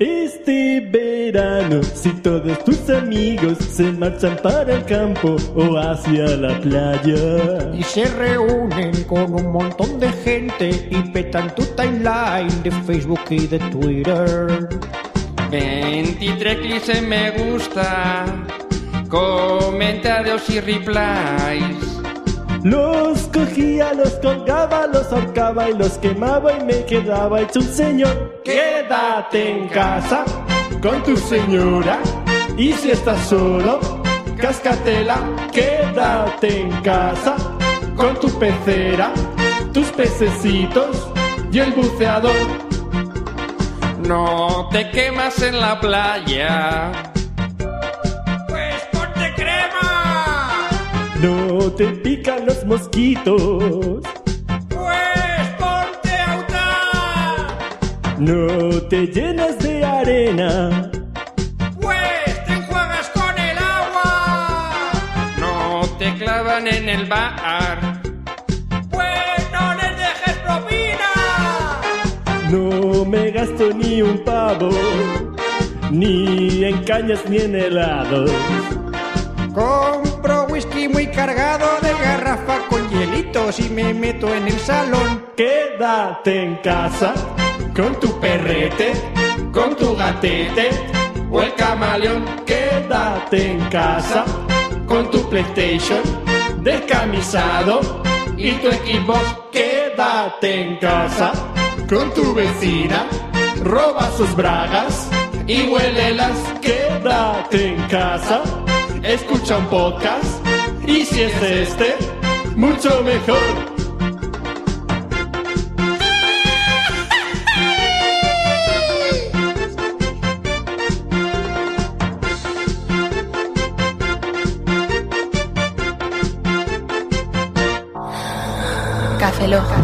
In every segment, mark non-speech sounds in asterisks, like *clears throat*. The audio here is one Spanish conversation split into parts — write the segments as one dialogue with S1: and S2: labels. S1: este verano si todos tus amigos se marchan para el campo o hacia la playa?
S2: Y se reúnen con un montón de gente y petan tu timeline de Facebook y de Twitter.
S3: 23 clics en me gusta, comentarios y replies.
S1: Los cogía, los colgaba, los ahorcaba y los quemaba y me quedaba hecho un señor. Quédate en casa con tu señora y si estás solo, cáscatela. Quédate en casa con tu pecera, tus pececitos y el buceador.
S3: No te quemas en la playa. Pues ponte crema.
S1: No te pican los mosquitos,
S3: Pues ponte auta.
S1: no te llenas de arena.
S3: Pues te enjuagas con el agua. No te clavan en el bar. Pues no les dejes propina.
S1: No me gasto ni un pavo, ni en cañas ni en helado.
S2: Compro whisky muy cargado de garrafa con hielitos y me meto en el salón.
S1: Quédate en casa con tu perrete, con tu gatete o el camaleón. Quédate en casa con tu PlayStation descamisado y tu Xbox. Quédate en casa con tu vecina, roba sus bragas y huélelas. Quédate en casa, escucha un podcast y si es este, mucho mejor.
S4: Café Loja.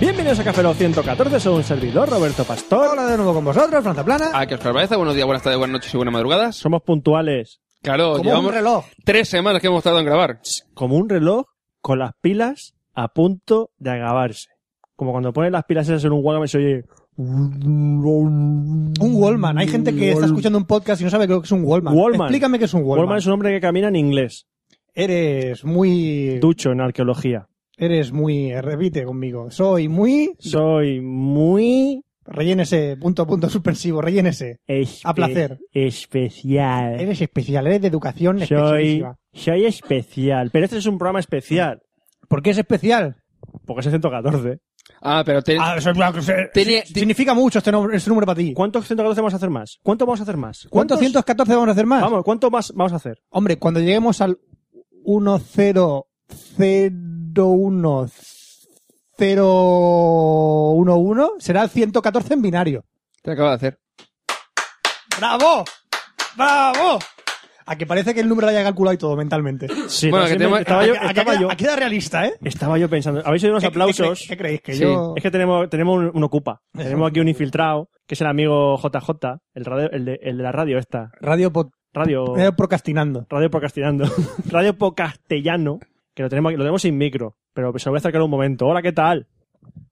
S5: Bienvenidos a Café Lock 114, soy un servidor, Roberto Pastor.
S2: Hola de nuevo con vosotros, Franza Plana.
S3: Aquí Oscar Baeza, buenos días, buenas tardes, buenas noches y buenas madrugadas.
S5: Somos puntuales,
S3: Claro,
S2: Como
S3: llevamos
S2: un reloj.
S3: tres semanas que hemos tardado en grabar.
S5: como un reloj con las pilas a punto de acabarse. Como cuando ponen las pilas esas en un Walkman y se oye...
S2: Un
S5: Un
S2: Wallman. Hay gente que está escuchando un podcast y no sabe qué es un Wallman.
S5: Wallman.
S2: Explícame qué es un Wallman.
S5: Wallman es un hombre que camina en inglés,
S2: Eres muy...
S5: ducho en arqueología.
S2: Eres muy... Repite conmigo. Soy muy...
S5: Soy muy...
S2: Rellénese. Punto, punto, suspensivo. Rellénese.
S5: espe-
S2: A placer.
S5: Especial.
S2: Eres especial. Eres de educación
S5: Soy,
S2: especialísima.
S5: soy especial. Pero este es un programa especial,
S2: ¿Por qué es especial?
S5: porque es el 114.
S3: Ah, pero te-
S2: Ah, eso es una cosa-
S3: Tenía-
S2: si- significa mucho este, nom- este número para ti.
S5: ¿Cuántos 114 vamos a hacer más? ¿Cuánto vamos a hacer más?
S2: ¿Cuántos
S5: ¿Cuántos-
S2: 114 vamos a hacer más?
S5: Vamos, ¿cuánto más vamos a hacer?
S2: Hombre, cuando lleguemos al 1001011 será el 114 en binario.
S3: te acabo de hacer.
S2: ¡Bravo! ¡Bravo! A que parece que el número lo haya calculado y todo mentalmente.
S5: Sí,
S3: Bueno,
S5: no,
S3: que
S5: sí,
S3: tenemos-
S5: me- estaba, yo,
S2: Aquí- aquí
S5: estaba,
S2: queda-
S5: yo,
S2: aquí queda realista, ¿eh?
S5: estaba yo pensando. Habéis oído unos
S2: ¿Qué- qué
S5: aplausos.
S2: cre- ¿Qué, creéis? Que
S3: Sí.
S2: yo...
S5: Es que tenemos, tenemos un, un ocupa. Tenemos aquí un infiltrado, que es el amigo JJ, el, radio- el, de, el de la radio esta.
S2: Radio pod-
S5: Radio,
S2: eh,
S5: *laughs*
S2: procrastinando.
S5: radio procrastinando. radio pocastellano, que lo tenemos aquí, lo tenemos sin micro, pero se lo voy a acercar un momento. Hola, ¿qué tal?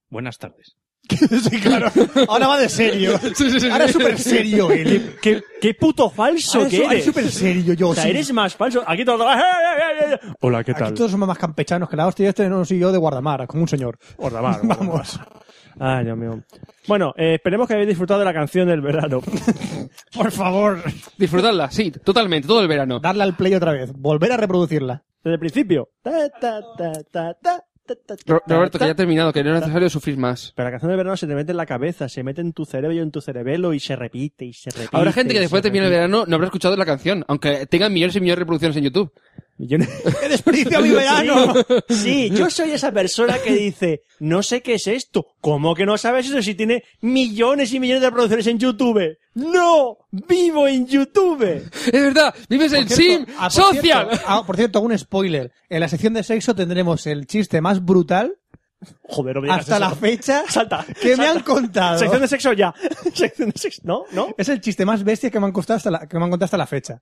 S6: Buenas tardes.
S2: sí, claro. Ahora va de
S5: *laughs*
S2: serio.
S3: Sí, sí, sí.
S2: Ahora es súper serio él.
S5: ¿Qué, qué puto falso
S2: Ahora
S5: que
S2: es
S5: eres?
S2: Ah, súper serio yo.
S5: O sea,
S2: sí.
S5: eres más falso. Aquí todo. ¡Eh, eh, eh, eh! Hola, ¿qué
S2: Aquí todos somos más campechanos que la hostia. Este no soy yo de guardamar, como un señor. *laughs*
S5: Ordamar,
S2: Vamos.
S5: Ay, Dios mío. Bueno, eh, esperemos que hayáis disfrutado de la canción del verano. *laughs*
S2: Por favor.
S3: Disfrutadla, sí, totalmente, todo el verano.
S2: Darle al play otra vez. Volver a reproducirla.
S5: Desde el principio. Ta, ta, ta, ta, ta, ta, ta,
S3: Ro-
S5: ta,
S3: Roberto, que
S5: ta.
S3: ya ha terminado, que no es necesario sufrir más.
S5: Pero la canción del verano se te mete en la cabeza, se mete en tu cerebro y en tu cerebelo y se repite y se repite.
S3: Habrá gente que
S5: y
S3: después de
S5: se
S3: terminar el
S5: repite.
S3: verano no habrá escuchado la canción, aunque tengan millones y millones de reproducciones en YouTube.
S1: Millones.
S2: *laughs* ¡Qué desperdicio mi verano!
S1: Sí, yo soy esa persona que dice, no sé qué es esto. ¿Cómo que no sabes eso si tiene millones y millones de reproducciones en YouTube? ¡No! ¡Vivo en YouTube!
S3: Es verdad, vives en Sim
S2: ah, por
S3: Social.
S2: cierto, ah, por cierto, un spoiler. En la sección de sexo tendremos el chiste más brutal
S1: Joder, no me digas
S2: hasta
S1: eso.
S2: la fecha
S1: *laughs* Salta.
S2: que me
S1: salta.
S2: han contado.
S1: Sección de sexo ya. *laughs* Sección de sexo. ¿No? ¿No?
S2: Es el chiste más bestia que me han contado hasta la, que me han contado hasta la fecha.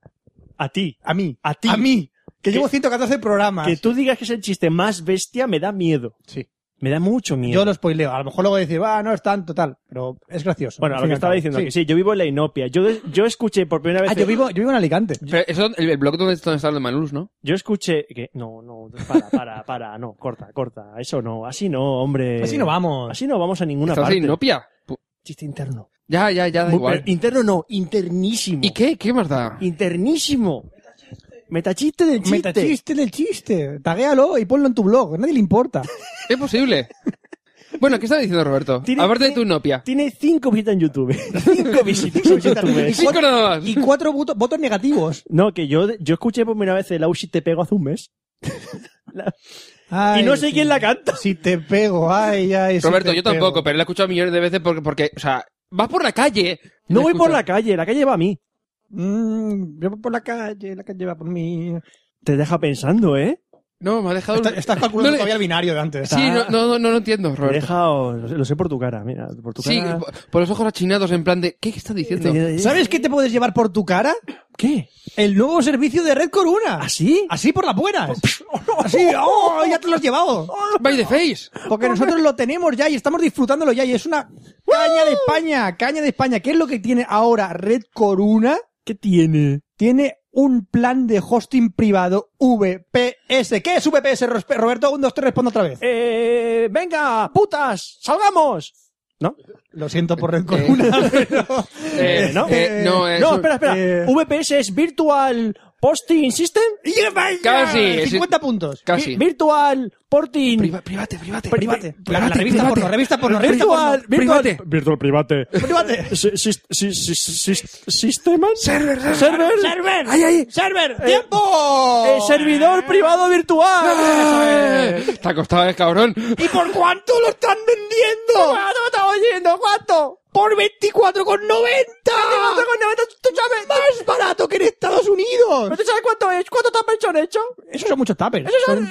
S1: A ti.
S2: A mí.
S1: A ti.
S2: A mí.
S1: Que-
S2: Que llevo 114 programas.
S1: Que tú digas que es el chiste más bestia me da miedo.
S2: Sí.
S1: Me da mucho miedo.
S2: Yo lo spoileo. A lo mejor luego decir, ah, no es tanto, tal. Pero es gracioso.
S1: Bueno, a
S2: Al
S1: lo
S2: fin y
S1: que
S2: al
S1: estaba
S2: cabo.
S1: diciendo, que sí, yo vivo en la inopia. Yo, yo escuché por primera vez...
S2: Ah, yo vivo, yo vivo en Alicante.
S3: Pero
S7: Pero
S3: eso, el, el blog donde, donde está el de Manus, ¿no?
S1: Yo escuché que... No, no, para, para, para, no, corta, corta. Eso no, así no, hombre.
S2: Así no vamos.
S1: Eh, Así no vamos a ninguna
S3: ¿Estás
S1: parte.
S3: en Inopia? Pu-
S1: Chiste interno.
S3: Ya, ya, ya, da
S1: Muy-
S3: igual.
S2: eh,
S1: pero interno no, internísimo.
S3: ¿Y qué? ¿Qué más da?
S1: Internísimo. Metachiste del chiste.
S2: Metachiste del chiste. Taguéalo y ponlo en tu blog. A nadie le importa.
S3: Es posible. Bueno, ¿qué está diciendo Roberto?
S1: Tiene-
S3: Aparte de tu
S1: tiene-
S3: Inopia.
S1: Tiene cinco visitas en YouTube. cinco visitas en YouTube.
S3: Y cinco nada más.
S2: Y cuatro voto- votos negativos.
S1: No, que yo, yo escuché por primera vez el Au si te pego hace un mes.
S2: Ay,
S1: y no sé
S2: sí.
S1: quién la canta.
S2: Si te pego, ay, ay. si
S3: Roberto,
S2: te
S3: yo tampoco,
S2: pego.
S3: pero la he escuchado millones de veces porque, porque o sea, vas por la calle.
S1: No voy por
S3: Escucha.
S1: la calle, la calle va a mí.
S2: Mm, yo voy por la calle, la calle va por mí.
S1: Te deja pensando, ¿eh?
S3: No, me ha dejado...
S2: Está- estás calculando
S3: No le-
S2: todavía el binario de antes.
S3: Sí, no, no, no, no lo entiendo,
S1: Te
S3: Roberto.
S1: deja, o- lo sé- lo sé por tu cara, mira, por tu
S3: Sí,
S1: cara.
S3: por- por los ojos achinados, en plan de, ¿qué, qué estás diciendo?
S1: Te-
S2: ¿Sabes qué te puedes llevar por tu cara?
S1: ¿Qué? ¿Ah,
S2: El nuevo servicio de Red Corona.
S1: ¿Así?
S2: Así por
S1: *laughs*
S2: las buenas. Así, oh, ya te lo has llevado.
S3: By the face.
S2: Porque nosotros lo tenemos ya y estamos disfrutándolo ya. Y es una caña de España, caña de España. ¿Qué es lo que tiene ahora Red Corona?
S1: ¿Qué tiene?
S2: Tiene un plan de hosting privado VPS. ¿Qué es VPS, Ros- Roberto? Un, dos, tres, respondo otra vez.
S1: Eh, venga, putas, Eh, salgamos. ¿No?
S2: Lo siento por Red
S1: *laughs*
S2: Corona, *laughs* pero...
S3: Eh,
S1: ¿no?
S3: eh, no, es
S1: no,
S3: un-
S1: espera, espera.
S2: eh,
S1: VPS es Virtual Posting System.
S3: Ah,
S2: ¡Yeah, vaya!
S3: Casi, es-
S2: 50 puntos.
S3: Casi.
S1: Vi- Virtual Porting.
S3: Priva- private, private.
S1: Pri-
S2: Private. La, la revista porno, revista porno, revista
S1: virtual,
S2: porno.
S1: virtual,
S3: Private.
S1: virtual private. *laughs*
S2: Private.
S1: Si- si- si- si- si- si- ¿Sistemas?
S3: Server, server.
S1: Server.
S2: Server.
S1: Ahí, ahí.
S2: ¡Server!
S1: Eh,
S2: ¡Tiempo!
S1: Eh, servidor privado virtual.
S3: Eh, Te ha costado, eh, cabrón.
S2: ¿Y por cuánto lo están vendiendo? ¿Cuánto lo están vendiendo? ¿Cuánto? por 24,90. ¿Tú sabes? Más barato que en Estados Unidos.
S1: ¿Pero tú sabes cuánto es? ¿Cuánto tapas han hecho?
S2: Esos son muchos tapers.
S1: Esos son-
S2: Son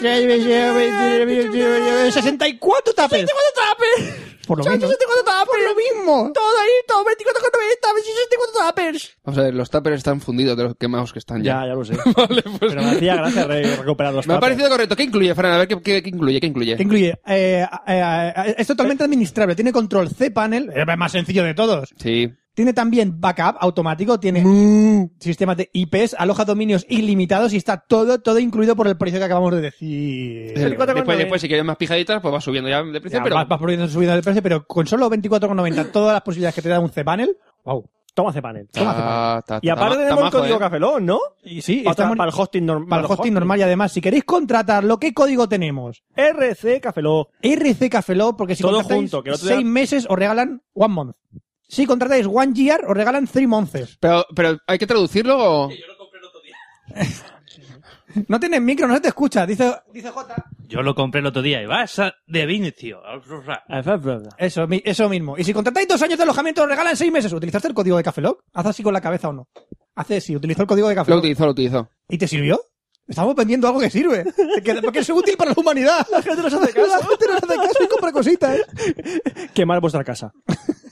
S2: 64 tapers.
S1: tapers?
S2: Por lo menos. Por lo mismo.
S1: Todo ahí, todo 24 con 90, 64 tapers.
S3: Vamos a ver, los tuppers están fundidos de los quemados que están ya.
S1: Ya, ya lo
S2: *laughs*
S1: sé.
S3: Vale, pues-
S1: Pero me hacía gracia re- recuperar los
S3: Me ha
S1: tapers.
S3: parecido correcto. ¿Qué incluye, Fran? A ver, ¿qué, qué, qué incluye? ¿Qué incluye?
S2: Que incluye, eh, eh, eh, es totalmente administrable, tiene control C panel, el más sencillo de todos.
S3: Sí.
S2: Tiene también backup automático, tiene sistemas de IPs, aloja dominios ilimitados y está todo, todo incluido por el precio que acabamos de decir.
S1: El cuatro con
S3: Después,
S1: nueve.
S3: después, si quieres más pijaditas, pues va subiendo ya de precio,
S2: Ya,
S3: pero...
S2: vas, vas subiendo, subiendo el precio, pero con solo 24,90 todas las posibilidades que te da un C-Panel, wow.
S1: Toma Cepanel.
S3: Ta- ta-
S1: Y
S3: ta-
S1: aparte
S3: ta-
S1: tenemos el
S3: tamajo,
S1: código
S3: eh.
S1: Cafelón, ¿no?
S2: Y sí,
S1: Para,
S2: estamos-
S1: para el hosting normal.
S2: para el hosting normal y además, si queréis contratarlo, ¿qué código tenemos?
S1: RC Cafelón.
S2: RC Cafeló, porque si
S1: Todo
S2: contratáis
S1: junto, que el otro día-
S2: seis meses os regalan one month. Si contratáis one year, os regalan three months.
S3: Pero, pero, ¿hay que traducirlo o...?
S2: No tienes micro, no se te escucha. Dice, dice Jota.
S7: Yo lo compré el otro día y vas a de Vinicio.
S2: Eso, mi- eso mismo. Y si contratáis dos años de alojamiento, os regalan seis meses. ¿Utilizaste el código de Cafelog? Haz así con la cabeza o no. Hace sí, utilizó el código de
S3: Lo
S2: Cafelog.
S3: utilizó, lo utilizó.
S2: ¿Y te sirvió? Estamos vendiendo algo que sirve. Que- Porque es útil para la humanidad. La gente nos hace caso. La gente nos hace caso y compra cositas. ¿eh?
S1: Quemar vuestra
S3: *laughs*
S1: casa.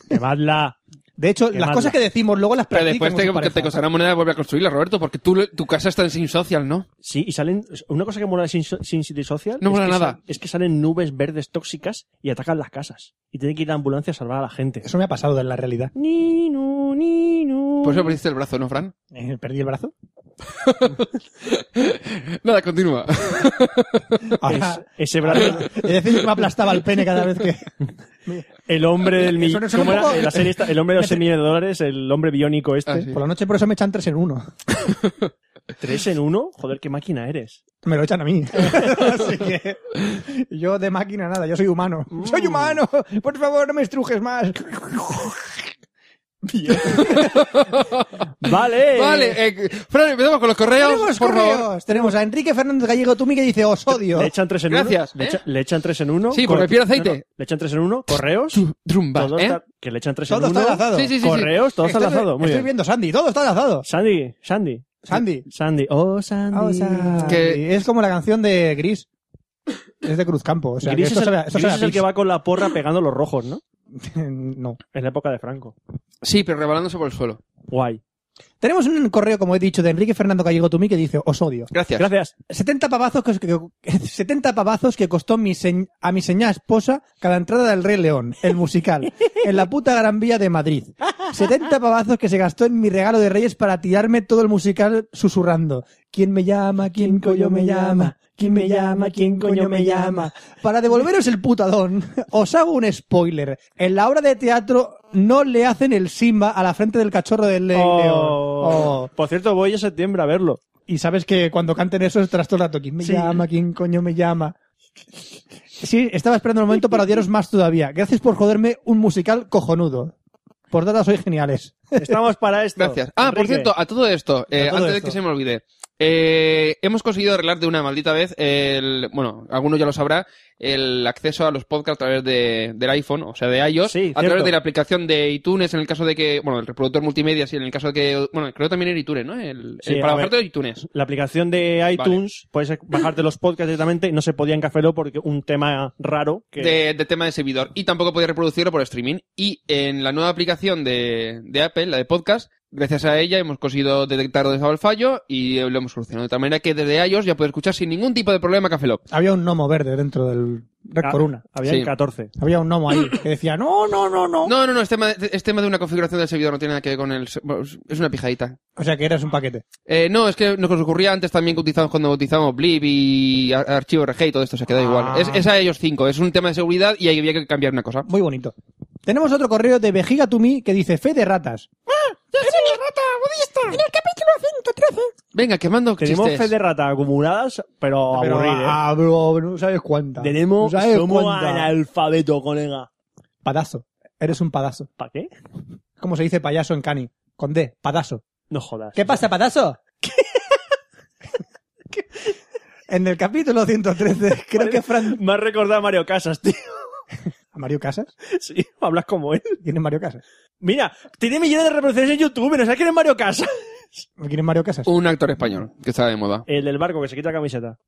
S1: Quemadla.
S2: De hecho,
S1: Qué
S2: las
S1: mala.
S2: cosas que decimos luego las
S3: Pero
S2: practican
S3: después
S2: con
S3: te,
S2: sus
S3: que te
S2: parejas.
S3: costará moneda volver a construirla, Roberto, porque tú, tu casa está en Sin Social, ¿no?
S1: Sí, y salen. Una cosa que mola de Sin, Sin City Social.
S3: No
S1: es
S3: mola
S1: que
S3: nada.
S1: sal- es que salen nubes verdes tóxicas y atacan las casas. Y tienen que ir a ambulancia a salvar a la gente.
S2: Eso me ha pasado en la realidad.
S1: Ni, no, ni, no.
S3: Por Pues eso perdiste el brazo, ¿no, Fran?
S2: Eh, Perdí el brazo.
S3: Nada, continúa.
S1: Es-
S3: ah.
S2: Ahora,
S1: ese
S2: *laughs*
S1: brazo.
S2: he de decir que me aplastaba el pene cada vez que...
S1: El hombre
S3: *laughs*
S1: del millón.
S2: Suena- suena un poco-
S1: Eh, La serie esta- el hombre de los 100 millones de dólares, el hombre biónico este.
S3: Ah, sí.
S2: Por la noche por eso me echan tres en uno.
S1: ¿Tres en uno? Joder, qué máquina eres.
S2: Me lo echan a mí. Así que yo de máquina nada, yo soy humano. ¡Soy humano! Por favor, no me estrujes más.
S1: Vale.
S3: Vale, eh, Fran, empezamos con los correos.
S2: Tenemos
S3: por
S2: correos.
S3: favor.
S2: Tenemos a Enrique Fernández Gallego Tumi que dice, os odio.
S1: Le echan tres en
S3: Gracias,
S1: uno.
S3: ¿eh?
S1: Le, echa- le echan tres en uno.
S3: Sí, porque
S1: Cor-
S3: pierde aceite.
S1: le echan tres en uno. Correos.
S3: Tru- Trumba,
S1: Todo
S3: ¿eh?
S1: está- que le echan tres
S2: Todo
S1: en uno.
S2: está enlazado.
S3: Sí, sí, sí.
S1: Correos, todo está
S2: Estoy-
S1: enlazado. Muy
S2: estoy
S1: bien.
S2: viendo Sandy, todo está enlazado.
S1: Sandy, Sandy.
S2: Sandy.
S1: Sandy. Oh, Sandy.
S2: Ah, o sea,
S3: Que-
S2: Es como la canción de Gris. Es de Cruzcampo. O sea,
S1: Gris
S2: que
S1: es,
S2: esto
S1: el,
S2: se vea- esto
S1: Gris
S2: se
S1: es
S2: vea
S1: el que va con la porra pegando los rojos, ¿no?
S2: Gris. *laughs* no.
S1: En la época de Franco.
S3: Sí, pero rebalándose por el suelo.
S1: Guay.
S2: Tenemos un correo, como he dicho, de Enrique Fernando Gallego Tumi que dice, os odio.
S3: Gracias.
S1: Gracias.
S2: 70 pavazos que, que- *laughs* 70 pavazos que costó mi señ- a mi señá esposa cada entrada del Rey León, el musical, en la puta Gran Vía de Madrid. 70 pavazos que se gastó en mi regalo de Reyes para tirarme todo el musical susurrando. ¿Quién me llama? ¿Quién coño me llama? ¿Quién me llama? ¿Quién coño me llama? Para devolveros el putadón, *laughs* os hago un spoiler. En la obra de teatro no le hacen el Simba a la frente del cachorro del Rey
S1: Oh.
S2: León. Oh.
S1: Por cierto, voy a septiembre a verlo.
S2: Y sabes que cuando canten eso estarás todo el rato, ¿quién me
S1: Sí.
S2: llama? ¿Quién coño me llama? Sí, estaba esperando el momento para odiaros más todavía. Gracias por joderme un musical cojonudo. Por datas sois geniales.
S1: Estamos
S3: *laughs*
S1: para esto.
S3: Gracias. Ah, por
S1: Enrique.
S3: cierto, a todo esto, eh,
S2: A todo
S3: antes de
S2: esto.
S3: que se me olvide, eh, hemos conseguido arreglar de una maldita vez el, bueno, alguno ya lo sabrá, el acceso a los podcasts a través de, del iPhone, o sea, de iOS,
S1: Sí,
S3: a
S1: cierto.
S3: través de la aplicación de iTunes, en el caso de que, bueno, el reproductor multimedia, sí, en el caso de que, bueno, creo también era iTunes, ¿no? El,
S1: Sí,
S3: el- para
S1: a ver.
S3: bajarte de iTunes.
S1: La aplicación de iTunes, puedes bajarte los podcasts directamente. No se podía en Café Lock porque un tema raro que
S3: De, de tema de servidor. Y tampoco podía reproducirlo por streaming. Y en la nueva aplicación de, de Apple, la de podcast, gracias a ella hemos conseguido detectar dónde estaba el fallo y lo hemos solucionado. De tal manera que desde iOS ya puedes escuchar sin ningún tipo de problema Café Lock.
S2: Había un gnomo verde dentro del Red
S1: Ah,
S2: Corona.
S1: Había
S3: Sí.
S1: 14.
S2: Había un gnomo ahí que decía, no, no, no, no.
S3: No, no, no, es tema, de, es tema de una configuración del servidor, no tiene nada que ver con el... se- bueno, Es una pijadita.
S2: O sea que eras un paquete.
S3: Eh, no, es que nos ocurría antes también que utilizamos cuando utilizamos Blip y a- Archivo RG y todo esto, se queda igual.
S1: Ah.
S3: Es, es a ellos cinco, es un tema de seguridad y ahí había que cambiar una cosa.
S2: Muy bonito. Tenemos otro correo de Vejiga to Me que dice, fe de ratas.
S3: Venga, quemando
S1: Tenemos
S3: chistes.
S1: fe de rata acumuladas, pero,
S2: Pero,
S1: aburridas.
S2: ah, bro, no sabes cuánta.
S1: Tenemos
S2: No sabes
S1: somos
S2: cuánta.
S1: analfabeto, colega.
S2: Padazo. Eres un padazo.
S1: ¿Para qué?
S2: ¿Cómo se dice payaso en cani? Con D, padazo.
S1: No jodas.
S2: ¿Qué pasa, patazo? *laughs* en el capítulo *laughs* 113, creo que Fran...
S1: *laughs* Me has recordado a Mario Casas, tío. *laughs*
S2: ¿A Mario Casas?
S1: Sí, hablas como él.
S2: ¿Quién es Mario Casas?
S1: Mira, tiene millones de reproducciones en YouTube, ¿no sabes quién es Mario Casas?
S2: ¿Quién es Mario Casas?
S3: Un actor español, que está de moda.
S1: El del barco que se quita la camiseta.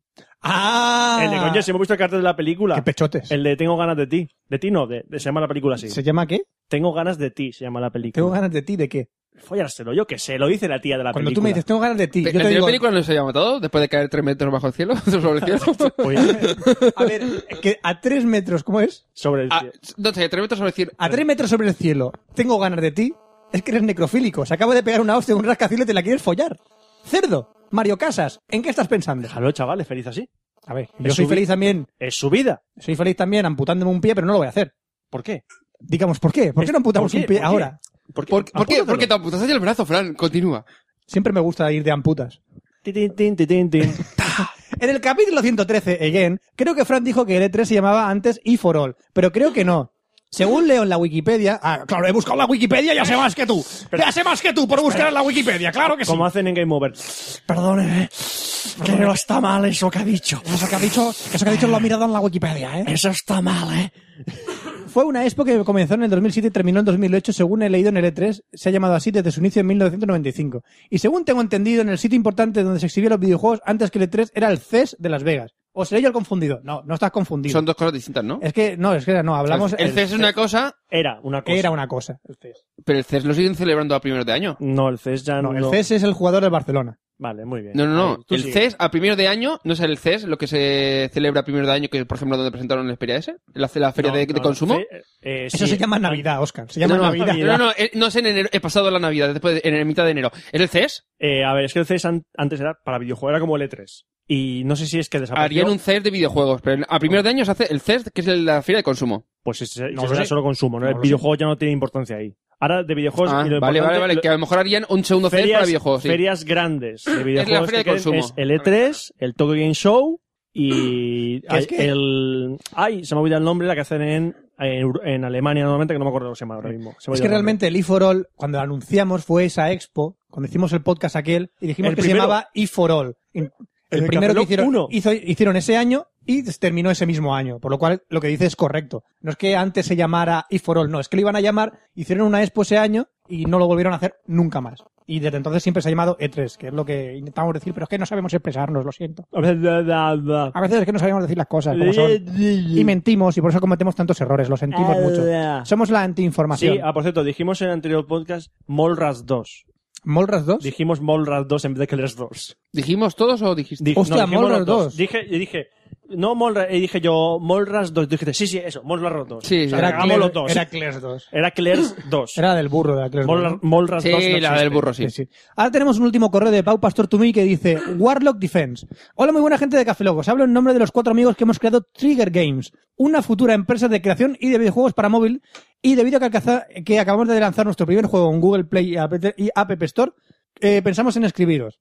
S2: ¡Ah!
S1: El de coño, si hemos visto el cartel de la película.
S2: ¡Qué pechotes!
S1: El de Tengo ganas de ti. De ti no, de, de- se llama la película así.
S2: ¿Se llama qué?
S1: Tengo ganas de ti, se llama la película.
S2: Tengo ganas de ti, ¿de qué?
S1: Follárselo, yo que sé, lo dice la tía de la
S2: Cuando tú me
S1: película. *laughs*
S2: dices, tengo ganas de ti,
S3: ¿La
S2: yo te
S3: anterior
S2: digo...
S3: película no se había matado después de caer tres metros bajo el cielo? *laughs* sobre el
S1: Pues, *laughs*
S3: cielo?
S2: *laughs*
S1: Oye,
S2: A ver, que a tres metros, ¿cómo es?
S1: sobre el
S3: Ah,
S1: cielo.
S3: no sé, tres metros sobre el cielo.
S1: Ah,
S2: A tres metros sobre el cielo, tengo ganas de ti, es que eres necrofílico, se acaba de pegar una hostia en un rascacielos y te la quieres follar. ¡Cerdo! Mario Casas, ¿en qué estás pensando?
S1: Déjalo, chavales, feliz así.
S2: A ver,
S1: yo
S2: yo soy
S1: subí-
S2: feliz también
S1: Es su vida.
S2: Soy feliz también amputándome un pie, pero no lo voy a hacer.
S1: ¿Por qué?
S2: Digamos, ¿por qué? ¿Por qué no amputamos
S1: ¿Por qué?
S2: un pie
S1: ¿Por qué?
S2: ahora?
S1: ¿Por
S3: ¿Por, ¿por qué?
S1: Apúntatelo.
S3: Porque te amputaste el brazo, Fran. Continúa.
S2: Siempre me gusta ir de amputas.
S1: Tin, tin, tin, tin, tin, tin.
S2: *laughs* En el capítulo 113, again, creo que Fran dijo que el E3 se llamaba antes E for All, pero creo que no. Según leo en la Wikipedia... Ah, claro, he buscado la Wikipedia y ya sé más que tú. Ya sé más que tú por buscar en la Wikipedia, claro que sí.
S1: Como hacen en Game Over.
S2: Perdone,
S1: Que no está mal eso que ha dicho.
S2: eso que ha dicho, eso que ha dicho lo ha mirado en la Wikipedia, ¿eh?
S1: Eso está mal, ¿eh?
S2: Fue una expo que comenzó en el 2007 y terminó en 2008, según he leído en el E3, se ha llamado así desde su inicio en 1995. Y según tengo entendido, en el sitio importante donde se exhibían los videojuegos antes que el E3 era el CES de Las Vegas. ¿O seré yo el confundido? No, no estás confundido.
S3: Son dos cosas distintas, ¿no?
S1: eh,
S2: Es que, no, es que no, hablamos...
S3: el CES
S1: E
S3: es una cosa,
S1: Era una cosa.
S2: E
S1: E
S2: Era una cosa, el CES.
S3: pero el CES lo siguen celebrando a primeros de año.
S1: No, el CES ya no.
S2: No, el E CES es el jugador del Barcelona.
S1: Vale, muy bien.
S3: No, no,
S1: Ahí,
S3: no.
S1: tú
S3: El
S1: sigue.
S3: CES a primeros de año no es el CES lo que se celebra a primeros de año, que por ejemplo donde presentaron la Xperia S, la, la feria
S1: No,
S3: de,
S1: no,
S3: de consumo.
S1: el CES, eh,
S2: Eso
S1: sí.
S2: se llama Navidad, Oscar. Se
S3: No,
S2: llama
S3: no,
S2: Navidad.
S3: no, no, eh, no es en enero, he pasado la Navidad, después de- en el mitad de enero. ¿Es el E CES?
S1: Eh, a ver, es que el CES an- antes era para videojuegos, era como el E3. Y no sé si es que desapareció.
S3: Harían un CES de videojuegos, pero a primeros de año se hace el CES, que es la feria de consumo.
S1: Pues si se-
S3: No
S1: si
S3: lo
S1: será
S3: sé.
S1: solo consumo, ¿no?
S2: No
S1: el
S2: lo
S1: videojuego ya no tiene importancia ahí. Ahora de videojuegos.
S3: Ah,
S1: y lo
S3: vale, vale,
S1: importante-
S3: vale,
S1: lo-
S3: que a lo mejor harían un segundo CES
S1: ferias,
S3: para videojuegos, sí.
S1: ferias grandes de videojuegos.
S3: feria
S1: que
S3: de
S1: queden
S3: consumo.
S1: es el E3, el Tokyo Game Show y
S2: Que es
S1: ay,
S2: que-
S3: *clears throat*
S1: el... Ay, se me ha olvidado el nombre, la que hacen en en, Ur- en Alemania normalmente, que no me acuerdo cómo se llama ahora mismo. Se me ha
S2: Es
S1: ido
S2: que
S1: el nombre.
S2: realmente el E4All, cuando lo anunciamos, fue esa expo, cuando hicimos el podcast aquel, y dijimos
S1: El
S2: que
S1: primero.
S2: se llamaba E E4All. El,
S1: El de
S2: primero
S1: Café
S2: que
S1: Lock *laughs*
S2: hicieron,
S1: uno.
S2: hizo- hicieron ese año y terminó ese mismo año. Por lo cual, lo que dice es correcto. No es que antes se llamara E4All, no, es que lo iban a llamar, hicieron una expo ese año y no lo volvieron a hacer nunca más. Y desde entonces siempre se ha llamado E3, que es lo que intentamos decir, pero es que no sabemos expresarnos, lo siento.
S1: A veces, da, da, da.
S2: A veces es que no sabemos decir las cosas como son. Y mentimos y por eso cometemos tantos errores, lo
S3: Ah,
S2: sentimos mucho. Somos la antiinformación.
S1: Sí, ah, por cierto, dijimos en el anterior podcast Molras 2.
S2: ¿Molras 2?
S1: Dijimos Molras 2 en vez de Killers 2.
S3: ¿Dijimos todos o dijiste?
S1: Dije-
S2: Hostia,
S1: dijimos
S2: Molras
S1: los dos.
S2: 2.
S1: Dije, y dije, no Molras, y dije yo Molras 2. Dijiste, sí, sí, eso, Molras 2.
S3: Sí,
S1: o sea,
S3: era
S1: hagamos los dos.
S2: Era Clash 2.
S1: Era
S2: *laughs*
S1: Killers 2.
S2: Era del burro de la Clash 2.
S1: Molra- Molras
S3: sí,
S1: 2. no
S3: la
S1: existe.
S3: del burro, sí.
S2: Sí, sí. Ahora tenemos un último correo de Pau Pastor Tumí que dice Warlock Defense. Hola, muy buena gente de Café Locos. Hablo en nombre de los cuatro amigos que hemos creado Trigger Games, una futura empresa de creación y de videojuegos para móvil. Y debido a que, alcaza- que acabamos de lanzar nuestro primer juego en Google Play y App, y App Store, eh, pensamos en escribiros.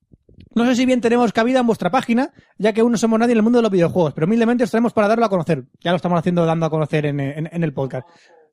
S2: No sé si bien tenemos cabida en vuestra página, ya que aún no somos nadie en el mundo de los videojuegos, pero humildemente os traemos para darlo a conocer. Ya lo estamos haciendo dando a conocer en, en- en el podcast.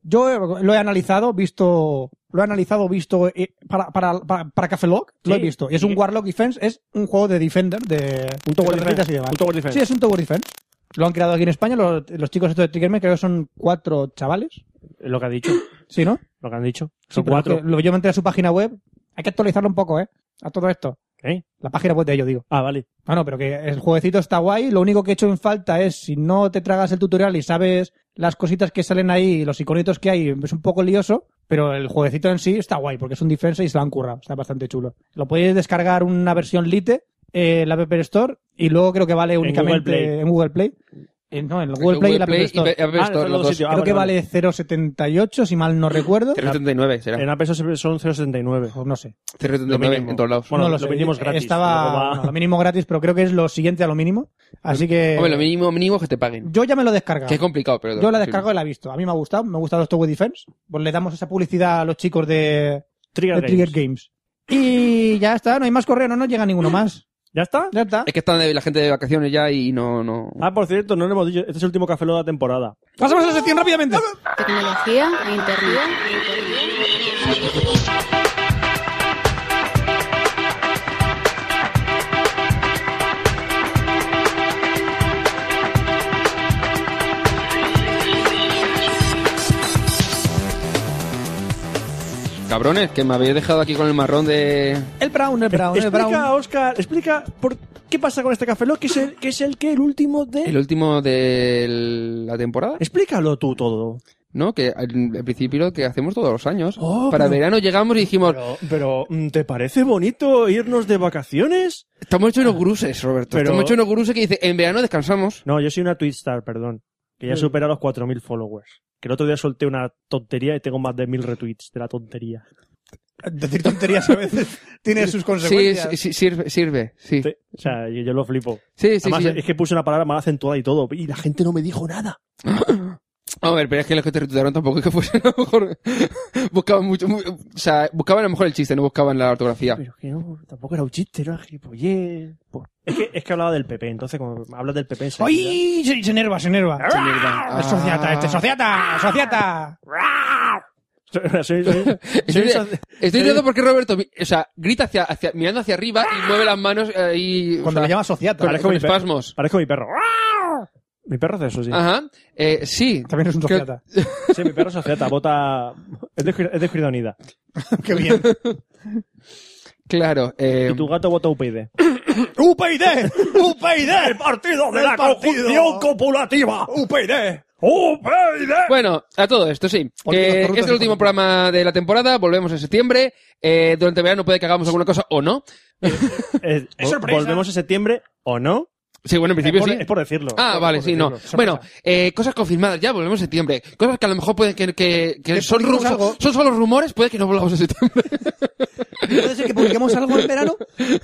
S2: Yo eh, lo he analizado, visto, lo he analizado, visto eh, para, para, para, para Café Lock, lo he
S1: Sí.
S2: visto. Y es un
S1: Sí.
S2: Warlock Defense, es un juego de Defender, de
S1: Un Tower
S2: de tarjetas
S1: Defense.
S2: y demás.
S1: Un Tower Defense.
S2: Sí, es un Tower Defense. Lo han creado aquí en España, los, los chicos estos de Triggerman, creo que son cuatro chavales.
S1: Lo que ha dicho.
S2: Sí, ¿no?
S1: Lo que han dicho.
S2: Sí,
S1: Son
S2: pero
S1: cuatro.
S2: es que lo- yo me entré a su página web. Hay que actualizarlo un poco, ¿eh? A todo esto.
S1: ¿Eh?
S2: La página web de ellos, digo.
S1: Ah, vale.
S2: No, no, pero que el jueguecito está guay. Lo único que he hecho en falta es, si no te tragas el tutorial y sabes las cositas que salen ahí, los iconitos que hay, es un poco lioso. Pero el jueguecito en sí está guay, porque es un defensa y se lo han currado. Está bastante chulo. Lo podéis descargar una versión Lite, eh, en la App Store, y luego creo que vale únicamente
S1: Google Play.
S2: en Google Play. Eh, no, en el Google Play y la App Store.
S3: App
S1: Ah,
S3: Store,
S1: en
S3: los
S1: los
S3: dos.
S1: sitios.
S2: Creo
S1: vale,
S2: que
S1: vale.
S2: vale 0.78, si mal no recuerdo.
S3: 0.79
S1: En
S3: será.
S1: App Store son 0,79.
S2: Pues no sé.
S1: Lo
S3: 0.79
S1: mínimo.
S3: en todos lados.
S1: Bueno,
S2: no
S1: lo,
S2: sé.
S1: vendimos gratis. luego
S2: Estaba
S1: va-
S2: no, lo mínimo gratis, pero creo que es lo siguiente a lo mínimo. Así que.
S3: Hombre, lo mínimo, mínimo es que te paguen.
S2: Yo eh, ya me lo he descargado.
S3: Que es complicado, pero...
S2: Yo la descargo y la he visto. A mí me ha gustado. Me ha gustado esto Web Defense. Pues le damos esa publicidad a los chicos de, de
S1: Trigger Games.
S2: Trigger Games. Y ya está. No hay más correo. No nos llega ninguno más.
S1: ¿Ya está?
S2: Ya está.
S3: Es que están de- la gente de vacaciones ya y no... no...
S1: Ah, por cierto, no lo hemos dicho. Este es el último café Lock de la temporada.
S2: Pasamos a la sección rápidamente.
S3: eh,
S5: Tecnología e internet.
S3: Cabrones, que me habéis dejado aquí con el marrón de...
S2: El Brown, el Brown, el
S1: explica,
S2: Brown.
S1: Oscar, explica por qué pasa con este café Lock, que es el que es el que el último de
S3: El último de la temporada,
S1: Explícalo tú todo.
S3: ¿no? Que al al principio lo que hacemos todos los años.
S1: Oh,
S3: Para
S1: pero-
S3: verano llegamos y dijimos,
S1: Pero, pero, mm, ¿te parece bonito irnos de vacaciones?
S3: estamos hechos unos gruses, Roberto.
S1: Pero-
S3: Estamos hechos unos gruses que dice, en verano descansamos.
S1: No, yo soy una Twitstar, perdón, que ya supera los 4000 followers. Que el otro día solté una tontería y tengo más de 1000 retweets de la tontería.
S2: Decir tonterías a veces
S1: *laughs*
S2: tiene sus
S3: Sí,
S2: consecuencias.
S3: sí, sí, sirve, sirve, sí.
S1: Te- O sea, yo, yo lo flipo.
S3: Sí, sí,
S1: Además,
S3: sí.
S1: es que puse una palabra mal acentuada y todo, y la gente no me dijo nada.
S3: A ver, pero es que los que te retutaron tampoco es que fuesen a lo mejor... *laughs* buscaban mucho... mu- o sea, buscaban a lo mejor el chiste, no buscaban la ortografía.
S1: Pero que no, tampoco era un chiste, era gilipollez. pues. Por- Es que, es que hablaba del PP, entonces cuando hablas del PP... enseguida-
S2: ¡Ay! Se, se enerva, se enerva.
S3: enerva.
S2: Es sociata, este, sociata, sociata.
S1: *laughs* Soy- soy-
S3: Estoy,
S1: soy-
S3: estoy diciendo porque Roberto, mi- o sea, grita hacia, hacia- mirando hacia arriba y mueve las manos eh, y... o
S2: Cuando
S3: sea,
S2: le llama sociata.
S3: con,
S1: Parece como
S3: con
S1: mi perro.
S3: espasmos.
S1: Parezco mi perro. Mi perro hace eso, sí.
S3: Ajá. Eh, sí.
S2: También es un
S3: Creo-
S2: sociata.
S1: Sí, mi perro se acepta, bota... Es de, Izquierda- es de Izquierda Unida.
S2: Qué bien.
S3: Claro. Eh,
S1: Y tu gato vota UPyD. *coughs*
S2: ¡UPyD! ¡UPyD! ¡El
S1: partido
S2: de la conjunción
S1: copulativa!
S2: ¡UPyD!
S1: ¡UPyD!
S3: Bueno, a todo esto, sí.
S2: Políticas
S3: Eh,
S2: corruptas
S3: es
S2: y
S3: el último
S2: corruptas.
S3: programa de la temporada, volvemos en septiembre. Eh, durante el verano puede que hagamos alguna cosa o no.
S2: sorpresa!
S1: volvemos en septiembre, ¿o no?
S3: Sí, bueno, en
S1: Es
S3: principio
S1: por,
S3: sí.
S1: es por decirlo.
S3: Ah,
S1: Es
S3: vale,
S1: por
S3: sí, no.
S1: decirlo.
S3: Bueno, eh, cosas confirmadas, ya volvemos en septiembre. Cosas que a lo mejor pueden que, que, que
S2: Que
S3: son,
S2: publiquemos
S3: ru-
S2: algo.
S3: son solo rumores, puede que no volvamos en septiembre. *laughs*
S2: ¿Puede ser que publiquemos algo en verano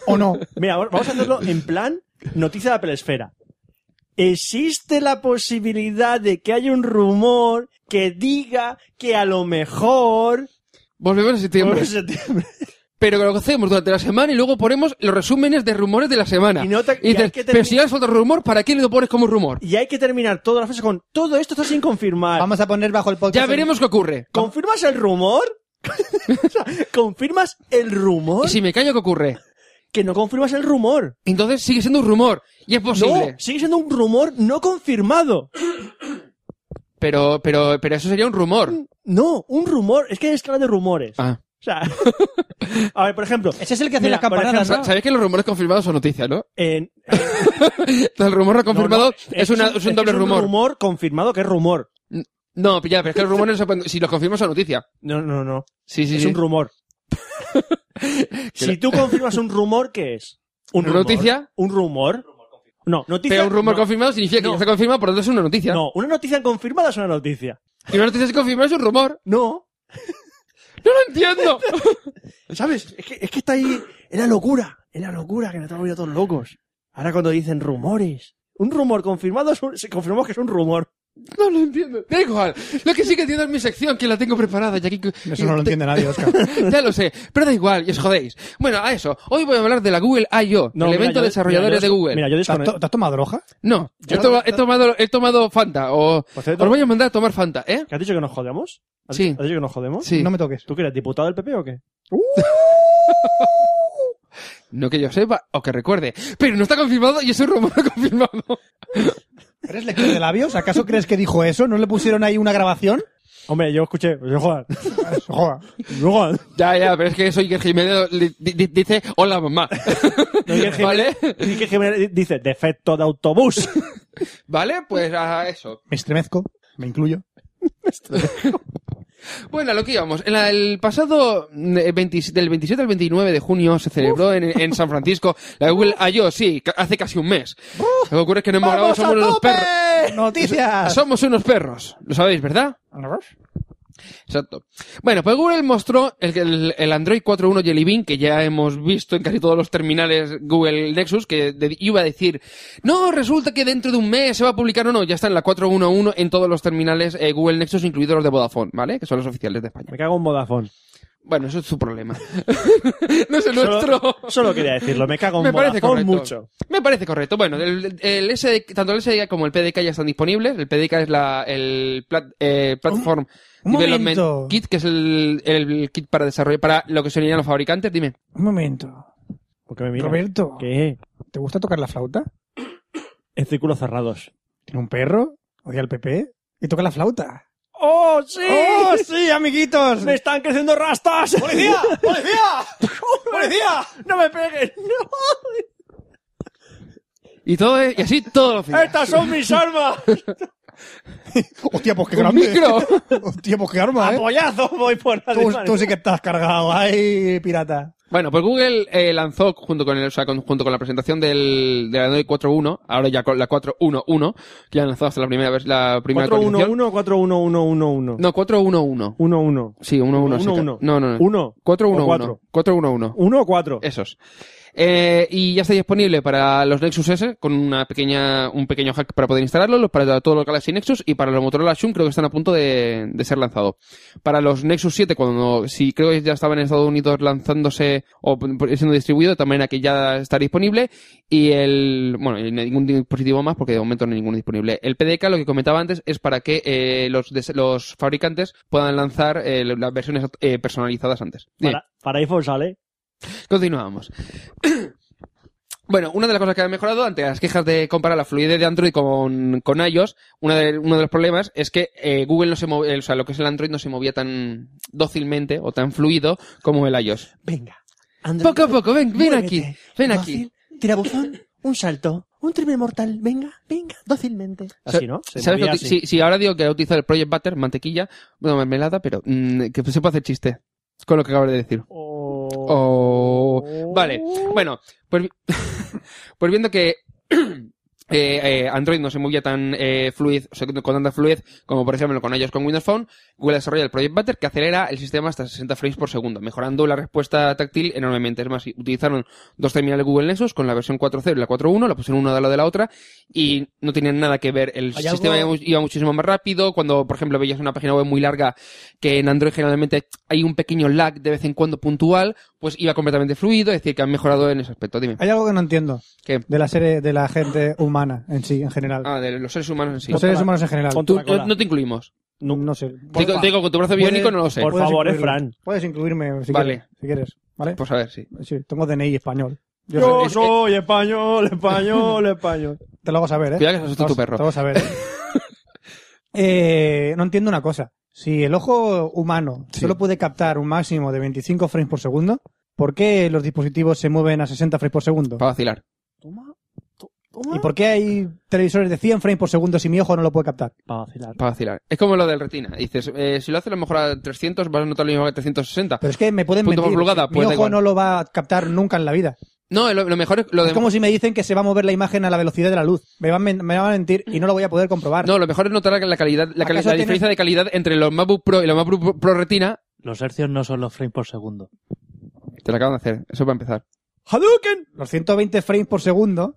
S2: o
S3: *laughs*
S2: no?
S1: Mira, ahora vamos a hacerlo en plan noticia de Apple Esfera. Existe la posibilidad de que haya un rumor que diga que a lo mejor...
S3: volvemos en septiembre. *laughs*
S1: Por septiembre.
S3: pero lo hacemos durante la semana y luego ponemos los resúmenes de rumores de la semana.
S1: Y no te- y hay
S3: dices,
S1: que
S3: pero si
S1: termi-
S3: ya has soltado rumor, ¿para qué lo pones como rumor?
S1: Y hay que terminar toda la frase con todo esto está sin confirmar.
S2: Vamos a poner bajo el podcast.
S3: Ya veremos qué ocurre.
S1: ¿Confirmas el rumor? *laughs* O sea, ¿Confirmas el rumor?
S3: Y si me callo, ¿qué ocurre?
S1: Que no confirmas el rumor.
S3: Entonces sigue siendo un rumor. Y es posible.
S1: No, sigue siendo un rumor no confirmado.
S3: Pero, pero, pero eso sería un rumor.
S1: Mm. No, un rumor. Es que hay escala de rumores.
S3: Ah.
S1: O sea, *laughs* a ver, por ejemplo.
S2: Ese es el que hace
S1: Mira,
S2: las campanadas,
S1: por
S3: Sa-
S2: ¿no?
S3: ¿Sabéis que los rumores confirmados son noticias, no? *laughs*
S1: en-
S3: El rumor no
S1: no,
S3: confirmado
S1: no,
S3: es, una- es
S1: que
S3: un doble
S1: es
S3: rumor.
S1: Un rumor confirmado que es rumor.
S3: No, ya, pero es que los rumores, no se pueden- si los confirmas son noticia.
S1: No, no, no.
S3: Sí, sí,
S1: es
S3: sí.
S1: un
S3: *laughs*
S1: rumor. si tú confirmas un rumor, ¿qué es? ¿Un
S3: ¿Una
S1: rumor?
S3: noticia?
S1: ¿Un rumor? No, noticia.
S3: Pero un rumor
S1: no.
S3: confirmado significa que
S1: No.
S3: no está confirmado, por lo tanto es una noticia.
S1: No, una noticia confirmada es una noticia.
S3: Y una noticia sin confirmar es un rumor.
S1: No.
S3: ¡No lo
S1: *laughs*
S3: entiendo!
S1: ¿Sabes? Es que, es que está ahí. Es la locura. Es la locura que nos estamos volviendo todos locos. Ahora cuando dicen rumores. Un rumor confirmado es un- se confirmó que es un rumor.
S3: No lo entiendo. Da igual. Lo que sí que entiendo es mi sección, que la tengo preparada. Ya, que-
S2: Eso no lo entiende nadie, Oscar.
S3: *laughs* ya lo sé. Pero da igual, y os jodéis. Bueno, a eso. Hoy voy a hablar de la Google I.O.,
S1: No,
S3: el
S1: mira,
S3: evento
S1: yo-
S3: de desarrolladores
S1: mira, yo-
S3: de Google.
S1: Mira, yo
S2: ¿Te has,
S1: desconozco.
S2: to- te has tomado droga?
S3: no,
S1: yo-
S3: he, toma- he tomado, he tomado Fanta. O,
S1: Por cierto-
S3: os voy a mandar a tomar Fanta, ¿eh?
S1: ¿Has dicho que nos jodemos? ¿Has
S3: Sí.
S1: dicho- ¿Has dicho que nos jodemos?
S3: Sí.
S2: No
S3: No,
S2: me toques.
S1: ¿Tú que eres diputado del PP o qué?
S3: que yo sepa o que recuerde. Pero no está confirmado y es un rumor *laughs* no confirmado.
S2: ¿Eres lector de labios? ¿Acaso crees que dijo eso? ¿No le pusieron ahí una grabación?
S1: Hombre, yo escuché. Yo
S2: *laughs*
S1: jodan.
S2: Joder.
S1: Yo
S3: *laughs*
S1: jodan.
S3: ya, ya, pero es que eso Iker Jiménez li- di- di- dice hola mamá. ¿Vale?
S1: Y que Jiménez dice, defecto de autobús.
S3: ¿Vale? Pues a eso.
S2: Me estremezco. Me incluyo.
S3: Bueno, a lo que íbamos. En la- el pasado eh, 20 del 27 al 29 de junio se celebró en, en San Francisco la Google I.O. Sí, ca- hace casi un mes. Lo que ocurre es que no hemos grabado,
S2: ¡Vamos
S3: somos
S2: a
S3: unos
S2: tope!
S3: perros.
S2: ¡Noticias!
S3: Somos unos perros. Lo sabéis, ¿verdad? Exacto. Bueno, pues Google mostró el, el, el Android 4.1 Jelly Bean, que ya hemos visto en casi todos los terminales Google Nexus, que de- iba a decir, no, resulta que dentro de un mes se va a publicar o no, ya está en la 4.1.1 en todos los terminales eh, Google Nexus, incluidos los de Vodafone, ¿vale? Que son los oficiales de España.
S1: Me cago en Vodafone.
S3: Bueno, eso es su problema. *laughs* no es el
S1: Solo,
S3: nuestro.
S1: solo quería decirlo. Me cago en
S3: Me parece
S1: Vodafone
S3: correcto.
S1: mucho.
S3: Me parece correcto. Bueno, el, el SDK, tanto el SDK como el PDK ya están disponibles. El PDK es la, el plat- eh, Platform
S2: un
S3: Development
S2: momento.
S3: Kit, que es el, el kit para desarrollo, para lo que serían los fabricantes. Dime.
S2: Un momento.
S1: ¿Por qué me miras?
S2: Roberto,
S1: ¿Qué?
S2: ¿te gusta tocar la flauta?
S1: En círculos cerrados.
S2: ¿Tiene un perro? ¿Odia al PP? ¿Y toca la flauta?
S1: ¡Oh, sí!
S2: ¡Oh, sí, amiguitos!
S1: ¡Me están creciendo rastas! ¡Policía! ¡Policía! *laughs* ¡Policía! ¡No me peguen!
S3: Y todo es- y así todo
S2: *laughs*
S3: lo
S1: ¡Estas son mis armas!
S2: ¡Hostia, pues qué
S3: Un
S2: grande!
S3: micro.
S2: ¡Hostia, pues qué
S1: Ah,
S2: arma, eh!
S1: ¡Apoyazo voy por la
S2: Tú, tú sí que estás cargado. ¡Ay, pirata!
S3: *laughs* Bueno, pues Google eh, lanzó junto con el, o sea, con- junto con la presentación del, del Android 4.1, ahora ya con la 4.1.1, que ya han lanzado hasta la primera, vers- la primera actualización.
S1: 4-1-1, 4-1-1-1-1.
S3: No, 4.1.1.
S1: 1-1.
S3: Sí, 1.1. sí,
S1: 1-1.
S3: No, no, no.
S1: 1.
S3: 411. 411.
S1: 1 o 4.
S3: Esos. Eh, y ya está disponible para los Nexus S con una pequeña, un pequeño hack para poder instalarlo, los- para todos los Galaxy Nexus y para los Motorola Xun creo que están a punto de, de ser lanzado. Para los Nexus 7, cuando, si creo que ya estaban en Estados Unidos lanzándose o p- p- siendo distribuido, de tal manera que ya está disponible y el, bueno, y ningún dispositivo más porque de momento no hay ninguno disponible. El PDK, lo que comentaba antes, es para que eh, los, des- los fabricantes puedan lanzar eh, las versiones eh, personalizadas antes. Bien.
S1: Para, para iPhone sale.
S3: Continuamos. *clears throat* Bueno, una de las cosas que ha mejorado ante las quejas de comparar la fluidez de Android con, con iOS, una de- uno de los problemas es que eh, Google no se movía, o sea, lo que es el Android no se movía tan dócilmente o tan fluido como el iOS.
S1: Venga. Android,
S3: Poco a poco, ven, ven
S1: muévete.
S3: aquí, ven aquí.
S1: Dócil, Tirabuzón. Un salto. Un triple mortal. Venga, venga. Dócilmente. Así, ¿no? Se
S3: ¿Sabes
S1: movía
S3: lo que-
S1: así.
S3: si, si ahora digo que he utilizado el Project Butter, mantequilla, bueno, mermelada, pero mm, que se puede hacer chiste con lo que acabas de decir.
S1: Oh.
S3: *laughs* Oh. Vale. Bueno, pues, vi- pues viendo que eh, *clears throat* eh, Android no se movía tan eh, fluid, o sea, con tanta fluidez como por ejemplo con ellos con Windows Phone, Google desarrolla el Project Butter que acelera el sistema hasta 60 frames por segundo, mejorando la respuesta táctil enormemente. Es más, utilizaron dos terminales Google Nexus con la versión 4.0 y la 4.1, la pusieron una de la de la otra y no tenían nada que ver. El
S8: ¿Hay
S3: sistema
S8: algo-
S3: iba mu- iba muchísimo más rápido. Cuando, por ejemplo, veías una página web muy larga que en Android generalmente hay un pequeño lag de vez en cuando puntual, pues iba completamente fluido, es decir, que han mejorado en ese aspecto. Dime.
S2: Hay algo que no entiendo
S3: ¿Qué?
S2: de la serie, de la gente humana en sí, en general.
S3: Ah, de los seres humanos en sí.
S2: Los seres humanos en general.
S8: Ponte
S3: Tú-
S8: la cola.
S3: no te incluimos.
S2: No, no sé.
S3: Te digo, te digo, con tu brazo
S2: Puedes-
S3: biónico no lo sé.
S8: por-
S2: Puedes
S8: favor, eh,
S2: incluirme.
S8: Fran.
S2: Puedes incluirme si
S3: Vale.
S2: quieres. Si quieres, ¿vale?
S3: Pues a ver, sí.
S2: Sí, tengo DNI español. Yo
S8: Yo
S3: es-
S8: soy español, español, español.
S2: te lo hago saber, ¿eh?
S3: Cuidado que se asusta
S2: Te lo-
S3: tu perro.
S2: Te lo hago
S3: *laughs*
S2: saber. ¿eh? Eh, no entiendo una cosa. Si el ojo humano
S3: Sí.
S2: solo puede captar un máximo de 25 frames por segundo, ¿por qué los dispositivos se mueven a 60 frames por segundo?
S3: Para vacilar.
S8: Toma, to-
S2: ¿Y
S8: toma.
S2: por qué hay televisores de 100 frames por segundo si mi ojo no lo puede captar?
S8: *laughs* Para vacilar.
S3: Para vacilar. Es como lo del retina. Dices, eh, si lo haces a lo mejor a 300, vas a notar lo mismo que a 360.
S2: Pero es que me pueden
S3: Punto por
S2: mentir.
S3: pulgada,
S2: mi
S3: pues
S2: ojo
S3: da igual.
S2: no lo va a captar nunca en la vida.
S3: No, eh, lo, lo mejor es lo de...
S2: Es como si me dicen que se va a mover la imagen a la velocidad de la luz. Me van, men- me van a mentir y no lo voy a poder comprobar.
S3: No, lo mejor es notar la calidad, la, calidad,
S2: ¿Acaso
S3: la
S2: tienes-
S3: diferencia de calidad entre los MacBook Pro y los MacBook Pro- Pro Retina.
S7: Los hercios no son los frames por segundo.
S3: Te lo acaban de hacer. Eso para empezar.
S8: ¡Hadouken!
S2: Los 120 frames por segundo,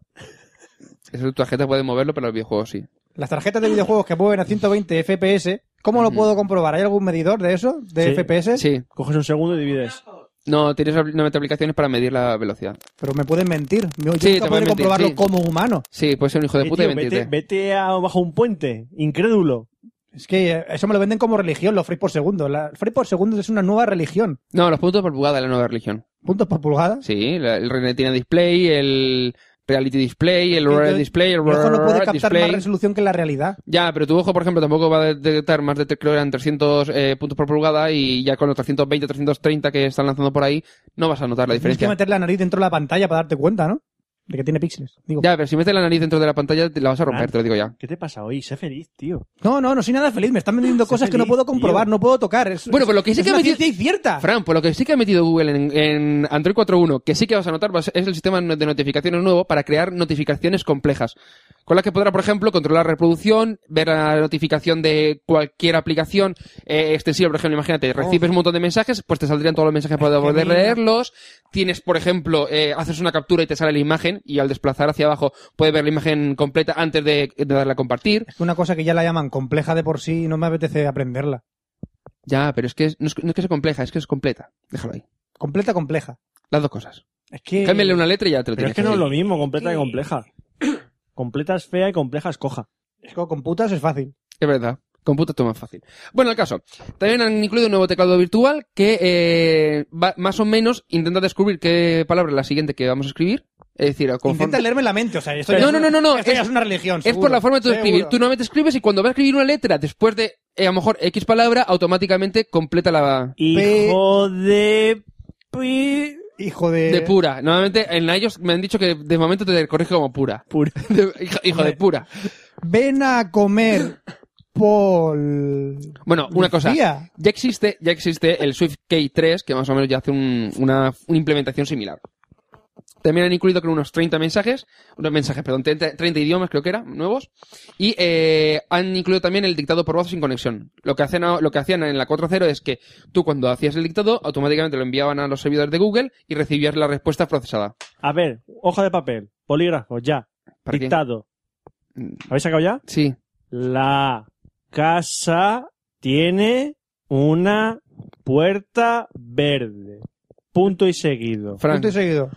S3: Eso tu tarjeta puede moverlo, pero los videojuegos sí.
S2: las tarjetas de videojuegos que mueven a 120 FPS, ¿cómo lo
S3: Ujú.
S2: puedo comprobar? ¿Hay algún medidor de eso? ¿De
S8: Sí.
S2: FPS?
S3: Sí.
S8: Coges un segundo y divides.
S3: No, tienes apl- nuevamente aplicaciones para medir la velocidad.
S2: Pero me pueden mentir. Yo
S3: Sí, te
S2: nunca podré
S3: pueden mentir,
S2: comprobarlo
S3: sí.
S2: como humano.
S3: Sí, puedes ser un hijo de
S8: Eh,
S3: puta
S8: tío,
S3: y
S8: vete,
S3: mentirte.
S8: vete a- bajo un puente, incrédulo.
S2: Es que eh, eso me lo venden como religión, los frames por segundo. La, frames por segundo es una nueva religión.
S3: No, los puntos por pulgada de la nueva religión.
S2: Puntos por pulgada.
S3: Sí, la- el Retina Display, el Reality Display, el
S2: que
S3: Rare
S2: yo-
S3: Display, el
S2: Mi ojo no puede
S3: Rare
S2: captar más
S3: Display.
S2: resolución que la realidad.
S3: Ya, pero tu ojo, por ejemplo, tampoco va a detectar más de creo que eran 300 eh, puntos por pulgada y ya con los 320, 330 que están lanzando por ahí, no vas a notar la
S2: Tienes que
S3: diferencia.
S2: meter la nariz dentro de la pantalla para darte cuenta, ¿no? De que tiene píxeles. Digo,
S3: Ya, pero si metes la nariz dentro de la pantalla, te la vas a romper,
S8: Ah.
S3: te lo digo ya.
S8: ¿Qué te pasa hoy? Sé feliz, tío.
S2: no, no, no soy nada feliz. Me están vendiendo
S8: Sé
S2: cosas que no
S8: feliz,
S2: puedo comprobar,
S8: tío.
S2: no puedo tocar. Es-
S3: Bueno,
S2: es-
S3: pero lo que sí
S2: es
S3: que ha
S2: una
S3: metido-
S2: ciencia incierta.
S3: Fran, pues lo que sí que ha metido Google en, en Android 4.1, que sí que vas a notar, va a ser- es el sistema de notificaciones nuevo para crear notificaciones complejas. Con las que podrá, por ejemplo, controlar la reproducción, ver la notificación de cualquier aplicación eh, extensiva. Por ejemplo,
S8: Oh.
S3: imagínate, recibes un montón de mensajes, pues te saldrían todos los mensajes para poder
S2: mira.
S3: leerlos. Tienes, por ejemplo, eh, haces una captura y te sale la imagen, y al desplazar hacia abajo puedes ver la imagen completa antes de, de darle a compartir.
S2: Es una cosa que ya la llaman compleja de por sí y no me apetece aprenderla.
S3: Ya, pero es que es- no, es, no es que sea compleja, es que es completa. Déjalo ahí.
S2: Completa, compleja.
S3: Las dos cosas.
S2: Es que...
S3: Cámbiale una letra y ya te lo
S8: Pero
S3: tienes.
S8: es que no
S3: ahí.
S8: es lo mismo, completa y compleja. *coughs* completa es fea y compleja es coja.
S2: Es que con putas es fácil.
S3: Es verdad. Con puta es más fácil. Bueno, el caso. También han incluido un nuevo teclado virtual que eh, va- más o menos intenta descubrir qué palabra es la siguiente que vamos a escribir. Es decir, conforme-
S2: Intenta leerme la mente, o sea, esto
S3: Pero-
S2: ya
S3: no,
S2: es
S3: no,
S2: una-
S3: no, no, no,
S2: esto ya
S3: es-
S2: es, una religión.
S3: Es por la forma de tú escribir. Tú
S2: no...
S3: normalmente escribes y cuando vas a escribir una letra después de, eh, a lo mejor, X palabra, automáticamente completa la...
S8: Hijo de... pi-
S2: Hijo de...
S3: De pura. Normalmente en ellos me han dicho que de momento te corrige como pura.
S8: Pura.
S3: *laughs* De- hijo, hijo de pura.
S2: Ven a comer, Paul.
S3: Bueno, una cosa.
S2: Lucía.
S3: Ya existe, ya existe el Swift K3, que más o menos ya hace un- una, una implementación similar. También han incluido creo, unos 30 mensajes, unos mensajes, perdón, 30, 30 idiomas creo que era, nuevos. Y eh, han incluido también el dictado por voz sin conexión. Lo que, hacen, a- lo que hacían en la 4.0 es que tú cuando hacías el dictado, automáticamente lo enviaban a los servidores de Google y recibías la respuesta procesada.
S8: A ver, hoja de papel, polígrafo, ya.
S3: ¿Para qué?
S8: Dictado.
S3: Mm,
S8: ¿Habéis sacado ya?
S3: Sí.
S8: La casa tiene una puerta verde. Punto y seguido.
S3: Fran,
S2: Punto y seguido.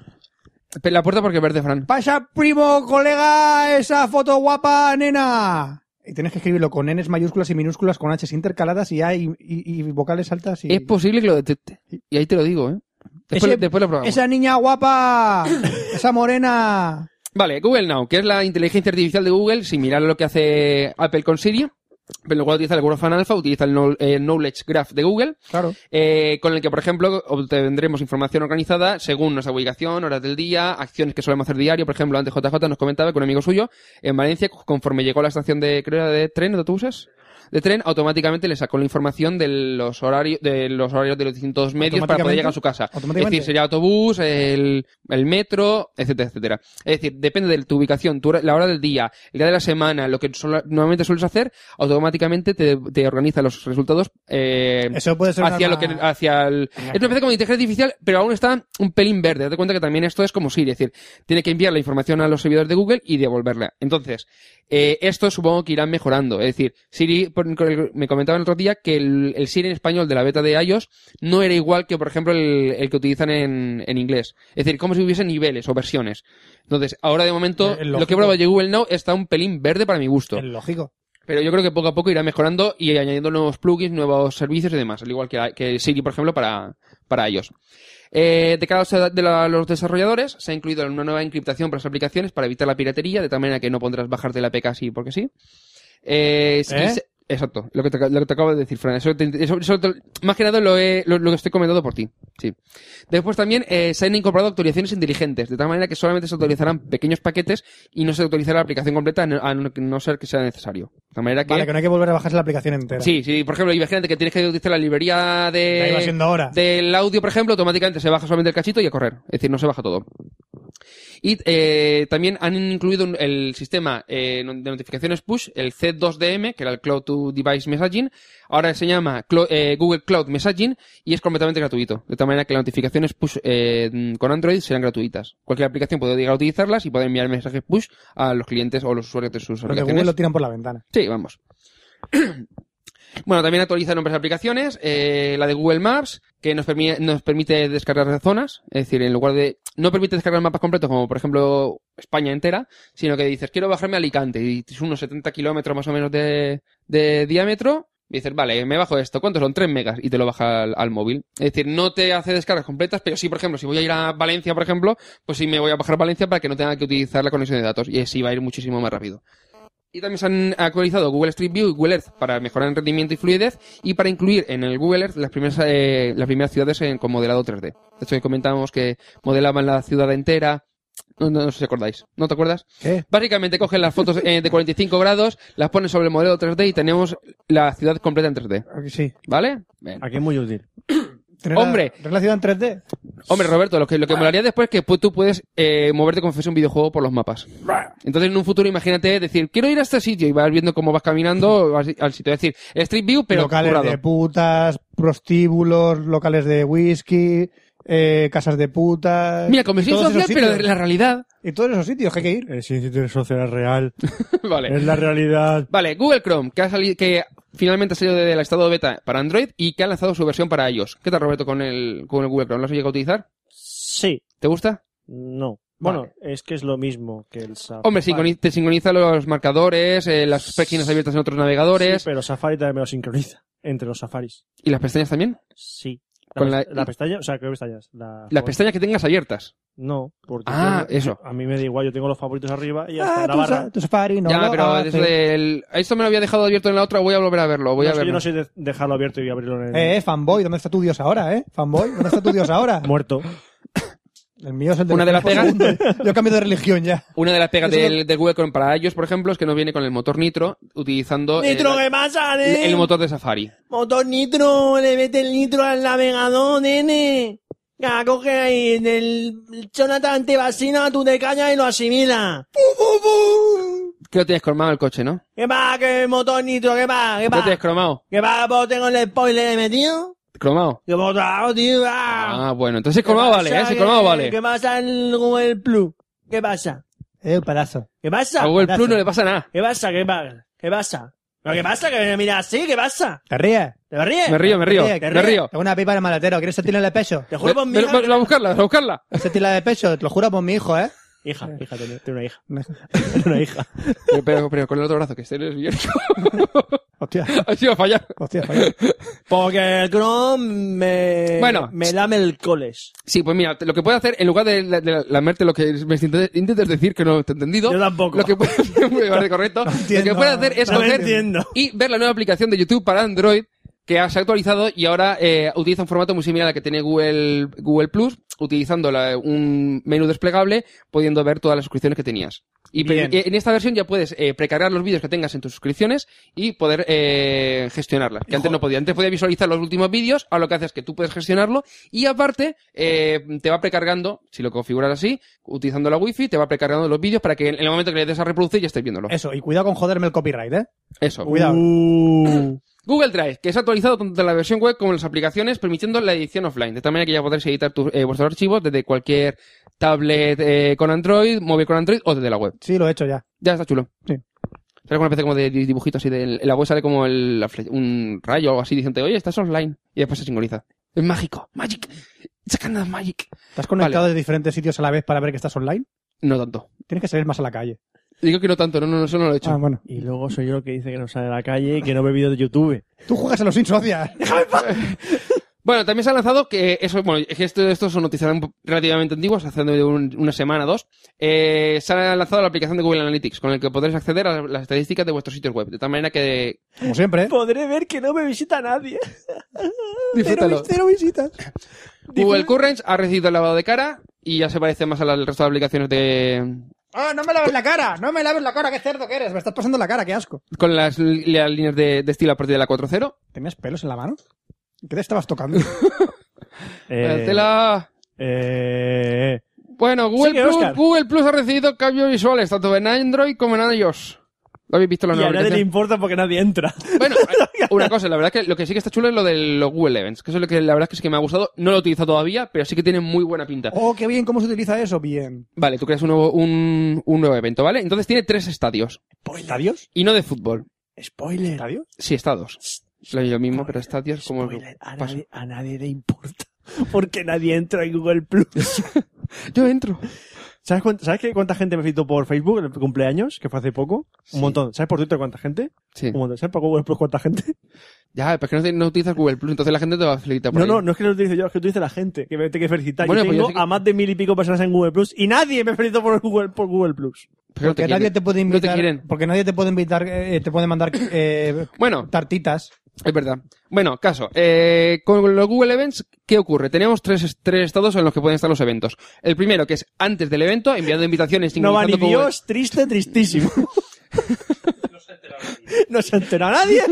S3: pe- la puerta porque es verde, Fran.
S2: Pasa, primo, colega, esa foto guapa, nena. Y tienes que escribirlo con Ns mayúsculas y minúsculas, con Hs intercaladas y A y, y- y vocales altas. Y...
S3: Es posible que lo detecte. Y ahí te lo digo, ¿eh? Después,
S2: Ese-
S3: después lo probamos.
S2: esa niña
S3: *coughs*
S2: guapa, esa morena.
S3: Vale, Google Now, que es la inteligencia artificial de Google, similar a lo que hace Apple con Siri, pero en lugar de utilizar el Grafana Alpha, utiliza el Know- eh, Knowledge Graph de Google,
S2: Claro.
S3: eh, con el que, por ejemplo, obtendremos información organizada según nuestra ubicación, horas del día, acciones que solemos hacer diario. Por ejemplo, antes JJ nos comentaba que un amigo suyo en Valencia, conforme llegó a la estación de, creo, era de tren, de autobuses, de tren, automáticamente le sacó la información de los horarios de los horarios de los distintos medios para poder llegar a su casa. Es
S2: Automáticamente.
S3: decir, sería autobús, el, el metro, etcétera, etcétera. Es decir, depende de tu ubicación, tu hora- la hora del día, el día de la semana, lo que sola- normalmente sueles hacer, automáticamente te, te organiza los resultados eh,
S2: Eso puede ser una
S3: hacia lo que ah,
S2: arma-
S3: hacia el es una especie como de inteligencia artificial pero aún está un pelín verde date cuenta que también esto es como Siri es decir tiene que enviar la información a los servidores de Google y devolverla entonces eh, esto supongo que irán mejorando es decir Siri por- con el- me comentaban el otro día que el, el Siri en español de la beta de iOS no era igual que por ejemplo el, el que utilizan en, en inglés es decir como si hubiese niveles o versiones entonces ahora de momento
S2: Eh, es
S3: lo que
S2: lógico.
S3: prueba de Google Now está un pelín verde para mi gusto
S2: Es lógico.
S3: pero yo creo que poco a poco irá mejorando y añadiendo nuevos plugins, nuevos servicios y demás, al igual que, que Siri, por ejemplo, para, para ellos. Eh, de cara a los- de la- los desarrolladores, se ha incluido una nueva encriptación para las aplicaciones para evitar la piratería, de tal manera que no podrás bajarte la APK así porque sí. Eh, sí,
S2: ¿Eh?
S3: se- exacto, lo que, te, ac- lo que te acabo de decir, Fran. Eso te- eso- eso te- más que nada lo, he- lo, lo que estoy comentando por ti. Sí. Después también eh, se han incorporado actualizaciones inteligentes, de tal manera que solamente se actualizarán pequeños paquetes y no se actualizará la aplicación completa a no, a no ser que sea necesario. De tal manera que...
S2: Vale, que no hay que volver a bajarse la aplicación entera.
S3: Sí, sí, por ejemplo, imagínate que tienes que utilizar la librería
S2: Ya iba
S3: de
S2: siendo hora.
S3: del audio, por ejemplo, automáticamente se baja solamente el cachito y a correr. Es decir, no se baja todo. Y eh, también han incluido un- el sistema eh, de notificaciones push, el C2DM, que era el Cloud to Device Messaging. Ahora se llama Clo- eh, Google Cloud Messaging y es completamente gratuito. De tal manera que las notificaciones push eh, con Android serán gratuitas. Cualquier aplicación puede llegar a utilizarlas y poder enviar mensajes push a los clientes o los usuarios de sus
S2: Los de
S3: aplicaciones.
S2: Google lo tiran por la ventana.
S3: Sí, vamos. *clears throat* Bueno, también actualizan otras aplicaciones. eh, la de Google Maps, que nos, permi- nos permite descargar zonas. Es decir, en lugar de... No permite descargar mapas completos, como por ejemplo España entera, sino que dices, quiero bajarme a Alicante. Y es unos 70 kilómetros más o menos de, de diámetro. Y dices, vale, me bajo esto. ¿Cuántos son? 3 megas. Y te lo baja al, al móvil. Es decir, no te hace descargas completas, pero sí, por ejemplo, si voy a ir a Valencia, por ejemplo, pues sí me voy a bajar a Valencia para que no tenga que utilizar la conexión de datos. Y así va a ir muchísimo más rápido. Y también se han actualizado Google Street View y Google Earth para mejorar el rendimiento y fluidez y para incluir en el Google Earth las primeras, eh, las primeras ciudades en- con modelado 3D. De hecho, que comentábamos que modelaban la ciudad entera. No, no, no sé si acordáis. ¿No te acuerdas?
S2: ¿Qué?
S3: Básicamente cogen las fotos eh, de 45 grados, las ponen sobre el modelo 3D y tenemos la ciudad completa en 3D.
S2: Sí.
S3: ¿Vale? Bien.
S8: Aquí es muy útil.
S2: Tener la-
S3: Hombre.
S2: tener la ciudad en 3D.
S3: Hombre, Roberto, lo que, lo que molaría después es que pu- tú puedes eh, moverte como si fuese un videojuego por los mapas. Entonces, en un futuro, imagínate decir, quiero ir a este sitio y vas viendo cómo vas caminando *laughs* vas al sitio. Es decir, Street View, pero
S2: locales
S3: currado.
S2: de putas, prostíbulos, locales de whisky, eh, casas de putas.
S3: Mira, conversión
S2: todos esos
S3: social, pero de
S2: sitios.
S3: la realidad. *laughs*
S2: Y todos esos sitios que hay que ir.
S8: Es ciencia social real.
S3: vale.
S8: Es la realidad.
S3: Vale, Google Chrome, que, ha salido, que finalmente ha salido del estado beta para Android y que ha lanzado su versión para iOS. ¿Qué tal, Roberto, con el, con el Google Chrome? ¿Lo has llegado a utilizar?
S8: Sí.
S3: ¿Te gusta?
S8: No.
S3: Vale.
S8: Bueno, es que es lo mismo que el Safari.
S3: Hombre, sincroni- te sincroniza los marcadores, eh, las páginas abiertas en otros navegadores.
S8: Sí, pero Safari también me lo sincroniza. Entre los Safaris.
S3: ¿Y las pestañas también?
S8: Sí. La,
S3: Con
S8: pes-
S3: la-
S8: la pestaña, o sea, ¿qué pestañas? La,
S3: Las pestañas que tengas abiertas.
S8: No, porque
S3: Ah,
S8: tengo-
S3: eso.
S8: a mí me da igual, yo tengo los favoritos arriba y hasta
S2: *laughs* Ah,
S8: la
S2: tu,
S8: barra.
S2: sa- tu safari no
S3: ya,
S2: lo eh.
S3: pero
S2: hace.
S8: eh.
S3: desde el... Esto me lo había dejado abierto en la otra, voy a volver a verlo. Voy
S8: No,
S3: a
S8: es que
S3: verlo.
S8: yo no soy de dejarlo abierto y abrirlo en el
S2: Eh, eh, fanboy, ¿dónde está tu dios ahora, eh? Fanboy, ¿dónde está tu dios
S3: *laughs*
S2: ahora?
S8: muerto.
S3: Eh,
S2: El mío es el de
S3: Una de las pegas.
S2: *laughs* Yo he cambiado de religión ya.
S3: Una de las pegas
S2: Eso
S3: del, del Google Chrome para iOS, por ejemplo, es que no viene con el motor Nitro, utilizando el-
S8: ¡Nitro eh, que más
S3: eh, el,
S8: sale!
S3: el motor de Safari.
S8: ¡Motor nitro! ¡Le mete el nitro al navegador, nene! Ah, coge ahí del Jonathan Antevasina, tú te callas y lo asimila.
S3: Que lo tienes cromado el coche, ¿no?
S8: ¿Qué va? ¿Qué motor nitro? ¿Qué va? ¿Qué
S3: ¿Qué lo
S8: va?
S3: tienes cromado?
S8: ¿Qué va? ¿Vos tengo el spoiler metido?
S3: ¿Cromado?
S8: ¿Qué motor, tío? Ah.
S3: Ah, bueno, entonces cromado
S8: ¿Qué
S3: vale,
S8: pasa?
S3: ¿eh? Si cromado
S8: ¿Qué-
S3: vale.
S8: ¿Qué pasa en Google Plus? ¿Qué pasa?
S2: Eh, un pedazo.
S8: ¿Qué pasa?
S3: A Google Plus no
S8: ¿Qué
S3: le pasa nada.
S8: pasa? ¿Qué pasa? ¿Qué pasa? ¿Pero ¿Qué pasa? ¿Que me mira así? ¿Qué pasa?
S2: ¿Te ríes?
S8: ¿Te ríes?
S3: Me río, me río,
S2: Te
S3: me río.
S2: Tengo una pipa de maletero, ¿quieres sentirla en el pecho?
S8: Te juro
S3: Ve-
S8: por mi
S3: ve-
S8: hija.
S3: ve- ve A buscarla, a
S8: *laughs*
S3: buscarla.
S2: Sentirla de pecho, te lo juro por mi hijo, eh.
S8: Hija, hija, tengo tengo una hija.
S1: *laughs*
S8: Tengo una hija.
S3: Pero, pero, pero con el otro brazo, que este eres
S8: *laughs*
S3: bien.
S2: Hostia,
S3: *laughs* Ha sido a fallar.
S2: hostia, joder.
S8: Porque el Chrome me,
S3: Bueno.
S8: me lame el coles.
S3: Sí, pues mira, te- lo que puede hacer, en lugar de, la- de lamerte lo que me intentes intentes decir, que no te he entendido.
S8: Yo tampoco.
S3: Lo que
S8: *laughs*
S3: puede hacer, me parece correcto. lo que
S2: entiendo,
S3: puede hacer es
S8: no me
S3: coger
S8: entiendo.
S3: y ver la nueva aplicación de YouTube para Android que ha- se ha actualizado y ahora eh, utiliza un formato muy similar al que tiene Google, Google Plus, utilizando la- un menú desplegable, pudiendo ver todas las suscripciones que tenías. Y pre-
S1: Bien.
S3: en esta versión ya puedes eh, precargar los vídeos que tengas en tus suscripciones y poder eh, gestionarlas. Que antes no podía. Antes podía visualizar los últimos vídeos. Ahora lo que hace es que tú puedes gestionarlo. Y aparte, eh, te va precargando, si lo configuras así, utilizando la wifi, te va precargando los vídeos para que en el momento que le des a reproducir ya estés viéndolo.
S2: Eso, y cuidado con joderme el copyright, ¿eh?
S3: Eso.
S2: Cuidado.
S3: Google Drive, que es actualizado tanto en la versión web como en las aplicaciones, permitiendo la edición offline. De tal manera que ya podréis editar tus, eh, vuestros archivos desde cualquier tablet eh, con Android, móvil con Android o desde la web.
S2: Sí, lo he hecho ya.
S3: Ya está chulo.
S2: Sí.
S3: Sale como una especie como de di- dibujito así de en la web sale como el- la fle- un rayo o algo así diciendo, oye, estás online. Y después se sincroniza. Es mágico. Magic. It's a kind of magic.
S2: ¿Estás conectado de diferentes sitios a la vez para ver que estás online?
S3: No tanto.
S2: Tienes que salir más a la calle.
S3: Digo que no tanto, no, no, no, eso no lo he hecho.
S2: Ah, bueno.
S1: Y luego soy yo el que dice que no sale a la calle y que no ve vídeos de YouTube.
S2: Tú juegas a los Sims, socia.
S3: Bueno, también se ha lanzado que eso, bueno, es que esto, esto son noticias relativamente antiguas, hace de un- una semana o dos. Eh, se ha lanzado la aplicación de Google Analytics, con el que podréis acceder a las estadísticas de vuestros sitios web. De tal manera que
S2: Como siempre, ¿eh?
S1: Podré ver que no me visita nadie.
S3: disfrútalo.
S2: Cero visitas.
S3: Google Currents ha recibido el lavado de cara y ya se parece más al al resto de aplicaciones de.
S2: ¡Ah, no me laves la cara! ¡No me laves la cara! ¡Qué cerdo que eres! Me estás pasando la cara, qué asco.
S3: con las, li- las líneas de, de estilo a partir de la 4.0.
S2: ¿Tenías pelos en la mano? ¿Qué te estabas
S3: *laughs*
S2: tocando?
S1: Eh,
S3: De la-
S1: eh,
S3: Bueno, Google,
S1: Sigue,
S3: Plus,
S1: Óscar.
S3: Google Plus ha recibido cambios visuales, tanto en Android como en iOS. ¿Lo habéis visto la
S1: y
S3: nueva
S1: a nadie le
S3: aplicación?
S1: importa porque nadie entra.
S2: *laughs*
S3: Bueno, eh, una cosa, la verdad es que lo que sí que está chulo es lo de los Google Events, que eso es lo que la verdad es que sí que me ha gustado. No lo he utilizado todavía, pero sí que tiene muy buena pinta.
S2: ¡Oh, qué bien! ¿Cómo se utiliza eso? Bien.
S3: Vale, tú creas un nuevo, un, un nuevo evento, ¿vale? Entonces tiene tres estadios,
S1: Pues,
S2: ¿Estadios?
S3: y no de fútbol.
S1: Spoiler.
S2: ¿Estadios?
S3: Sí, estados. Lo yo mismo, pero estadios como...
S1: Spoiler, a,
S3: paso.
S1: nadie, Eh, a nadie le importa. Porque nadie entra en Google Plus.
S3: Yo entro.
S1: *laughs* ¿Sabes, cuánta, ¿Sabes qué- cuánta gente me felicitó por Facebook en el cumpleaños? Que fue hace poco.
S3: Sí.
S1: Un montón. ¿Sabes por Twitter cuánta gente?
S3: Sí.
S1: Un montón. ¿Sabes por Google Plus cuánta gente?
S3: Ya, pero es que no, te- no utilizas Google Plus, entonces la gente te va a felicitar por
S1: No,
S3: ahí.
S1: no, no es que lo utilice yo, es que lo utilice la gente. Que me tiene que felicitar.
S3: Bueno,
S1: yo
S3: pues yo
S1: tengo
S3: sí que-
S1: a más de mil y pico personas en Google Plus y nadie me felicitó por Google, por Google Plus.
S3: Pero no
S2: Porque
S3: te
S2: nadie
S3: quieren.
S2: te puede
S3: No
S2: invitar.
S3: te quieren.
S2: Porque nadie te puede invitar, eh, te puede mandar eh,
S3: Bueno,
S2: tartitas.
S3: Es verdad. Bueno, caso. Eh, con los Google Events, ¿qué ocurre? Tenemos tres, tres estados en los que pueden estar los eventos. El primero, que es antes del evento, enviando invitaciones.
S1: No va ni
S3: sincronizando con Google-
S1: Dios, triste,
S3: *laughs*
S1: tristísimo. no se enteró nadie.
S2: *laughs*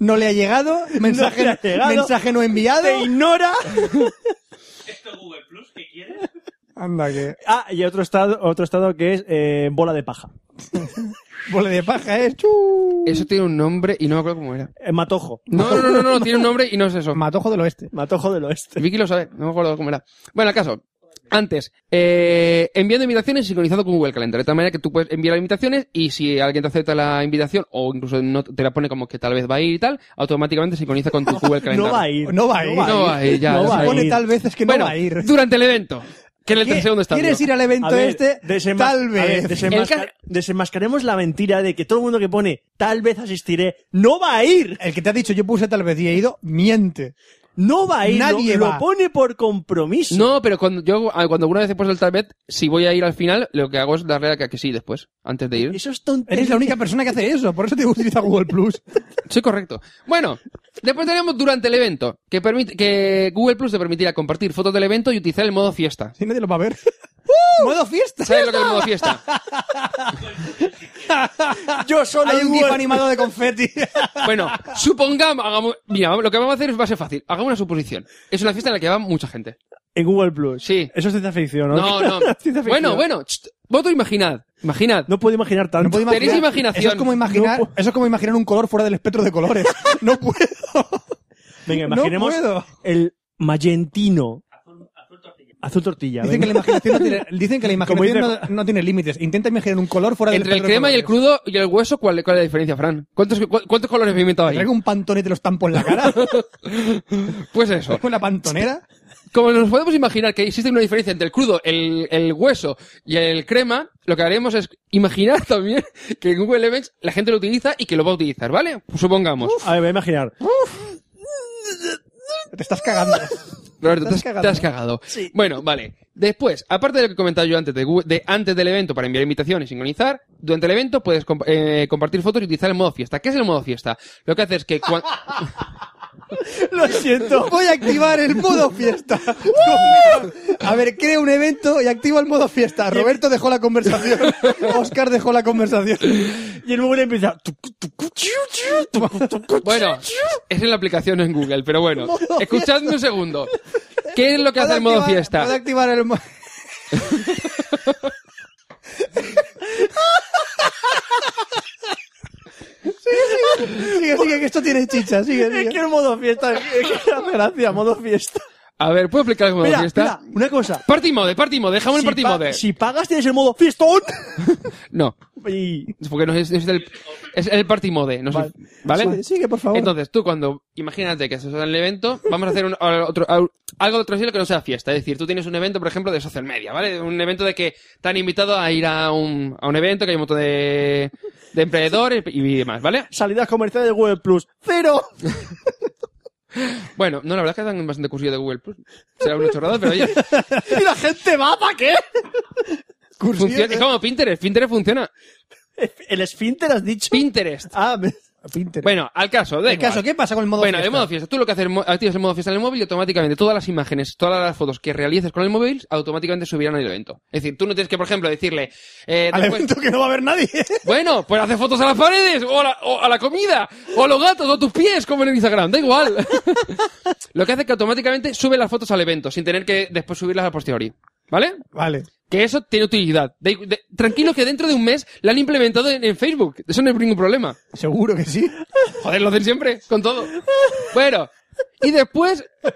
S2: No le ha llegado, mensaje
S1: le
S2: no,
S1: ha llegado.
S2: mensaje no enviado.
S1: Te ignora.
S2: Anda, que
S1: Ah, y otro estado, otro estado que es eh, bola de paja.
S2: bola de paja es. Chu.
S3: Eso tiene un nombre y no me acuerdo cómo era.
S1: Eh, matojo.
S3: No, no, no, no, no, tiene un nombre y no
S1: *laughs*
S3: es eso.
S2: Matojo del Oeste.
S1: Matojo del oeste.
S3: Vicky lo sabe, no me acuerdo cómo era. Bueno, el caso. Antes, eh, enviando invitaciones sincronizado con Google Calendar. De tal manera que tú puedes enviar invitaciones y si alguien te acepta la invitación o incluso no te la pone como que tal vez va a ir y tal, automáticamente sincroniza con tu Google Calendar.
S1: *laughs* No va a ir.
S2: No va a ir.
S3: No va a ir, ya,
S1: No
S3: lo
S1: va a
S3: sé.
S2: Pone
S1: ir.
S2: tal vez es que
S3: bueno,
S2: no va a ir.
S3: durante el evento. Que en el
S2: ¿Qué-
S3: segundo estadio.
S2: ¿Quieres ir al evento
S1: A ver,
S2: este?
S1: desenma-
S2: Tal
S1: a ver,
S2: vez.
S1: desenmasca-
S3: El ca-
S1: desenmascaremos la mentira de que todo el mundo que pone tal vez asistiré no va a ir.
S2: El que te ha dicho yo puse tal vez y he ido, miente.
S1: No va a ir.
S2: Nadie
S1: lo,
S2: va.
S1: lo pone por compromiso.
S3: No, pero cuando yo ah, cuando alguna vez he puesto el target, si voy a ir al final, lo que hago es darle a que que sí después, antes de ir.
S1: Eso es tontería.
S2: Eres la única persona que hace eso, por eso te utiliza Google Plus.
S3: Soy correcto. Bueno, después tenemos durante el evento, que permite que Google Plus te permitirá compartir fotos del evento y utilizar el modo fiesta.
S2: Si nadie lo va a *laughs* ver. ¡Modo fiesta!
S3: ¿Sabes lo que es el modo fiesta?
S1: Yo solo
S2: Hay un
S1: Google-
S2: gif animado de *laughs* confeti.
S3: Bueno, supongamos, hagamos, mira, lo que vamos a hacer es, va a ser fácil. Hagamos una suposición. Es una fiesta en la que va mucha gente.
S1: En Google Plus.
S3: Sí.
S1: Eso es ciencia ficción, ¿no? *laughs*
S3: No,
S8: *laughs*
S3: no.
S1: Ciencia ficción.
S3: Bueno, bueno, chst, voto imaginad, imaginad.
S1: No puedo imaginar tanto.
S2: No puedo imaginar-
S3: Tenéis imaginación.
S2: Eso es, como imaginar,
S1: No pu-
S2: eso es como imaginar un color fuera del espectro de
S3: *laughs*
S2: colores. No puedo.
S1: Venga,
S2: No
S1: imaginemos
S2: puedo.
S1: el magentino. Azul tortilla.
S2: Dicen que la
S1: venga.
S2: imaginación no tiene, dicen que la
S1: Como
S2: imaginación no,
S1: dice-
S2: no tiene límites. Intenta imaginar un color fuera del
S3: Entre el
S2: espectro de
S3: crema y el
S2: colores.
S3: crudo y el hueso, ¿cuál, cuál es la diferencia, Fran? ¿Cuántos, cu- cuántos colores me he inventado
S2: Te
S3: ahí?
S2: traigo un pantone y te los tampo en la cara.
S3: *laughs* Pues eso.
S2: Con la pantonera.
S3: Como nos podemos imaginar que existe una diferencia entre el crudo, el, el hueso y el crema, lo que haremos es imaginar *laughs* también que Google Events la gente lo utiliza y que lo va a utilizar, ¿vale? Pues Supongamos.
S1: A ver, voy a imaginar.
S2: Te estás cagando.
S3: Roberto, te
S2: te
S3: has,
S2: has
S3: te
S2: cagado,
S3: has
S2: ¿no?
S3: cagado. Bueno, vale. Después, aparte de lo que comentaba yo antes, de, Google- de antes del evento para enviar invitaciones y sincronizar, durante el evento puedes comp- eh, compartir fotos y utilizar el modo fiesta. ¿Qué es el modo fiesta? *laughs* Lo que hace es que cuando...
S8: Lo siento.
S2: Voy a activar el modo
S3: *laughs*
S2: fiesta. A ver, crea un evento y activa el modo fiesta. Roberto dejó la conversación.
S3: *laughs*
S2: Oscar dejó la conversación.
S8: Y el móvil empieza.
S3: Bueno, es en la aplicación en Google, pero bueno.
S2: Modo
S3: Escuchadme un segundo. ¿Qué es lo que hace el modo
S2: Puedo activar- Puedo
S3: fiesta?
S2: activar el
S3: *laughs*
S2: modo... sigue, sigue, sigue, que esto tiene chicha, sigue, sigue.
S8: Es que el modo fiesta. Es que hace gracia, modo fiesta.
S3: A ver, ¿puedo explicar el modo
S8: Mira,
S3: fiesta?
S8: mira, una cosa.
S3: Party mode, party mode, déjame el
S8: Si,
S3: party
S8: pa-
S3: mode.
S8: si pagas, tienes el modo fiestón. *laughs*
S3: No,
S8: Y
S3: es porque no es, es el, es el party mode, no sé. ¿Vale?
S8: Vale.
S2: Sigue, sigue, por favor.
S3: Entonces, tú cuando, imagínate que se da el evento, vamos a hacer un- otro- algo de otro estilo que no sea fiesta. Es decir, tú tienes un evento, por ejemplo, de social media, ¿vale? Un evento de que te han invitado a ir a un, a un evento que hay un montón de, de emprendedores y demás, ¿vale?
S8: salidas comerciales de Google Plus. ¡Cero!
S3: Bueno, no, la verdad es que dan bastante cursillo de Google Plus. Será una chorrada, pero oye,
S8: ¿Y la gente va para qué?
S3: funciona. Es como Pinterest, Pinterest funciona.
S8: ¿El esfínter has dicho?
S3: Pinterest.
S8: Ah, me-
S2: Pinterest.
S3: Bueno, al caso, da
S2: En
S3: igual.
S2: caso, ¿qué pasa con el modo
S3: Bueno,
S2: fiesta?
S3: el modo fiesta. Tú lo que haces, mo- activas el modo fiesta en el móvil y automáticamente todas las imágenes, todas las fotos que realices con el móvil, automáticamente subirán al evento. Es decir, tú no tienes que, por ejemplo, decirle... eh,
S2: Al
S3: después-
S2: evento *laughs* que no va a haber nadie.
S3: Bueno, pues hace fotos a las paredes, o a la, o a la comida, o a los gatos, o a tus pies, como en el Instagram, da igual. *laughs* lo que hace es que automáticamente sube las fotos al evento, sin tener que después subirlas a posteriori. *laughs* ¿Vale?
S2: Vale.
S3: Que eso tiene utilidad. De- de- tranquilo que dentro de un mes la han implementado en, en Facebook. Eso no es ningún problema.
S2: Seguro que sí.
S3: Joder, lo hacen siempre, con todo. Bueno, y después... *laughs*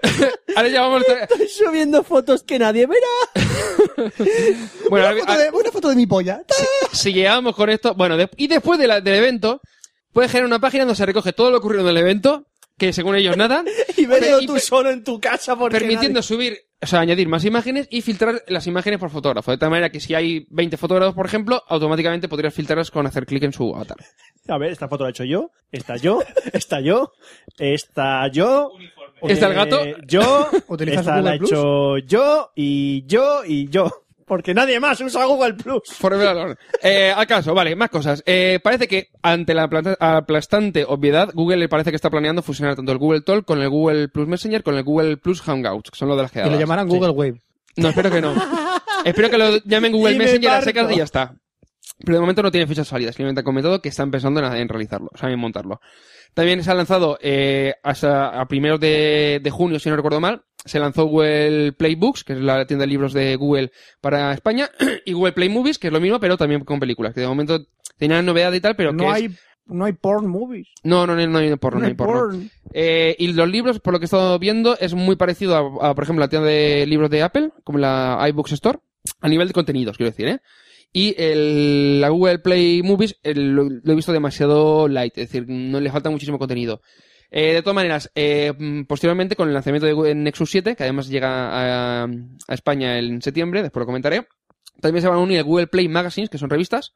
S3: ahora ya vamos... a-
S8: subiendo fotos que nadie verá.
S3: Bueno,
S2: Una
S3: ahora-
S2: foto, de, una foto de mi polla.
S3: si llegamos con esto, bueno, de- y después de la- del evento, puedes generar una página donde se recoge todo lo ocurrido en el evento, que según ellos nada,
S8: *laughs* Y verlo
S3: y
S8: tú
S3: per-
S8: solo en tu casa porque
S3: permitiendo
S8: nadie-
S3: subir, o sea, añadir más imágenes y filtrar las imágenes por fotógrafo. De tal manera que si hay 20 fotógrafos, por ejemplo, automáticamente podrías filtrarlas con hacer clic en su avatar.
S8: A ver, esta foto la he hecho yo. Esta yo. Esta yo. Esta yo. eh,
S3: ¿Está el gato?
S8: *laughs* Yo.
S2: ¿Utilizas
S8: esta
S2: Google
S8: la he
S2: Plus?
S8: hecho yo. Y yo. Y yo. Porque nadie más usa Google Plus.
S3: Forever alone. Eh, al caso, vale, más cosas. Eh, parece que ante la aplasta- aplastante obviedad, Google le parece que está planeando fusionar tanto el Google Talk con el Google Plus Messenger con el Google Plus Hangouts, que son lo de las
S2: Y
S3: quedadas.
S2: lo llamarán
S3: Sí.
S2: Google Wave.
S3: No, espero que no. espero que lo llamen Google
S8: Y me
S3: Messenger a secas
S8: parto.
S3: y ya está. Pero de momento no tiene fechas salidas. Simplemente han comentado que están pensando en, en realizarlo, o sea, en montarlo. También se ha lanzado eh, hasta a primeros de, de junio, si no recuerdo mal, se lanzó Google Playbooks, que es la tienda de libros de Google para España, *clears throat* y Google Play Movies, que es lo mismo, pero también con películas, que de momento tenían novedad y tal, pero que
S2: No
S3: es-
S2: hay, no hay porn movies.
S3: no, no, no, no hay porno,
S2: no
S3: no hay porno.
S2: porn.
S3: Eh, y los libros, por lo que he estado viendo, es muy parecido a, a, por ejemplo, la tienda de libros de Apple, como la iBooks Store, a nivel de contenidos, quiero decir, ¿eh? Y el, la Google Play Movies eh, lo, lo he visto demasiado light, es decir, no le falta muchísimo contenido. Eh, de todas maneras, eh, mm, posteriormente con el lanzamiento de Google Nexus 7, que además llega a, a España en septiembre, después lo comentaré, también se van a unir el Google Play Magazines, que son revistas.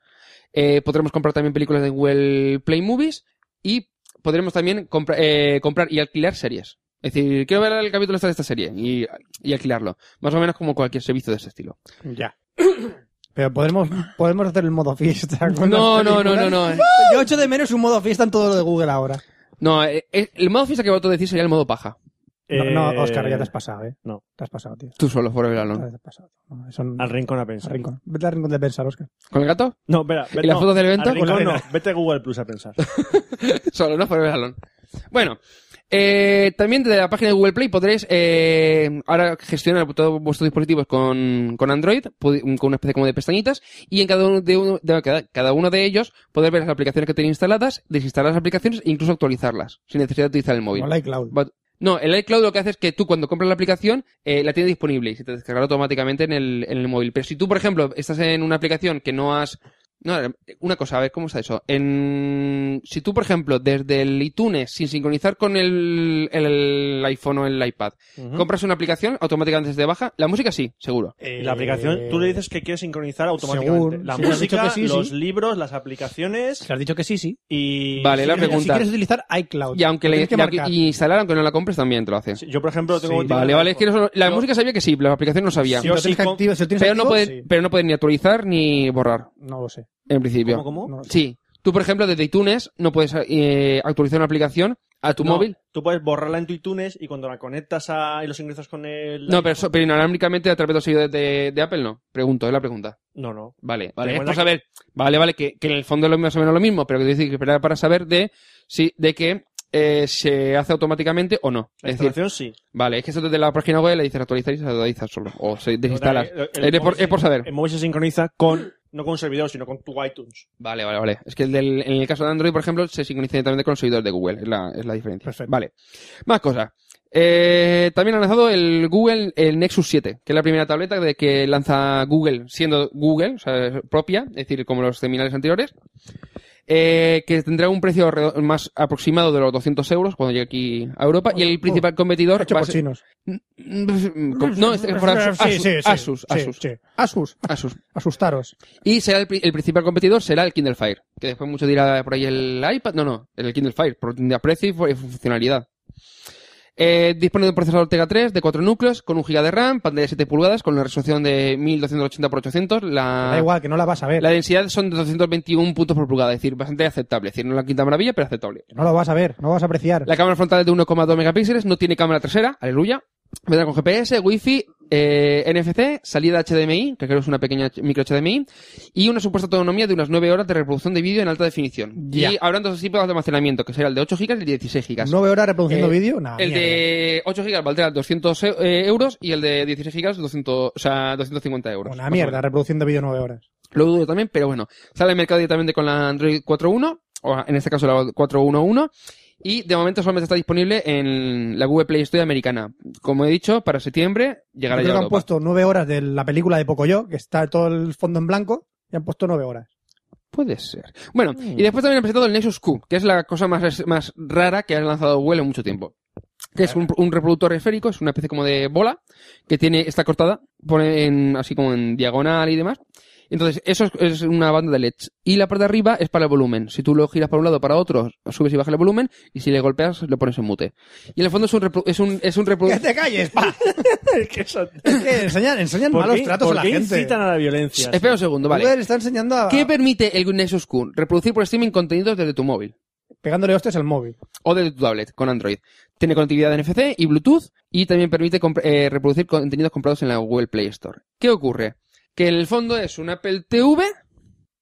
S3: Eh, podremos comprar también películas de Google Play Movies y podremos también compra- eh, comprar y alquilar series. Es decir, quiero ver el capítulo este de esta serie y, y alquilarlo. Más o menos como cualquier servicio de este estilo.
S2: Ya. Pero podemos, podemos hacer el modo fiesta. con
S3: No,
S2: las
S3: no, no,
S2: películas.
S3: no, no. eh.
S2: Yo echo de menos un modo fiesta en todo lo de Google ahora.
S3: No, eh, eh, el modo fiesta que voy a decir sería el modo paja.
S2: No,
S8: Eh,
S2: no, Oscar, ya te has pasado, ¿eh?
S8: no.
S2: Te has pasado, tío.
S3: Tú solo, Forever
S2: Ya
S3: Alone.
S2: te has pasado. No, son-
S8: Al
S2: al
S8: rincón a pensar.
S2: rincón. Vete al rincón de pensar, Oscar.
S3: ¿Con el gato?
S8: No, espera. vete-
S3: ¿Y las
S8: no,
S3: fotos del evento?
S8: al rincón
S2: Con la
S8: no. Vete a Google Plus a pensar.
S3: *laughs* Solo, no Forever Alone. Bueno, eh, también desde la página de Google Play podréis eh, ahora gestionar todos vuestros dispositivos con, con Android, pudi- con una especie como de pestañitas, y en cada uno de, uno- de cada, cada uno de ellos poder ver las aplicaciones que tenéis instaladas, desinstalar las aplicaciones e incluso actualizarlas, sin necesidad de utilizar el móvil.
S2: Con la iCloud.
S3: But- no, el iCloud lo que hace es que tú cuando compras la aplicación eh, la tienes disponible y se te descargará automáticamente en el, en el móvil. Pero si tú, por ejemplo, estás en una aplicación que no has... No, eh, una cosa, a ver cómo está eso. En... Si tú, por ejemplo, desde el iTunes, sin sincronizar con el, el iPhone o el iPad, compras una aplicación automáticamente desde baja, la música sí, seguro.
S8: Y la aplicación, tú le dices que quieres sincronizar automáticamente.
S2: Según,
S8: la
S2: si le has dicho
S8: música,
S2: que sí,
S8: los
S2: sí.
S8: libros, las aplicaciones
S2: Si has dicho que sí, sí.
S8: y...
S3: Vale, la
S2: Si
S8: *laughs*
S2: quieres-
S3: pregunta.
S2: Si quieres utilizar iCloud.
S3: Y aunque
S2: lo
S3: le,
S2: tienes que
S3: la-
S2: marcar.
S3: y instalar, aunque no la compres, también te lo hace.
S8: Sí, Yo, por ejemplo, tengo...
S2: Sí,
S8: tengo
S3: vale,
S8: una-
S3: vale, es que no- la
S8: Yo-
S3: música sabía que sí, pero la aplicación no sabía.
S2: Si lo
S8: yo
S2: tienes
S8: sí
S2: que
S8: con-
S2: activar- si lo tienes
S3: pero, no
S2: activo,
S3: pueden,
S2: sí.
S3: pero no pueden ni actualizar ni borrar,
S2: No lo sé.
S3: en principio.
S8: ¿Cómo, cómo?
S2: No lo sé.
S3: Sí. Tú, por ejemplo, desde iTunes no puedes eh, actualizar una aplicación ¿A tu
S8: No,
S3: móvil?
S8: Tú puedes borrarla en tu iTunes y cuando la conectas a y los ingresas con el.
S3: No, pero, so- pero inalámbricamente a través de los seguidores de, de Apple no. Pregunto, es la pregunta.
S8: No, no.
S3: Vale, vale. Es
S8: Recuerda
S3: por saber, vale, vale, que, que en el fondo es lo más o menos lo mismo, pero que decir que esperar para saber de si, de que eh, se hace automáticamente o no.
S8: La
S3: Es decir,
S8: instalación sí.
S3: vale, es que eso desde la página web le dices actualizar y se actualiza solo. O se desinstalas.
S8: El- eh, el
S3: Es Eh, de por-
S8: móvil
S3: es por
S8: se-
S3: saber.
S8: El móvil se sincroniza con. No con un servidor, sino con tu iTunes.
S3: Vale, vale, vale. Es que el del- en el caso de Android, por ejemplo, se sincroniza directamente con los servidores de Google. Es la, es la diferencia.
S2: Perfecto.
S3: Vale. Más cosas. Eh, también han lanzado el Google, el Nexus 7, que es la primera tableta de que lanza Google, siendo Google, o sea, propia, es decir, como los seminarios anteriores, eh, que tendrá un precio redo- más aproximado de los 200 euros cuando llegue aquí a Europa, y el principal competidor
S2: Oh, Hecho
S3: va a
S2: por
S3: ser-
S2: chinos.
S3: *laughs* No, es por Asus,
S2: *laughs* Sí, sí, sí.
S3: Asus, Asus,
S2: Sí,
S3: Asus,
S2: sí. Asus.
S3: Asus.
S2: Asustaros.
S3: Y será el, pri- el principal competidor será el Kindle Fire, que después mucho dirá por ahí el iPad, no, no, el Kindle Fire, por de aprecio y fu- y funcionalidad. Eh, dispone de un procesador Tega 3 de 4 núcleos con 1 GB de RAM, pantalla de 7 pulgadas con una resolución de 1280x800,
S2: Da
S3: la,
S2: igual, que no la vas a ver.
S3: Ah. la densidad son de 221 puntos por pulgada, es decir, bastante aceptable, es decir, no la quinta maravilla, pero aceptable.
S2: No lo vas a ver, no lo vas a apreciar.
S3: La cámara frontal es de 1,2 megapíxeles, no tiene cámara trasera, aleluya. Vendrá con GPS, Wi-Fi, eh, NFC, salida HDMI, que creo que es una pequeña ch- micro HDMI, y una supuesta autonomía de unas 9 horas de reproducción de vídeo en alta definición.
S2: Ya.
S3: Y habrán dos tipos de almacenamiento, que será el de 8 GB y el de 16 GB.
S2: ¿Nueve horas reproduciendo
S3: Eh,
S2: vídeo? Nah,
S3: el
S2: mierda.
S3: de 8 GB valdrá 200 eu- eh, euros y el de 16 GB 200, o sea, 250 euros.
S2: Una
S3: más o
S2: mierda,
S3: menos.
S2: reproduciendo vídeo nueve horas.
S3: Lo dudo también, pero bueno. Sale al mercado directamente con la Android 4.1, o en este caso la 4.1.1, y de momento solamente está disponible en la Google Play Store americana. Como he dicho, para septiembre
S2: Yo
S3: llegará
S2: creo
S3: ya
S2: que
S3: a
S2: han
S3: Europa.
S2: puesto nueve horas de la película de Pocoyo, que está todo el fondo en blanco, y han puesto nueve horas.
S3: Puede ser. Bueno, y después también han presentado el Nexus Q, que es la cosa más, más rara que ha lanzado Google en mucho tiempo. Que es un, un reproductor esférico, es una especie como de bola, que tiene, está cortada, pone en, así como en diagonal y demás. Entonces, eso es, es una banda de LEDs. Y la parte de arriba es para el volumen. Si tú lo giras para un lado o para otro, subes y bajas el volumen, y si le golpeas, lo pones en mute. Y en el fondo es un, repro- es un, es un
S2: ¡Que
S3: reproductor.
S2: te calles,
S3: *laughs*
S2: pa!
S8: ¿Qué son?
S2: Es que enseñan, enseñan
S8: ¿Por
S2: malos
S8: qué-
S2: tratos
S8: por
S2: a la
S8: qué
S2: gente.
S8: incitan a la violencia?
S3: Espera un segundo, vale.
S2: Google está enseñando a...
S3: ¿Qué permite el Nexus Q? Reproducir por streaming contenidos desde tu móvil.
S2: pegándole hostias al móvil.
S3: o desde tu tablet con Android. Tiene conectividad NFC y Bluetooth y también permite comp- eh, reproducir contenidos comprados en la Google Play Store. ¿Qué ocurre? Que en el fondo es un Apple TV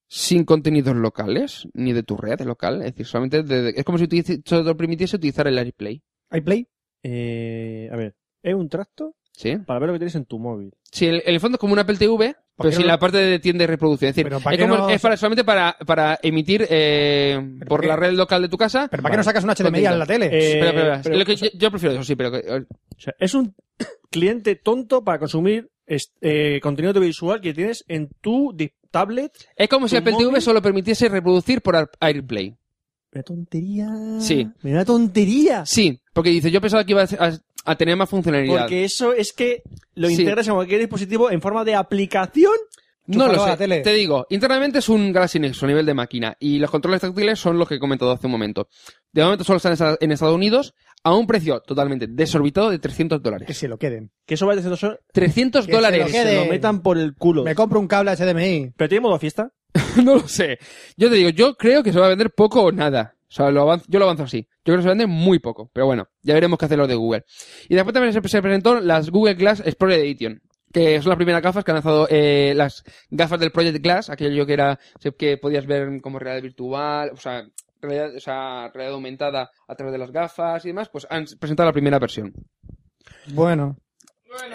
S3: sin contenidos locales ni de tu red local, es decir, solamente de- de- es como si utilice- solo te permitiese utilizar el AirPlay,
S2: ¿Hay play?
S8: Eh, a ver. Es un tracto
S3: ¿sí?
S8: para ver lo que tienes en tu móvil.
S3: Sí, en, en el fondo es como un Apple TV,
S2: ¿Por qué
S3: pero sin
S2: no?
S3: la parte de tienda de reproducción, es decir,
S2: Pero ¿para
S3: es,
S2: qué
S3: como-
S2: no-
S3: es para- solamente para, para emitir eh, por
S2: qué?
S3: la red local de tu casa.
S2: ¿Pero para qué no sacas una HDMI
S3: Contento.
S2: a la tele?
S8: Eh,
S3: Espera, espera, espera.
S8: pero,
S3: Lo que
S8: o sea,
S3: yo, yo prefiero eso, sí, pero que-
S8: o sea, es un cliente tonto para consumir est- eh, contenido audiovisual que tienes en tu di- tablet.
S3: es como si
S8: ¿Tu
S3: Apple TV
S8: móvil?
S3: solo permitiese reproducir por Ar- AirPlay.
S8: Una tontería.
S1: Ah.
S3: Sí.
S8: Una tontería.
S3: Sí, porque dice, yo pensaba que iba a, a- a tener más funcionalidad.
S8: Porque eso es que lo
S3: Sí.
S8: integras en cualquier dispositivo en forma de aplicación.
S3: no
S2: chúfalo
S3: lo
S2: a
S3: sé.
S2: la tele.
S3: Te digo, internamente es un Galaxy Nexus a nivel de máquina y los controles táctiles son los que he comentado hace un momento. De momento solo están en esta- en Estados Unidos a un precio totalmente desorbitado de 300
S2: Que
S3: dólares.
S2: se lo queden.
S8: Que eso va diciendo eso,
S3: 300
S2: Que se
S3: dólares.
S2: quede.
S8: se lo metan por el culo.
S2: Me compro un cable HDMI.
S8: Pero tiene modo fiesta.
S3: *laughs* no lo sé. Yo te digo, yo creo que se va a vender poco o nada. O sea, lo avanzo- yo lo avanzo así. Yo creo que se vende muy poco. Pero bueno, ya veremos qué hacen los de Google. Y después también se, se presentó las Google Glass Explorer Edition. Que son las primeras gafas que han lanzado eh, las gafas del Project Glass, aquello que era se- que podías ver como realidad virtual, o sea, realidad, o sea, realidad aumentada a través de las gafas y demás, pues han presentado la primera versión.
S2: Bueno.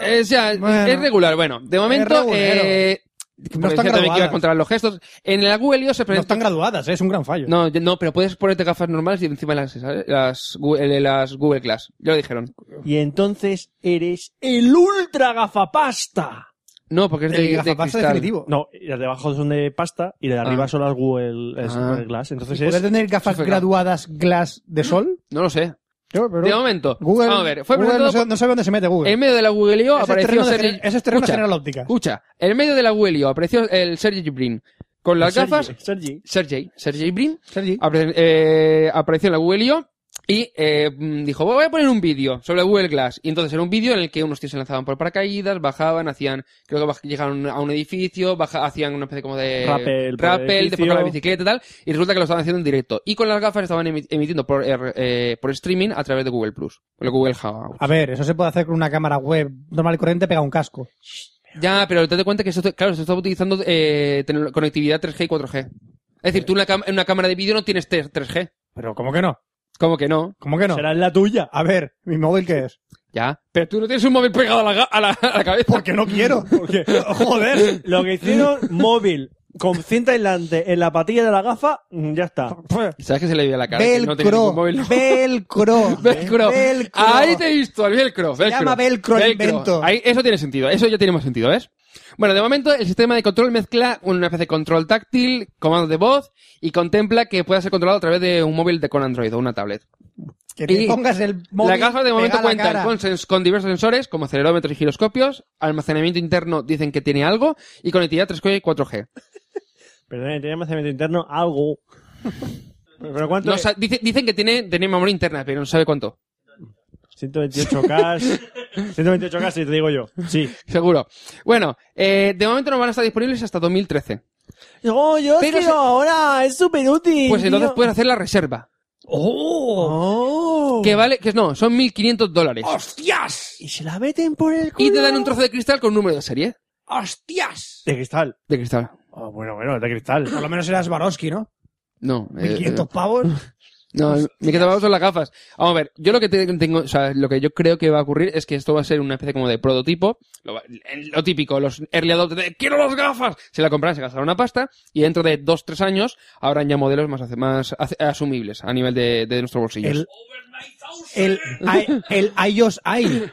S3: Eh, o sea,
S2: Bueno.
S3: es regular. Bueno, de
S2: Es
S3: momento,
S2: regulero.
S3: eh,
S2: No
S3: decía
S2: están
S3: también que iba a
S2: graduadas.
S3: controlar los gestos. En la Google I.O. se
S2: No
S3: presentó
S2: están graduadas, ¿eh? es un gran fallo.
S3: no, yo- no, pero puedes ponerte gafas normales y encima las, ¿sabes? las, Google, eh, las Google Glass. Ya lo dijeron.
S8: Y entonces eres el ultra gafapasta.
S3: No, porque es eh, de,
S2: El
S3: de
S2: gafapasta
S3: cristal.
S2: definitivo.
S8: No, las de abajo son de pasta y las de arriba
S3: Ah.
S8: son las Google, es
S3: Ah.
S8: Google Glass. Entonces
S2: ¿Puedes
S8: es.
S2: tener gafas
S3: Súper grave.
S2: graduadas glass de sol?
S3: No lo sé.
S2: Yo, pero-
S3: De momento.
S2: Google,
S3: Vamos a ver. Fue
S2: Google
S3: presentado
S2: no, sabe, no sabe dónde se mete
S3: por-
S2: Google.
S3: En medio de la Google I.O.
S2: Ese es
S3: apareció
S2: terreno de
S3: Sergio...
S2: gener- ese es terreno
S3: escucha,
S2: general óptica.
S3: escucha. En medio de la Google I.O. apareció el Sergey Brin. Con las
S8: Sergi,
S3: gafas...
S8: Sergi.
S3: Sergey. Sergey Brin.
S2: Sergi.
S3: apare- eh, apareció en la Google I.O. Y eh, mm, dijo, voy a poner un vídeo sobre Google Glass. Y entonces era un vídeo en el que unos tíos se lanzaban por paracaídas, bajaban, hacían, creo que baj- llegaron a un edificio, baja, hacían una especie como de
S8: Rappel por el
S3: rappel, después con la
S8: edificio.
S3: bicicleta y tal. Y resulta que lo estaban haciendo en directo. Y con las gafas estaban emi- emitiendo por, er- eh, por streaming a través de Google Plus, o Google Hangout.
S2: A ver, eso se puede hacer con una cámara web normal y corriente pega un casco.
S3: Ya, pero te das cuenta que esto, claro, se está utilizando eh, tecno- conectividad 3G y 4G. Es decir, tú en una, cam- en una cámara de vídeo no tienes 3- 3G.
S2: Pero ¿cómo que no?
S3: ¿Cómo que no?
S2: ¿Cómo que no?
S8: Será la tuya.
S2: A ver, ¿mi móvil qué es?
S3: Ya. Pero tú no tienes un móvil pegado a la, ga- a la- a la cabeza.
S2: Porque no quiero.
S8: Porque, joder, lo que hicieron móvil con cinta aislante en la patilla de la gafa, mm, ya está.
S3: ¿Sabes que se le veía la cara? que no tenía
S2: Velcro.
S3: ningún móvil.
S2: Velcro.
S3: *laughs* Velcro.
S2: Velcro.
S3: Ahí te he visto, el velcro. velcro.
S2: llama velcro el invento.
S3: Ahí, eso tiene sentido, eso ya tiene más sentido, ¿ves? Bueno, de momento el sistema de control mezcla una especie de control táctil, comando de voz y contempla que pueda ser controlado a través de un móvil de, con Android o una tablet.
S2: Que te
S3: Y
S2: pongas el móvil.
S3: Las gafas de momento
S2: pegada a la
S3: cuentan
S2: cara.
S3: con, sens- con diversos sensores como acelerómetros y giroscopios, almacenamiento interno dicen que tiene algo y conectividad 3G y 4G.
S8: Perdón, tenía almacenamiento interno, algo. ¿Pero cuánto?
S3: No sa- dice- dicen que tiene, tiene memoria interna, pero no sabe cuánto.
S2: *laughs*
S8: 128K. 128K, sí, te digo yo. Sí.
S3: Seguro. Bueno, eh, de momento no van a estar disponibles hasta 2013.
S8: No, yo
S3: Pero quiero se-
S8: ahora, es súper útil.
S3: Pues entonces puedes hacer la reserva.
S8: ¡Oh!
S3: Que vale, que no, son 1500 dólares.
S8: Y se la meten por el culo.
S3: Y te dan un trozo de cristal con un número de serie.
S8: De cristal.
S3: De cristal.
S8: Oh, bueno, bueno, de cristal.
S2: Por lo menos eras Swarovski, ¿no?
S3: No, eh,
S2: 500 pavos.
S3: no, me quedaba con las gafas. Vamos a ver, yo lo que te- tengo, o sea, lo que yo creo que va a ocurrir es que esto va a ser una especie como de prototipo. Lo, va- lo típico, los early adopters de, quiero las gafas. Se la compran, se gastaron una pasta y dentro de 2-3 años habrán ya modelos más, ace- más ace- asumibles a nivel de, de nuestros bolsillos.
S2: El, el, i- el iOS i.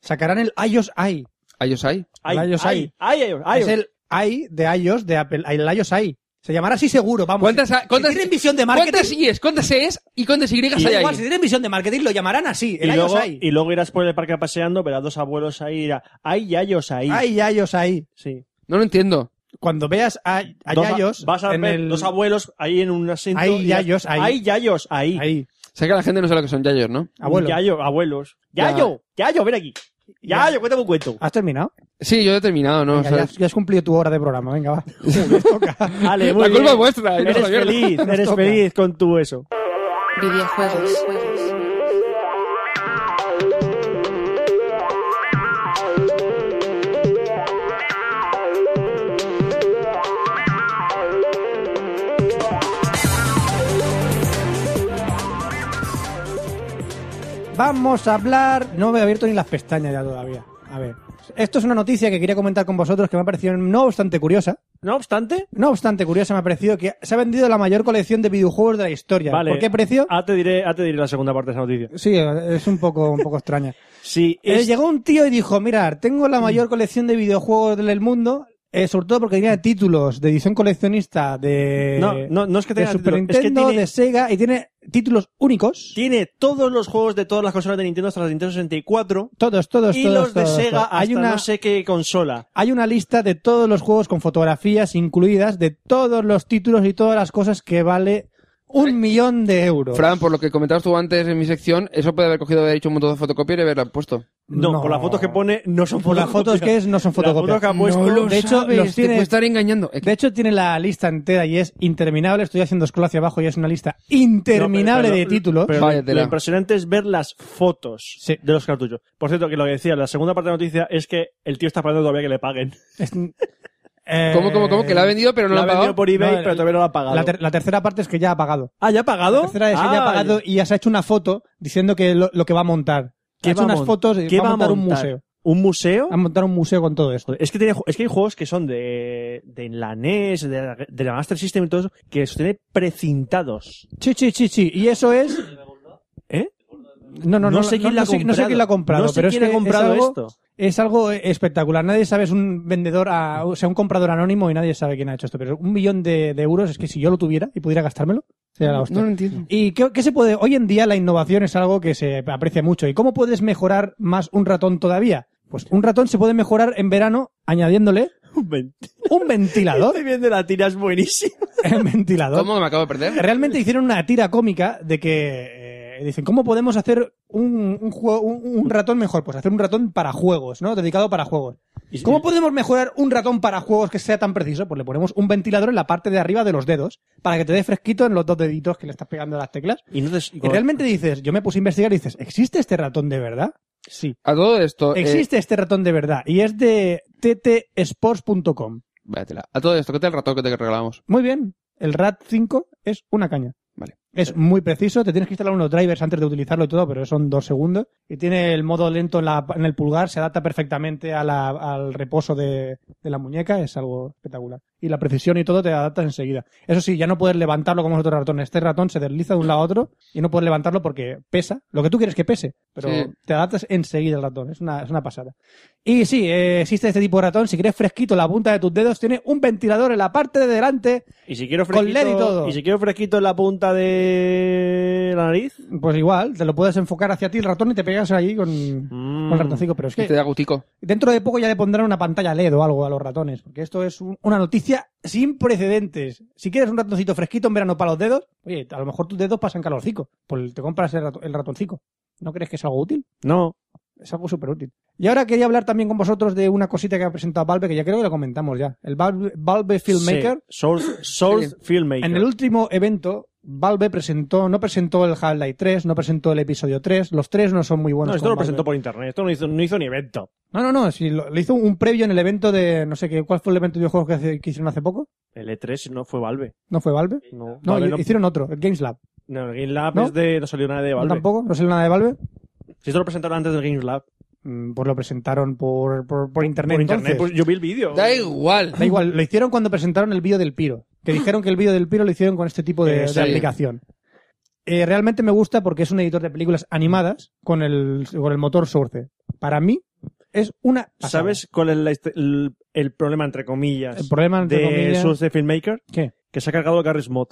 S2: Sacarán el iOS i.
S3: iOS hay.
S8: Ay,
S2: El
S8: ay,
S2: iOS
S8: ay,
S2: i.
S8: ay, ay.
S2: Es el i de iOS de Apple. El iOS i. Se llamará así seguro, vamos.
S3: ¿Cuántas,
S2: Si-
S3: a- cuántas,
S2: si tienen visión de marketing.
S3: ¿Cuántas I's, cuántas E's y cuántas Y
S2: Da
S3: hay
S2: igual,
S3: ahí?
S2: si tienen visión de marketing lo llamarán así.
S8: Y
S2: El
S8: luego,
S2: iOS i.
S8: y luego irás por el parque paseando, verás dos abuelos ahí y dirás, ay, yayos ahí.
S2: Ay, Yayos ahí.
S8: Sí.
S3: No lo entiendo.
S2: Cuando veas a, a
S8: Dos a-
S2: Yayos
S8: Vas a
S2: en
S8: ver
S2: el...
S8: dos abuelos ahí en un asiento.
S2: Ay,
S8: y dirás,
S2: yayos ahí.
S8: Ay, yayos ahí.
S2: Ahí,
S3: O sea que la gente no sabe lo que son yayos, ¿no?
S2: abuelo.
S8: Yayo, abuelos.
S3: Ya.
S8: Yayo, yayo, ven aquí.
S2: Ya.
S8: Yayo, cuéntame un cuento.
S2: ¿Has terminado?
S3: Sí, yo he terminado, ¿no?
S2: Venga,
S3: O
S2: ya,
S3: sea,
S2: has- ya has cumplido tu hora de programa. Venga, va. Nos toca.
S8: *laughs*
S1: Eh,
S8: Vale, muy
S3: la culpa
S8: bien.
S3: es vuestra. y no
S8: Eres
S3: es la mierda.
S8: feliz,
S2: Nos
S8: eres
S2: toca.
S8: feliz con tu eso.
S5: videojuegos,
S2: Vamos a hablar. No me he abierto ni las pestañas ya todavía. A ver. Esto es una noticia que quería comentar con vosotros que me ha parecido no obstante curiosa.
S8: No obstante,
S2: No obstante curiosa, me ha parecido que se ha vendido la mayor colección de videojuegos de la historia.
S8: Vale. Ah.
S2: ¿Por qué precio?
S8: ahora te diré, ahora te diré la segunda parte de esa noticia.
S2: Sí, es un poco, un poco
S8: *laughs*
S2: extraña.
S8: Sí,
S2: Eh,
S8: es-
S2: llegó un tío y dijo, mirad, tengo la mayor colección de videojuegos del mundo, eh, sobre todo porque tenía títulos de edición coleccionista de,
S8: no, no, no es que
S2: de
S8: tenga
S2: Super
S8: título, es que
S2: Nintendo,
S8: tiene,
S2: de Sega, y tiene títulos únicos.
S8: tiene todos los juegos de todas las consolas de Nintendo hasta la Nintendo 64
S2: Todos, todos,
S8: y
S2: todos.
S8: los de
S2: todos,
S8: Sega
S2: todos.
S8: hasta
S2: Hay una,
S8: no sé qué consola.
S2: hay una lista de todos los juegos con fotografías incluidas, de todos los títulos y todas las cosas que vale un millón de euros.
S3: Fran, por lo que comentabas tú antes en mi sección, eso puede haber cogido, haber hecho un montón de fotocopias y haberla puesto.
S8: No,
S2: No.
S8: por las fotos que pone no son
S2: Por las fotos que es, no son
S8: Las fotos
S2: fotocopias.
S8: que ha puesto-
S2: No lo pues, De hecho,
S3: sabes,
S2: los
S3: te
S2: tiene-
S3: puede estar engañando. Es que-
S2: De hecho, tiene la lista entera y es interminable. Estoy haciendo scroll hacia abajo y es una lista interminable
S8: No, pero-
S2: de títulos.
S8: Pero
S3: Vaya
S8: lo,
S3: tela.
S8: lo impresionante es ver las fotos
S2: Sí.
S8: de los cartuchos. Por cierto, que lo que decía, la segunda parte de la noticia es que el tío está esperando todavía que le paguen.
S2: Es- eh,
S3: ¿Cómo, cómo, cómo? ¿Que la ha vendido pero no la
S8: la ha
S3: han pagado?
S8: vendido por eBay,
S2: No,
S8: pero
S2: el-
S8: todavía no la ha pagado.
S2: La, ter- la tercera parte es que ya ha pagado.
S8: ah, ¿ya ha pagado?
S2: La tercera es que ya ha
S8: Ah,
S2: pagado y ya se ha hecho una foto diciendo que lo, lo que va a montar.
S8: ¿Qué
S2: ha hecho
S8: va a
S2: unas
S8: mon-
S2: fotos y
S8: qué
S2: va a montar, un
S8: montar?
S2: museo.
S8: ¿Un museo?
S2: Va a montar un museo con todo esto.
S8: Joder, Es que, tiene, ju- es que hay juegos que son de, de la NES, de la, de la Master System y todo eso, que los tiene precintados.
S2: Sí, sí, sí, sí. Y eso es...
S8: ¿Eh?
S2: No, no, no,
S8: sé quién
S2: no,
S8: la ha
S2: no sé- no sé quién la ha comprado.
S8: No sé
S2: pero
S8: quién
S2: es que
S8: ha comprado
S2: es algo,
S8: esto. *laughs*
S2: Es algo eh, espectacular. Nadie sabe, es un vendedor, a- o sea, un comprador anónimo y nadie sabe quién ha hecho esto. Pero un millón de, de euros es que si yo lo tuviera y pudiera gastármelo, sería la hostia.
S3: No lo entiendo.
S2: ¿Y qué, qué se puede? Hoy en día la innovación es algo que se aprecia mucho. ¿Y cómo puedes mejorar más un ratón todavía? Pues un ratón se puede mejorar en verano añadiéndole un ventilador. *laughs*
S8: Estoy viendo la tira, es buenísimo.
S2: El ventilador.
S3: ¿Cómo me acabo de perder?
S2: Realmente hicieron una tira cómica de que eh, dicen, ¿cómo podemos hacer un, un juego, un, un ratón mejor? Pues hacer un ratón para juegos, ¿no? Dedicado para juegos. ¿Cómo podemos mejorar un ratón para juegos que sea tan preciso? Pues le ponemos un ventilador en la parte de arriba de los dedos para que te dé fresquito en los dos deditos que le estás pegando a las teclas.
S8: Y entonces,
S2: Y realmente dices, yo me puse a investigar y dices, ¿existe este ratón de verdad? Sí.
S3: A todo esto. eh,
S2: Existe este ratón de verdad y es de ttsports.com.
S3: váyatela. A todo esto, ¿qué tal el ratón que te regalamos?
S2: Muy bien, el RAT 5 es una caña.
S3: Vale.
S2: Es muy preciso, te tienes que instalar unos drivers antes de utilizarlo y todo, pero son dos segundos. Y tiene el modo lento en, la- en el pulgar, se adapta perfectamente a la- al reposo de, de la muñeca, es algo espectacular. Y la precisión y todo te adaptas enseguida. Eso sí, ya no puedes levantarlo como los otros ratones. Este ratón se desliza de un lado a otro y no puedes levantarlo porque pesa, lo que tú quieres que pese, pero
S3: Sí.
S2: te adaptas enseguida al ratón, es una, es una pasada. Y sí, eh, existe este tipo de ratón, si quieres fresquito la punta de tus dedos, tiene un ventilador en la parte de delante
S8: y si quiero
S2: con
S8: fresquito,
S2: LED y todo.
S8: si quiero fresquito en la punta de la nariz,
S2: Pues igual, te lo puedes enfocar hacia ti el ratón y te pegas ahí con,
S8: Mm.
S2: con el ratoncito. Pero es
S3: Que te
S2: que
S3: da gustico.
S2: dentro de poco ya le pondrán una pantalla LED o algo a los ratones, porque esto es un- una noticia sin precedentes. Si quieres un ratoncito fresquito en verano para los dedos, oye, a lo mejor tus dedos pasan calorcico. Pues te compras el, rato- el ratoncico. ¿No crees que es algo útil?
S8: no.
S2: Es algo súper útil. Y ahora quería hablar también con vosotros de una cosita que ha presentado Valve, que ya creo que lo comentamos ya. El Valve, Valve Filmmaker.
S8: Sí, Source, source
S3: Sí.
S8: Filmmaker.
S2: En el último evento, Valve presentó, no presentó el Half-Life 3, no presentó el episodio 3, los tres no son muy buenos.
S8: no, esto
S2: con
S8: lo
S2: Valve.
S8: presentó por internet. Esto no hizo, no hizo ni evento.
S2: No, no, no, sí, lo, le hizo un previo en el evento de, no sé qué, ¿cuál fue el evento de videojuegos que, hace- que hicieron hace poco?
S8: El E3 no fue Valve.
S2: ¿No fue Valve?
S8: No,
S2: No,
S8: Valve
S2: hi-
S8: no,
S2: hicieron otro, el Games Lab.
S8: no, el Game Lab
S2: ¿No?
S8: es de, no salió nada de
S2: ¿No
S8: Valve.
S2: ¿Tampoco? ¿No salió nada de Valve?
S8: Si esto lo presentaron antes del Game Lab.
S2: Mm, Pues lo presentaron por, por, por internet.
S8: por internet,
S2: entonces.
S8: pues yo vi el vídeo.
S3: Da igual.
S2: Da igual, lo hicieron cuando presentaron el vídeo del piro. Que dijeron que el vídeo del piro lo hicieron con este tipo de,
S8: Ah. Eh,
S2: de
S8: sí.
S2: aplicación. Eh, realmente me gusta porque es un editor de películas animadas con el, con el motor Source. Para mí es una... pasada.
S8: ¿Sabes cuál es la este- el, el problema, entre comillas,
S2: El problema entre
S8: de
S2: comillas-
S8: Source Filmmaker?
S2: ¿Qué?
S8: Que se ha cargado el Garry's Mod.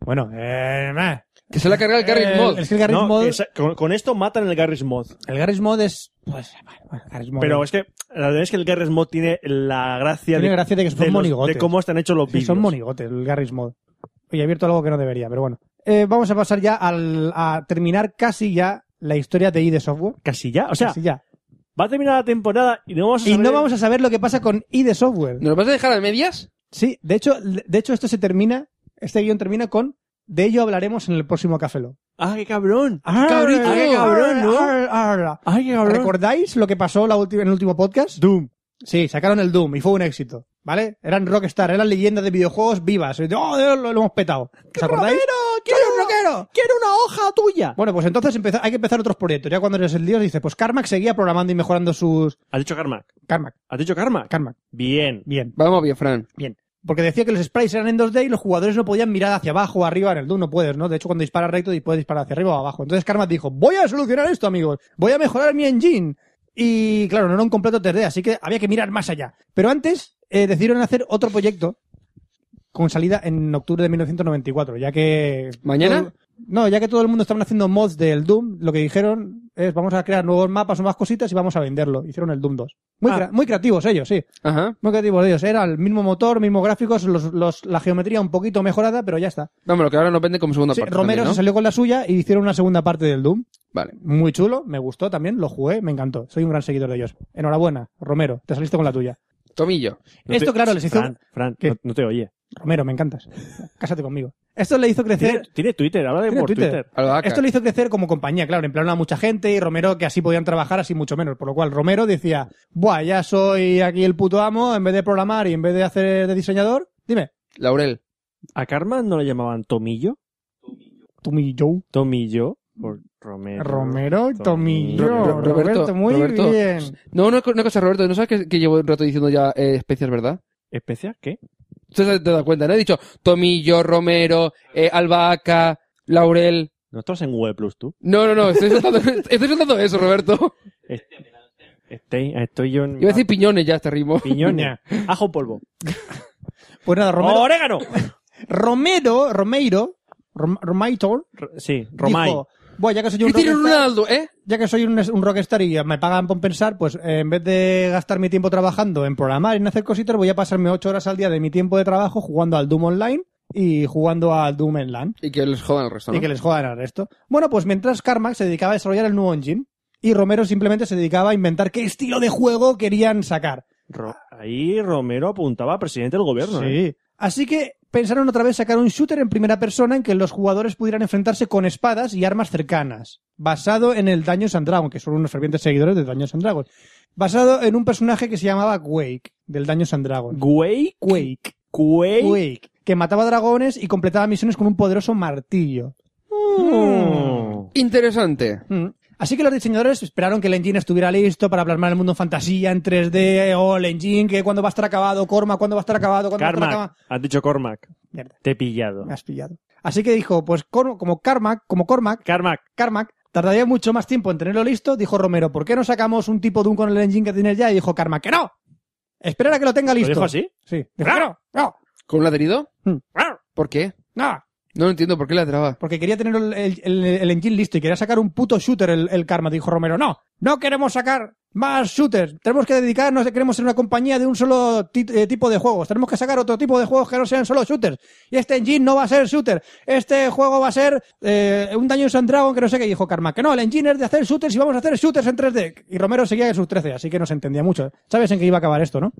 S2: Bueno, eh, meh.
S3: Que se la carga el Carry Mod.
S2: Es que Eh, el Garry's
S8: No,
S2: Mod...
S8: que se- con, con esto matan el Garry's Mod.
S2: El Garry's Mod es... Pues, bueno, bueno, Garry's Mod
S8: Pero
S2: es-
S8: es que la verdad es que el Garry's Mod tiene la gracia,
S2: tiene
S8: de,
S2: gracia de que son
S8: de los-
S2: monigotes.
S8: de cómo están hechos los
S2: Sí,
S8: vídeos.
S2: son monigotes, el Garry's Mod. Oye, he abierto algo que no debería, pero bueno. Eh, vamos a pasar ya al, a terminar casi ya la historia de ID Software.
S8: Casi ya. O sea,
S2: Casi ya.
S8: va a terminar la temporada y no vamos a
S2: Y no
S8: saber-
S2: vamos a saber lo que pasa con ID Software.
S3: ¿Nos lo vas a dejar a medias?
S2: Sí, de hecho, de hecho esto se termina, este guión termina con de ello hablaremos en el próximo Café Lock.
S8: ¡Ah, qué cabrón!
S2: ¡Cabrón!
S8: ¡Ah, qué cabrón, no! ¡Ay, qué cabrón!
S2: ¿Recordáis lo que pasó la ulti- en el último podcast? Doom. Sí, sacaron el Doom y fue un éxito, ¿vale? Eran rockstar, eran leyendas de videojuegos vivas. Y, ¡Oh, Dios, lo, lo hemos petado! ¿Os acordáis? ¡Quiero un rockero!
S8: ¡Quiero una hoja tuya!
S2: Bueno, pues entonces empezó- hay que empezar otros proyectos. Ya cuando eres el dios dices, pues Carmack seguía programando y mejorando sus...
S8: ¿Has dicho Carmack?
S2: Carmack,
S8: ¿Has dicho Carmack?
S2: Carmack,
S8: Bien.
S2: bien.
S3: Vamos bien, Fran.
S2: Porque decía que los sprites eran en 2D y los jugadores no podían mirar hacia abajo o arriba en el Doom, no puedes, ¿no? De hecho, cuando disparas recto puedes disparar hacia arriba o abajo. Entonces Karma dijo, voy a solucionar esto, amigos, voy a mejorar mi engine. Y claro, no era un completo 3D, así que había que mirar más allá. Pero antes eh, decidieron hacer otro proyecto con salida en octubre de 1994, ya que...
S3: ¿Mañana?
S2: No, ya que todo el mundo estaban haciendo mods del Doom, lo que dijeron es vamos a crear nuevos mapas, nuevas cositas y vamos a venderlo. Hicieron el Doom 2. Muy,
S8: Ah.
S2: crea- muy creativos ellos, sí.
S3: Ajá.
S2: Muy creativos de ellos. Era el mismo motor, mismos gráficos, los, los- la geometría un poquito mejorada, pero ya está.
S3: Vamos, lo que ahora nos venden como segunda
S2: Sí,
S3: parte.
S2: Romero
S3: también, ¿no?
S2: se salió con la suya y hicieron una segunda parte del Doom.
S3: Vale.
S2: Muy chulo, me gustó también, lo jugué, me encantó. Soy un gran seguidor de ellos. Enhorabuena, Romero, te saliste con la tuya.
S3: Tomillo.
S8: No
S2: Esto,
S8: te-
S2: claro, les hizo-
S8: Fran, Fran,
S2: ¿Qué?
S8: no, no te oye.
S2: Romero, me encantas. Cásate conmigo. Esto le hizo crecer
S8: Tiene, tiene Twitter, habla de
S2: Tiene
S8: por Twitter.
S2: Twitter.
S3: A lo vaca.
S2: Esto lo hizo crecer como compañía, claro, emplearon a mucha gente y Romero que así podían trabajar así mucho menos, por lo cual Romero decía, buah, ya soy aquí el puto amo, en vez de programar y en vez de hacer de diseñador, dime,
S3: Laurel.
S8: ¿A Carmack no le llamaban Tomillo?
S2: tú mi yo,
S8: Tomillo por Romero.
S2: Romero, Tomillo,
S8: Ro- Ro-
S2: Roberto,
S3: Roberto,
S2: muy
S3: Roberto.
S2: bien.
S3: No, una, co- una cosa, Roberto. ¿No sabes que, que llevo un rato diciendo ya eh, especias, verdad?
S8: ¿Especial? ¿Qué?
S3: Tú te te das cuenta, ¿no? He dicho tomillo, romero, eh, albahaca, laurel.
S8: ¿No estás en Google Plus tú?
S3: No, no, no. Estoy soltando, *laughs* estoy soltando eso, Roberto.
S8: Estoy, estoy yo en...
S3: Iba a decir piñones ya a este ritmo.
S8: Piñones. Ajo en polvo.
S2: Pues nada, Romero,
S8: ¡Orégano!
S2: Romero, Romeiro, Rom- Romaitor,
S8: R- sí, Romay.
S2: dijo, buah, ya que soy un
S3: Cristiano
S2: rockstar-
S3: Ronaldo, ¿eh?
S2: ya que soy un, un rockstar y me pagan por pensar, pues eh, en vez de gastar mi tiempo trabajando en programar y en hacer cositas, voy a pasarme ocho horas al día de mi tiempo de trabajo jugando al Doom Online y jugando al Doom en LAN.
S3: Y que les jodan el resto, ¿no?
S2: y que les jodan al resto. Bueno, pues mientras Carmack se dedicaba a desarrollar el nuevo engine y Romero simplemente se dedicaba a inventar qué estilo de juego querían sacar.
S8: Ro- Ahí Romero apuntaba a presidente del gobierno.
S2: Sí.
S8: ¿eh?
S2: Así que pensaron otra vez sacar un shooter en primera persona en que los jugadores pudieran enfrentarse con espadas y armas cercanas, basado en el Daños and Dragons, que son unos fervientes seguidores de Daños and Dragons, basado en un personaje que se llamaba Quake, del Daños and Dragons.
S8: Quake,
S2: Quake.
S8: Quake.
S2: Quake, que mataba dragones y completaba misiones con un poderoso martillo.
S8: Mm.
S3: Interesante.
S2: Mm. Así que los diseñadores esperaron que el engine estuviera listo para plasmar el mundo en fantasía, en 3D, o el engine, que cuándo va a estar acabado, Corma, cuándo va a estar acabado, cuándo va a estar
S8: Carmack,
S2: acabado.
S8: has dicho Cormac.
S2: Mierda,
S8: Te he pillado.
S2: me has pillado. Así que dijo, pues Cor- como Carmack, como Cormac,
S8: Carmack,
S2: Carmack tardaría mucho más tiempo en tenerlo listo, dijo Romero, ¿por qué no sacamos un tipo Doom con el engine que tienes ya? Y dijo Carmack, que no. Esperar a que lo tenga
S8: ¿lo
S2: listo.
S8: dijo así?
S2: Sí. Dijo, "No, no,
S3: ¿Con un ladrido?
S8: Rar.
S3: ¿Por qué?
S2: no.
S3: No lo entiendo por qué ladraba.
S2: Porque quería tener el, el- el- el engine listo y quería sacar un puto shooter el, el Karma. Dijo Romero, no, no queremos sacar más shooters. Tenemos que dedicarnos, queremos ser una compañía de un solo ti- eh, tipo de juegos. Tenemos que sacar otro tipo de juegos que no sean solo shooters. Y este engine no va a ser shooter. Este juego va a ser eh, un daño and Dragon que no sé qué. Y Dijo Karma, que no, el engine es de hacer shooters y vamos a hacer shooters en 3D. Y Romero seguía en sus 13, así que no se entendía mucho. ¿Sabes en qué iba a acabar esto, no?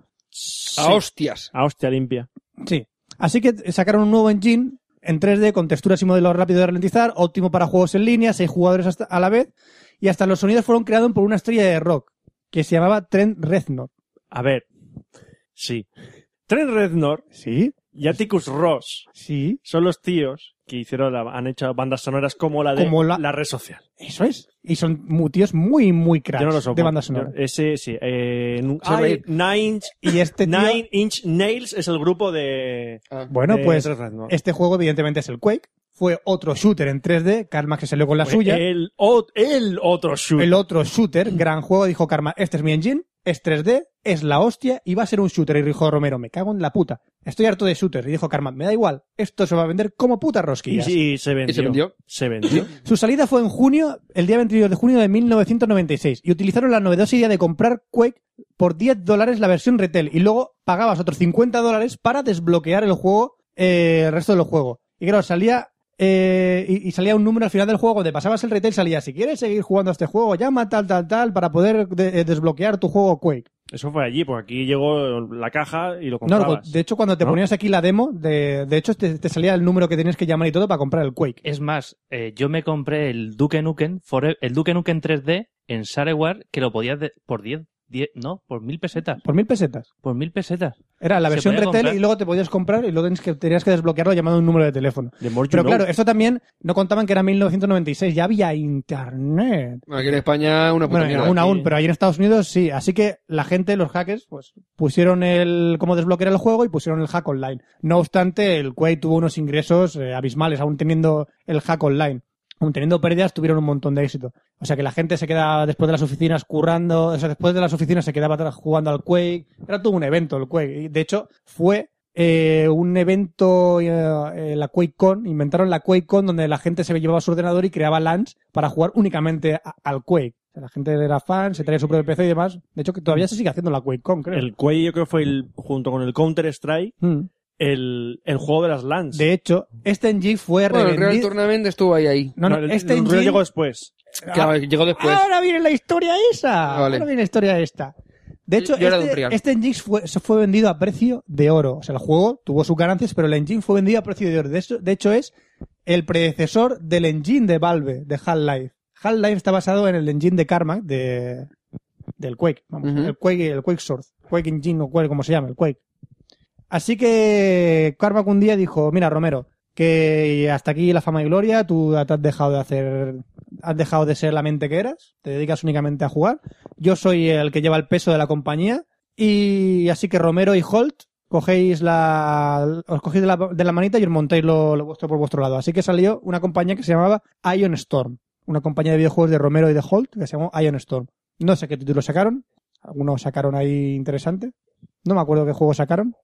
S3: A hostias.
S8: A hostia limpia.
S2: Sí. Así que sacaron un nuevo engine en 3D con texturas y modelos rápidos de ralentizar, óptimo para juegos en línea, seis jugadores hasta- a la vez, y hasta los sonidos fueron creados por una estrella de rock que se llamaba Trent Reznor.
S8: A ver. Sí. Trent Reznor
S2: Sí,
S8: y Atticus Ross
S2: sí,
S8: son los tíos que hicieron la- han hecho bandas sonoras como la de
S2: Como la-
S8: red social.
S2: eso es. Y son mu- tíos muy, muy cracks
S8: Yo no lo soy.
S2: de banda sonora.
S8: Yo- Ese, sí. Eh, en un-
S3: Se
S8: Ay,
S3: reí.
S8: Nine,
S2: Y este tío,
S8: Nine Inch Nails es el grupo de...
S3: Ah,
S2: bueno,
S8: de
S2: pues
S8: Trent Reznor.
S2: este juego evidentemente es el Quake, fue otro shooter en 3D, Karma que salió con la
S8: Fue
S2: suya.
S8: El, o- el otro shoot.
S2: El otro shooter, gran juego, dijo Karma, este es mi engine, es 3D, es la hostia y va a ser un shooter. Y dijo Romero, me cago en la puta. Estoy harto de shooters. Y dijo Karma, me da igual, esto se va a vender como puta
S8: y,
S2: rosquillas.
S8: sí, se vendió.
S3: ¿Y se vendió?
S8: Se vendió.
S2: Su salida fue en junio, el día 22 de junio de 1996, y utilizaron la novedosa idea de comprar Quake por 10 dólares la versión retail, y luego pagabas otros 50 dólares para desbloquear el juego, eh, el resto del juego. Y claro, salía, eh, y, y salía un número al final del juego, donde pasabas el retail, salía, si quieres seguir jugando a este juego, llama tal, tal, tal, para poder de- eh, desbloquear tu juego Quake.
S8: Eso fue allí, pues aquí llegó la caja y lo
S2: No,
S8: comprabas.
S2: de hecho, cuando te
S8: ¿No?
S2: ponías aquí la demo, de, de hecho, te, te salía el número que tenías que llamar y todo para comprar el Quake.
S7: Es más, eh, yo me compré el Duke Nukem, Fore- el Duke Nukem 3D en Sarewar, que lo podías de- por 10, 10, no, por mil pesetas,
S2: Por mil pesetas.
S7: por mil pesetas.
S2: Era la
S7: Se
S2: versión
S7: podía
S2: retail
S7: comprar.
S2: y luego te podías comprar y luego tenías que, tenías que desbloquearlo llamando a un número de teléfono.
S8: The more you
S2: Pero
S8: know.
S2: claro, eh, esto también no contaban que era 1996, ya había internet.
S3: Aquí en España una puta
S2: Bueno,
S3: mierda.
S2: aún aún,
S8: sí.
S2: pero ahí en Estados Unidos sí. Así que la gente, los hackers, pues pusieron el cómo desbloquear el juego y pusieron el hack online. No obstante, el Quake tuvo unos ingresos eh, abismales, aún teniendo el hack online. Aún teniendo pérdidas, tuvieron un montón de éxito. O sea que la gente se queda después de las oficinas currando, o sea, después de las oficinas se quedaba tra- jugando al Quake. Era todo un evento el Quake. Y, De hecho, fue eh, un evento, eh, eh, la QuakeCon, inventaron la QuakeCon donde la gente se llevaba su ordenador y creaba LANs para jugar únicamente a- al Quake. O sea, la gente era fan, se traía su propio PC y demás. De hecho, que todavía se sigue haciendo la QuakeCon, creo.
S8: El Quake yo creo fue el, junto con el Counter Strike,
S2: Mm.
S8: el, el juego de las LANs.
S2: De hecho, este engine fue
S3: Bueno, el Real
S2: revendido-
S3: Tournament estuvo ahí, ahí.
S2: No, ah, no,
S8: el-
S2: este
S8: el
S2: engine...
S8: Real llegó después.
S3: Claro, llegó después.
S2: Ahora viene la historia esa.
S3: Ah, vale.
S2: Ahora viene la historia esta. De hecho,
S3: Yo era de un
S2: este,
S3: trial.
S2: este engine fue, se fue vendido a precio de oro. O sea, el juego tuvo sus ganancias, pero el engine fue vendido a precio de oro. De, hecho- de hecho, es el predecesor del engine de Valve, de Half-Life. Half-Life está basado en el engine de Karma, de, del Quake. Vamos,
S3: Ujú.
S2: el Quake, el Quake Source. Quake Engine o Quake, como se llama, el Quake. Así que Carmack un día dijo, mira Romero, que hasta aquí la fama y gloria, tú te has dejado de hacer, has dejado de ser la mente que eras, te dedicas únicamente a jugar, yo soy el que lleva el peso de la compañía y así que Romero y Holt cogéis la, os cogéis de la, de la manita y os montáis lo, lo vuestro por vuestro lado. Así que salió una compañía que se llamaba Ion Storm, una compañía de videojuegos de Romero y de Holt que se llamó Ion Storm. No sé qué título sacaron, algunos sacaron ahí interesante, no me acuerdo qué juego sacaron,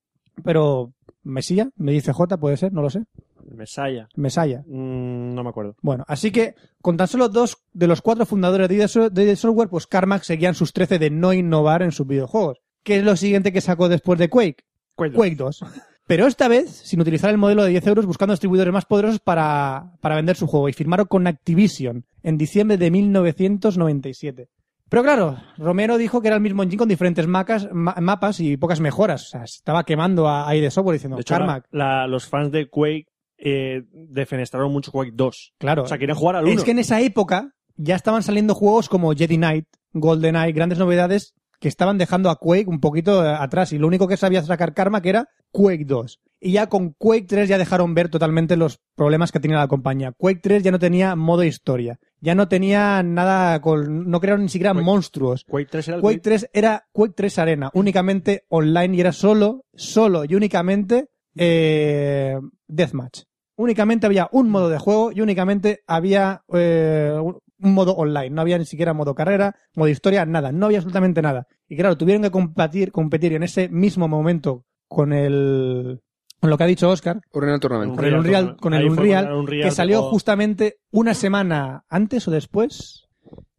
S2: pero Mesilla, me dice J, puede ser, no lo sé.
S8: El Messiah.
S2: Mesaya.
S8: Mm, no me acuerdo.
S2: Bueno, así que con tan solo dos de los cuatro fundadores de ID So- de ID Software, pues Carmack seguían sus 13 *laughs* de no innovar en sus videojuegos. ¿Qué es lo siguiente que sacó después de Quake? Quake 2. Pero esta vez, sin utilizar el modelo de 10 euros, buscando distribuidores más poderosos para, para vender su juego. Y firmaron con Activision en diciembre de 1997. Pero claro, Romero dijo que era el mismo engine con diferentes macas, ma- mapas y pocas mejoras. O sea, se estaba quemando a, ahí de software diciendo,
S8: De hecho,
S2: Carmack,
S8: la- la- los fans de Quake eh, defenestraron mucho Quake 2.
S2: claro.
S8: O sea, quieren jugar al 1.
S2: Es que en esa época ya estaban saliendo juegos como Jedi Knight, Golden Eye, grandes novedades que estaban dejando a Quake un poquito eh, atrás y lo único que sabía sacar Karma que era Quake 2. Y ya con Quake 3 ya dejaron ver totalmente los problemas que tenía la compañía. Quake 3 ya no tenía modo historia, ya no tenía nada con no crearon ni siquiera
S8: Quake-
S2: monstruos.
S8: Quake 3 era el
S2: Quake 3 era Quake 3 Arena, únicamente online y era solo, solo y únicamente eh, Deathmatch. Únicamente había un modo de juego y únicamente había eh, un modo online. No había ni siquiera modo carrera, modo historia, nada. No había absolutamente nada. Y claro, tuvieron que competir, competir en ese mismo momento con el con lo que ha dicho Oscar,
S3: Unreal Tournament.
S2: con el Unreal, con el
S8: Ahí fue
S2: Unreal,
S8: con el Unreal
S2: que salió
S8: tocó-
S2: justamente
S8: *clears throat*
S2: una semana antes o después.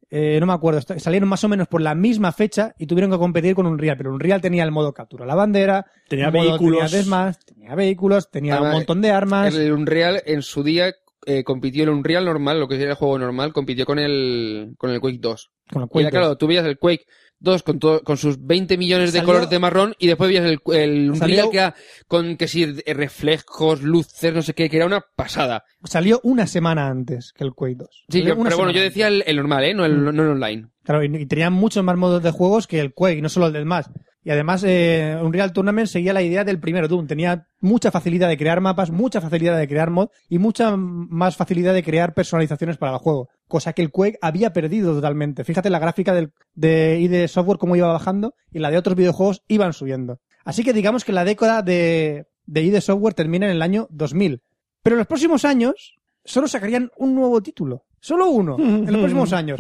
S2: Eh, no me acuerdo, est- salieron más o menos por la misma fecha y tuvieron que competir con Unreal, pero Unreal tenía el modo captura la bandera,
S8: Tenía
S2: modo-
S8: vehículos.
S2: tenía desmas, tenía vehículos, tenía
S3: Además,
S2: un montón de armas.
S3: El Unreal en su día eh, compitió el Unreal normal, lo que era el juego normal, compitió con el, con el Quake 2.
S2: con lo
S3: Y
S2: cual,
S3: era claro, tú veías el Quake 2 con, todo- con sus 20 millones de
S2: Salió-
S3: colores de marrón y después veías el, el Unreal
S2: Salió-
S3: que era con que sí, reflejos, luces, no sé qué, que era una pasada.
S2: salió una semana antes que el Quake 2.
S3: Sí,
S2: Salió
S3: pero
S2: una
S3: bueno,
S2: semana
S3: yo
S2: antes.
S3: decía el, el normal, ¿eh? No el, no el online.
S2: Claro, y, y tenían muchos más modos de juegos que el Quake, no solo el del más. Y además, eh, Unreal Tournament seguía la idea del primero Doom. Tenía mucha facilidad de crear mapas, mucha facilidad de crear mod y mucha más facilidad de crear personalizaciones para el juego. Cosa que el Quake había perdido totalmente. Fíjate la gráfica del, de ID Software cómo iba bajando y la de otros videojuegos iban subiendo. Así que digamos que la década de, de ID Software termina en el año 2000. Pero en los próximos años solo sacarían un nuevo título. Solo uno. En
S1: *laughs*
S2: los próximos
S8: *laughs*
S2: años.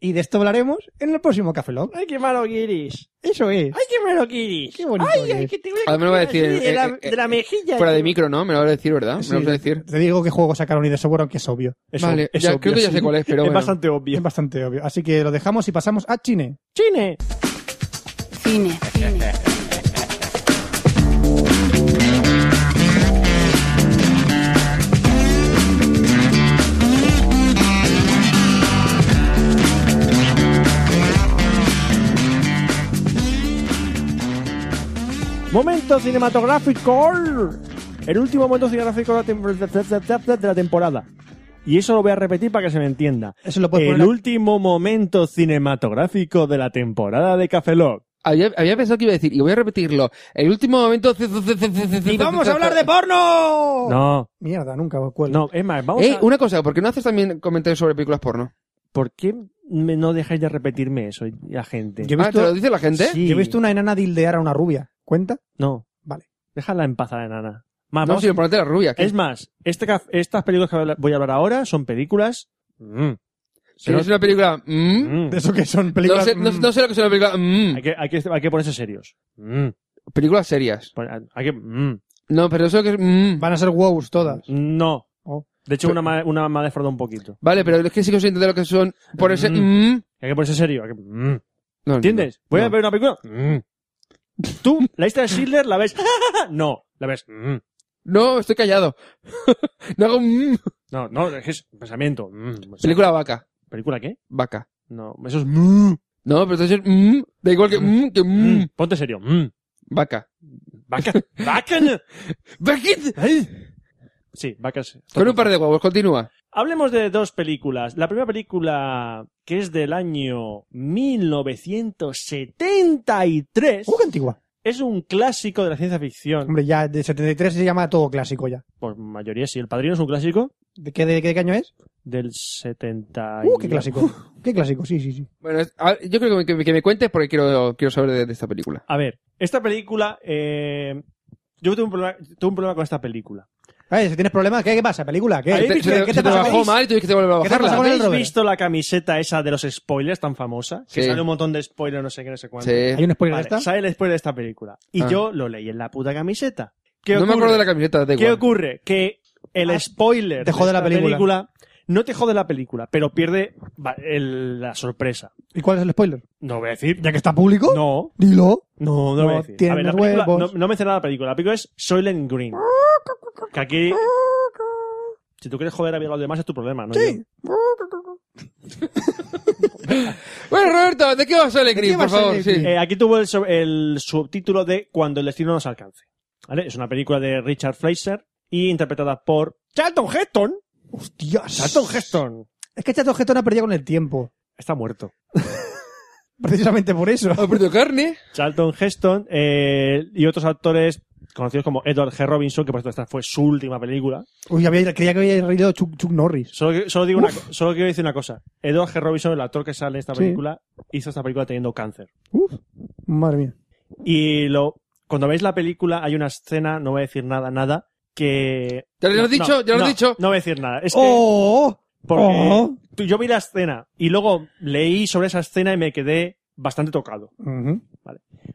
S2: Y de esto hablaremos en el próximo Café Lock.
S8: ¡Ay, qué malo Kiris!
S2: Eso es.
S8: ¡Ay, qué malo Kiris!
S2: Qué bonito
S8: ¡Ay,
S2: que
S8: ay,
S2: es.
S8: que te voy a
S3: Además, me va a
S8: quitar
S3: decir,
S8: así de,
S3: eh,
S8: la,
S3: eh,
S8: de la
S3: eh,
S8: mejilla!
S3: Fuera de
S8: tío.
S3: micro, ¿no? Me lo vas a decir, ¿verdad?
S2: Sí,
S3: me lo vas a decir.
S2: Te digo qué juego sacaron y de software, aunque es obvio.
S8: Es
S3: vale,
S8: ob- es
S3: ya,
S8: obvio,
S3: creo que ya sé
S8: sí.
S3: cuál es, pero
S8: Es
S3: bueno.
S8: bastante
S2: Es
S8: obvio.
S2: bastante obvio. Así que lo dejamos y pasamos a Chine.
S8: ¡Chine!
S5: Cine.
S8: Momento cinematográfico. El último momento cinematográfico de la tem- de la temporada. Y eso lo voy a repetir para que se me entienda.
S2: Eso lo puedes
S8: El
S2: poner. a-
S8: último momento cinematográfico de la temporada de Café Lock.
S3: Había, había pensado que iba a decir, y voy a repetirlo, el último momento... ¡Y
S2: porno!
S8: No,
S2: Mierda, nunca me acuerdo.
S8: no, es más, vamos
S3: Eh,
S8: a...
S3: una cosa, ¿por qué no haces también comentarios sobre películas porno?
S8: ¿Por qué me- no dejáis de repetirme eso, la gente?
S2: Yo he
S3: Ah, ¿te lo
S2: visto,
S3: dice la gente?
S8: Sí.
S2: yo he visto una enana dildear a una rubia. ¿Cuenta?
S8: No.
S2: Vale.
S8: Déjala en paz a la enana. Más,
S3: No,
S8: vamos-
S3: si ponerte la rubia. que-
S8: Es más, este caf- estas películas que habla- voy a hablar ahora son películas... Mm.
S3: que no es una película... mm,
S8: Mm.
S2: De eso que son
S3: No
S2: películas.
S3: sé, no,
S2: mm,
S3: no sé lo que es una película. mm.
S8: Hay, que, hay, que, hay que ponerse serios. Mm.
S3: Películas serias.
S8: Pon- Hay que... mm.
S3: No, pero eso que es. mm.
S2: Van a ser wows todas.
S8: No.
S2: Oh.
S8: De hecho,
S3: Pues. Pero-
S8: una, ma- una me ha defraudado un poquito.
S3: Vale, pero es que sí que consciente de lo que son. Por ese.
S8: Mm.
S3: mm.
S8: Hay que ponerse serio. hay que- mm.
S3: No,
S8: ¿Entiendes?
S3: no,
S8: Voy a
S3: no.
S8: ver una película.
S3: *laughs*
S8: Mm. Tú, la lista de Schindler, la ves. *laughs* no, la ves. mm.
S3: No, estoy callado. *laughs* no hago. mm.
S8: No, no, es que es pensamiento. mm. O sea,
S3: Película vaca.
S8: ¿Película qué?
S3: Vaca.
S8: No, eso es. mm,
S3: No, pero entonces. mm, Da igual que. mm, que. mm.
S8: mm. Ponte serio. mm.
S3: Vaca. *laughs*
S8: Vaca. Vaca.
S3: Vaquit.
S8: Sí, vacas.
S3: Con un par de huevos, continúa.
S8: Hablemos de dos películas. La primera película, que es del año 1973,
S2: ¡Uh, qué antigua!
S8: es un clásico de la ciencia ficción.
S2: Hombre, ya de 73 se llama todo clásico ya.
S8: Por mayoría, sí. El Padrino es un clásico
S2: ¿De qué, de, qué año es?
S8: del 70. y-
S2: ¡Uh, qué clásico! ¡Qué clásico! Sí, sí, sí.
S3: Bueno, es- a- yo creo que me, que me- que me cuentes porque quiero, quiero saber de, de esta película.
S8: A ver, esta película. eh, yo tuve un, problema, tuve un problema con esta película.
S2: Ay, si tienes problemas, ¿qué, qué pasa? ¿Película? ¿Qué,
S8: Ahí
S2: ¿Qué-
S3: Se te, se
S2: qué
S3: te-
S2: te
S3: se te
S2: pasa?
S3: bajó mal y tuviste que volver a
S2: ¿Qué te pasa
S3: bajarla.
S2: con el
S8: ¿Habéis
S2: Robert?
S8: visto la camiseta esa de los spoilers tan famosa? Que
S3: Sí.
S8: sale un montón de spoilers, no sé qué, no sé cuánto.
S3: Sí.
S2: ¿Hay un spoiler
S8: Vale,
S2: de esta?
S8: sale el spoiler de esta película. Y
S3: Ah.
S8: yo lo leí en la puta camiseta. ¿Qué
S3: No me
S8: ocurre?
S3: acuerdo de la camiseta, da
S8: ¿Qué
S3: igual.
S8: ocurre? Que el
S2: Ah,
S8: spoiler
S2: te jode
S8: esta
S2: la película.
S8: No te jode la película, pero pierde va- el- la sorpresa.
S2: ¿Y cuál es el spoiler?
S8: No voy a decir.
S2: ¿Ya que está público?
S8: No,
S2: Dilo.
S8: no, no,
S2: No,
S8: voy a decir. A
S2: tienes
S8: ver, la película, no,
S2: huevos.
S8: no mencioné la película. La película es Soylent Green. Que aquí. Si tú quieres joder a los demás es tu problema, ¿no?
S2: Sí.
S8: yo.
S3: Bueno, Roberto, ¿de qué va Soylent
S2: ¿De
S3: Green,
S2: qué va
S3: por favor?
S2: Soylent
S3: Sí.
S2: Green?
S8: Eh, aquí tuvo el, so- el subtítulo de Cuando el destino nos alcance. ¿Vale? Es una película de Richard Fraser y interpretada por Charlton Heston.
S2: Hostias.
S8: Charlton Heston.
S2: Es que Chato Getón ha perdido con el tiempo.
S8: Está muerto.
S2: Precisamente por eso.
S3: Alberto Carne.
S8: Charlton Heston eh, y otros actores conocidos como Edward G. Robinson, que por cierto esta fue su última película.
S2: Uy, había, creía que había reído Chuck, Chuck Norris.
S8: Solo, que- solo digo una co- solo quiero decir una cosa. Edward G. Robinson, el actor que sale en esta
S2: Sí.
S8: película, hizo esta película teniendo cáncer.
S2: Madre mía.
S8: Y lo, cuando veis la película hay una escena, no voy a decir nada, nada, que...
S3: Ya lo has
S8: no,
S3: dicho, ya lo has
S8: no,
S3: dicho.
S8: No voy a decir nada. Es que
S2: ¡Oh!
S8: porque
S2: oh.
S8: tú- yo vi la escena y luego leí sobre esa escena y me quedé bastante tocado.
S2: Ujú.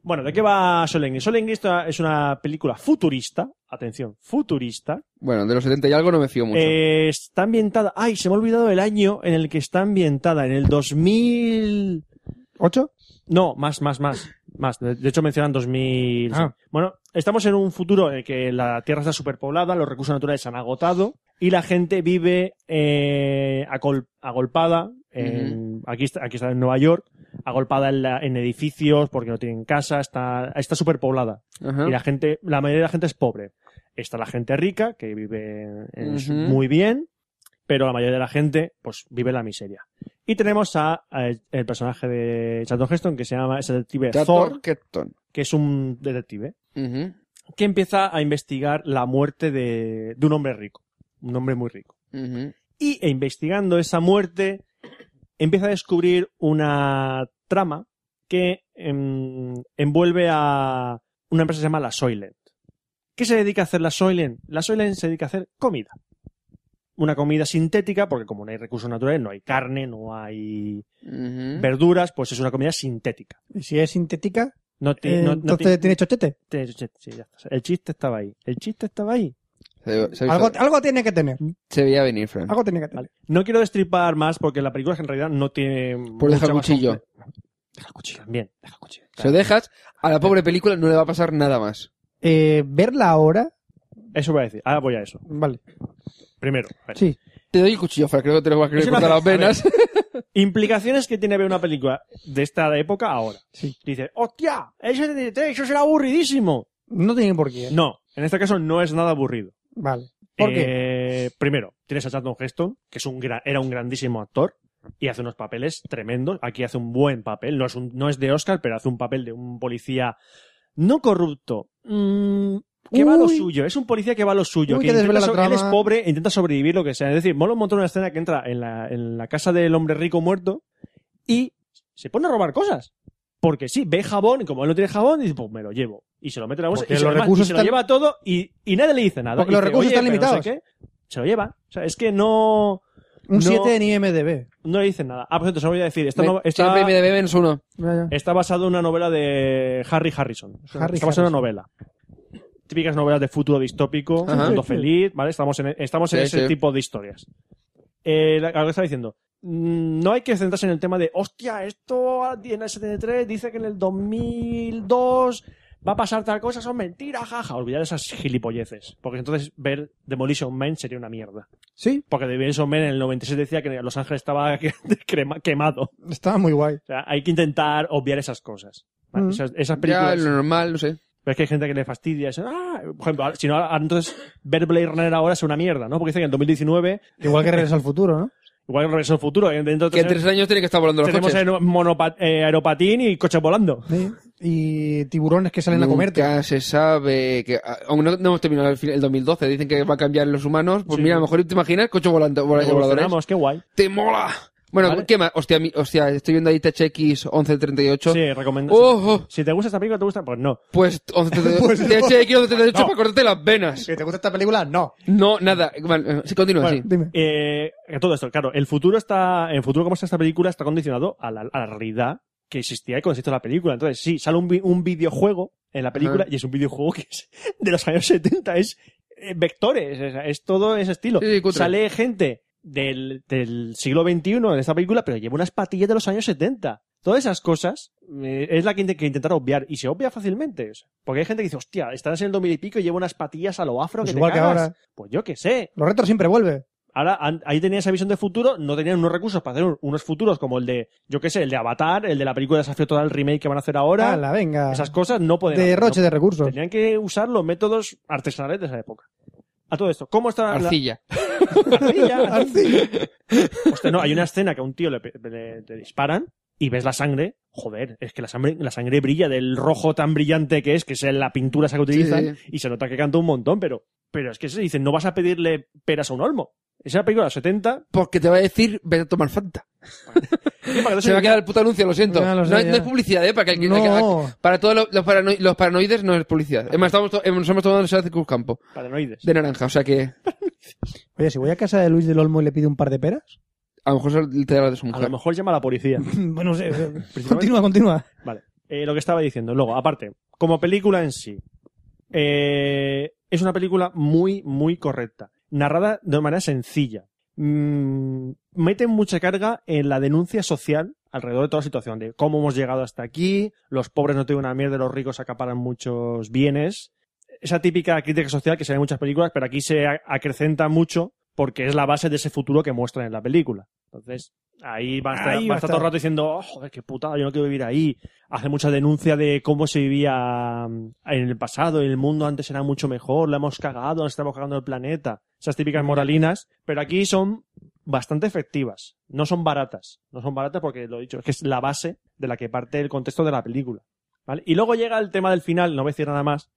S8: Bueno, ¿de qué va Solen Green? Solen Green esta- es una película futurista, atención, futurista,
S3: Bueno, de los 70 y algo no me fío mucho.
S8: Eh, está ambientada. Ay, se me ha olvidado el año en el que está ambientada. En el 2000.
S2: ¿Ocho?
S8: No, más, más, más. Más. De de hecho, mencionan 2000.
S2: Ah.
S8: Bueno, estamos en un futuro en el que la tierra está superpoblada, los recursos naturales se han agotado y la gente vive eh, acol- agolpada. en- aquí, está, aquí está en Nueva York, agolpada en, la- en edificios porque no tienen casa, está, está superpoblada.
S3: Ajá.
S8: Y la gente, la mayoría de la gente es pobre. Está la gente rica, que vive en-
S3: Ujú.
S8: muy bien, pero la mayoría de la gente, pues, vive en la miseria. Y tenemos a, a el, el personaje de Charlton Heston, que se llama, es el detective Thor,
S3: Chator Ketton.
S8: que es un detective,
S3: Ujú,
S8: que empieza a investigar la muerte de, de un hombre rico. Un hombre muy rico.
S3: ujú.
S8: Y e investigando esa muerte, empieza a descubrir una trama que em, envuelve a una empresa que se llama La Soylent. ¿Qué se dedica a hacer la Soylent? La Soylent se dedica a hacer comida. Una comida sintética, porque como no hay recursos naturales, no hay carne, no hay
S3: Ujú.
S8: verduras, pues es una comida sintética.
S2: ¿Y si es sintética?
S8: No ti-
S2: eh,
S8: no- no
S2: entonces tiene chochete.
S8: ti- sí, sí, ya está. El chiste estaba ahí. El chiste estaba ahí.
S3: Se, se-
S2: Algo, algo tiene que tener.
S3: se veía venir, Fran.
S2: Algo tiene que tener.
S8: No quiero destripar más porque la película en realidad no tiene.
S3: Por
S8: mucha
S3: dejar
S8: más
S3: cuchillo.
S8: comple- Deja el cuchillo. Bien, deja el cuchillo.
S3: Se lo dejas, a la pobre película no le va a pasar nada más.
S2: Eh, verla ahora.
S8: Eso voy a decir. Ahora voy a eso.
S2: Vale.
S8: Primero. a ver.
S2: Sí.
S3: Te doy el cuchillo, Fran, creo que te lo vas *laughs* a querer
S8: Es una
S3: cortar las
S8: pe- a
S3: venas.
S8: Implicaciones que tiene ver una película de esta época ahora.
S2: Sí.
S8: Dices, ¡hostia! ¡Eso, es- eso será aburridísimo!
S2: No tiene por qué.
S8: No, en este caso no es nada aburrido.
S2: Vale. ¿Por qué?
S8: Eh, Primero, tienes a Charlton Heston, que es un gra- era un grandísimo actor y hace unos papeles tremendos. Aquí hace un buen papel. No es, un- no es de Oscar, pero hace un papel de un policía no corrupto. mm, que va a lo
S2: Uy.
S8: suyo, es un policía que va a lo suyo.
S2: Uy,
S8: que
S2: que
S8: intenta
S2: desvela la
S8: so- él es
S2: trama.
S8: pobre, e intenta sobrevivir lo que sea. Es decir, mola un montón una escena que entra en la, en la casa del hombre rico muerto y se pone a robar cosas. Porque sí, ve jabón y como él no tiene jabón, dice, pues me lo llevo. Y se lo mete en la bolsa
S2: Porque
S8: y se,
S2: los
S8: lo, lleva-
S2: recursos
S8: y se lo
S2: están-
S8: lleva todo y, y nadie le dice nada.
S2: Porque
S8: Y
S2: los
S8: dice,
S2: recursos
S8: "Oye,
S2: están
S8: pero no sé
S2: limitados".
S8: qué. Se lo lleva. O sea, es que no,
S2: Un
S8: no-
S2: 7 en IMDB.
S8: no le dicen nada. Ah, por cierto, se me olvidó decir. Esta,
S3: Me-
S8: no- esta-
S3: me- me deben uno.
S2: Ya, ya.
S8: Está basado en una novela de Harry Harrison. Es una-
S2: Harry
S8: está basado en
S2: Harrison.
S8: una novela. Típicas novelas de futuro distópico,
S3: Ajá.
S8: mundo
S2: Sí, sí.
S8: feliz, ¿vale? Estamos en, estamos en
S3: Sí,
S8: ese
S3: sí.
S8: tipo de historias. Eh, la- lo que estaba diciendo. mm, No hay que centrarse en el tema de, hostia, esto ah, en el 73 dice que en el 2002 va a pasar tal cosa, son mentiras, jaja. Olvidar esas gilipolleces. Porque entonces ver Demolition Man sería una mierda.
S2: Sí,
S8: Porque Demolition Man en el 96 decía que Los Ángeles estaba *laughs* crema- quemado.
S2: estaba muy guay.
S8: O sea, hay que intentar obviar esas cosas. ¿vale?
S2: Mm.
S8: Esas, esas
S3: Ya,
S8: películas.
S3: lo normal, no sé.
S8: Pero es que hay gente que le fastidia. eso, "Ah", por ejemplo, ahora- si no, ahora- entonces ver Blade Runner ahora es una mierda, ¿no? Porque dicen que en 2019,
S2: Igual
S8: *laughs*
S2: que Regreso al Futuro, ¿no?
S8: igual que regreso al futuro, eh, dentro de
S3: Que en
S8: tres
S3: tres
S8: años
S3: años tiene que estar volando los
S8: tenemos
S3: coches.
S8: aero- monopa- eh, aeropatín y coches volando.
S2: Sí. Y tiburones que salen a comerte.
S3: Nunca se sabe que ah, aún no, no hemos terminado el, fin- el 2012, dicen que va a cambiar los humanos. Pues
S8: Sí.
S3: mira, a lo mejor te imaginas coche volando, vol- voladores.
S8: Evolucionamos, qué guay.
S3: ¡Te mola! Bueno,
S8: Vale.
S3: ¿qué más? Hostia, mi- hostia, estoy viendo ahí THX 1138.
S8: Sí, recomiendo.
S3: ¡Oh! oh,
S8: Si te gusta esta película, te gusta, pues no.
S3: Pues, 1138,
S2: Pues no.
S3: THX 1138
S2: No.
S3: para cortarte las venas.
S2: ¿Que te gusta esta película? No.
S3: No, nada. Vale, eh, sí, continúa,
S8: Bueno,
S3: sí.
S2: Dime.
S8: Eh, que todo esto, claro, el futuro está, el futuro como está esta película está condicionado a la, a la realidad que existía y consiste en la película. Entonces, sí, sale un, vi- un videojuego en la película
S3: Ajá.
S8: y es un videojuego que es de los años 70, es eh, vectores, es, es todo ese estilo.
S3: Sí, sí, cutre.
S8: sale gente del, del siglo XXI en esta película, pero lleva unas patillas de los años 70. Todas esas cosas eh, es la que, int- que intentar obviar y se obvia fácilmente. O sea, porque hay gente que dice, hostia, estás en el 2000 y pico y lleva unas patillas a lo afro
S2: Pues
S8: que
S2: igual
S8: te
S2: que
S8: cagas".
S2: ahora.
S8: Pues yo qué sé.
S2: Los retros siempre vuelven.
S8: Ahora, an- ahí tenían esa visión de futuro, no tenían unos recursos para hacer un- unos futuros como el de, yo qué sé, el de Avatar, el de la película Desafío Total Remake que van a hacer ahora.
S2: Hala, venga.
S8: Esas cosas no pueden.
S2: Derroche
S8: no-
S2: Ah, de recursos.
S8: Tenían que usar los métodos artesanales de esa época. A todo esto, ¿cómo está la,
S3: Arcilla.
S8: Arcilla. *laughs* Hostia, no, hay una escena que a un tío le, pe- le- le disparan y ves la sangre. Joder, es que la sangre, la sangre brilla del rojo tan brillante que es, que es la pintura esa que utilizan, y se nota que canta un montón, pero, pero es que se dicen, no vas a pedirle peras a un olmo. Esa película de los 70,
S3: Porque te va a decir, vete a tomar Fanta.
S8: y para que no
S3: Se me
S8: se-
S3: va a quedar el puto anuncio, lo siento.
S2: Ya lo sé,
S3: no, hay-
S2: ya.
S3: no es publicidad, ¿eh? Para, que, el que- el que-
S2: No.
S3: para todos los, los parano- los paranoides no es publicidad. Es más, estamos to- em, nos hemos tomado el circunscampo
S8: paranoides.
S3: de naranja. O sea que
S2: Oye, si voy a casa de Luis del Olmo y le pido un par de peras. *clears throat*
S3: a lo mejor es el te de su
S8: A lo
S3: mujer.
S8: mejor llama a la policía.
S2: bueno, no
S8: *laughs*
S2: sé. continúa, continúa.
S8: Vale. Eh, lo que estaba diciendo. Luego, aparte, como película en sí, eh, es una película muy, muy correcta. Narrada de una manera sencilla. Mm, mete mucha carga en la denuncia social alrededor de toda la situación. De cómo hemos llegado hasta aquí, los pobres no tienen una mierda, los ricos acaparan muchos bienes. Esa típica crítica social que se ve en muchas películas, pero aquí se a- acrecenta mucho porque es la base de ese futuro que muestran en la película. Entonces, ahí va a estar,
S2: Ahí
S8: va
S2: va
S8: a
S2: a
S8: estar todo el
S2: estar.
S8: rato diciendo, "Oh, joder, qué putada, yo no quiero vivir ahí hace mucha denuncia de cómo se vivía mm, en el pasado, el mundo antes era mucho mejor, la hemos cagado, nos estamos cagando el planeta. Esas típicas moralinas, pero aquí son bastante efectivas, no son baratas, no son baratas porque lo he dicho, es que es la base de la que parte el contexto de la película. ¿vale? Y luego llega el tema del final, no voy a decir nada más,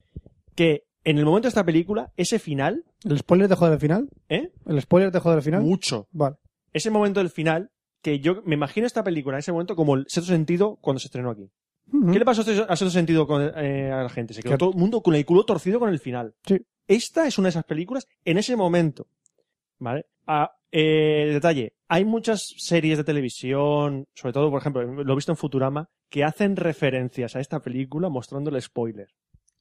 S8: que en el momento de esta película, ese final,
S2: ¿El spoiler te jode al final?
S8: ¿eh?
S2: ¿El spoiler te jode al final?
S8: Mucho.
S2: Vale.
S8: Ese momento del final, que yo me imagino esta película, ese momento como el sexto sentido cuando se estrenó aquí. ¿Qué le pasó a ese- a ese sentido con, eh, a la gente? Se quedó
S2: Que-
S8: todo el mundo con el culo torcido con el final.
S2: Sí.
S8: Esta es una de esas películas en ese momento. ¿Vale? Ah, eh, detalle. Hay muchas series de televisión, sobre todo, por ejemplo, lo he visto en Futurama, que hacen referencias a esta película mostrando el spoiler.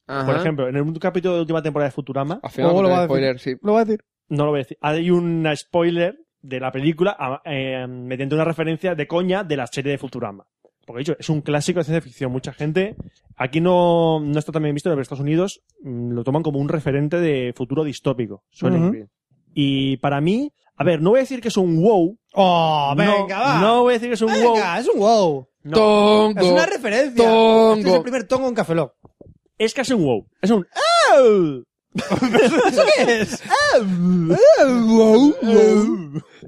S3: Ajá.
S8: Por ejemplo, en un capítulo de la última temporada de Futurama,
S3: Al final,
S2: Luego lo va
S3: con el
S2: a decir.
S3: spoiler, sí.
S2: Lo voy a decir.
S8: no lo voy a decir, hay un spoiler de la película a- eh, mediante una referencia de coña de la serie de Futurama. Porque dicho, es un clásico de ciencia ficción. Mucha gente aquí no, no está tan bien visto, pero en Estados Unidos mm, lo toman como un referente de futuro distópico. Suelen
S2: Ujú.
S8: incluir. Y para mí, a ver, no voy a decir que es un wow.
S2: ¡Oh,
S8: No,
S2: venga, va!
S8: no voy a decir que es un
S2: Venga,
S8: wow.
S2: es un wow.
S8: No,
S3: Tongo.
S2: Es una referencia.
S3: Tongo.
S2: Este es el primer tongo en Café Lock. *laughs*
S8: Es casi un wow. Es un "Oh".
S2: ¿Eso qué *laughs* es? wow.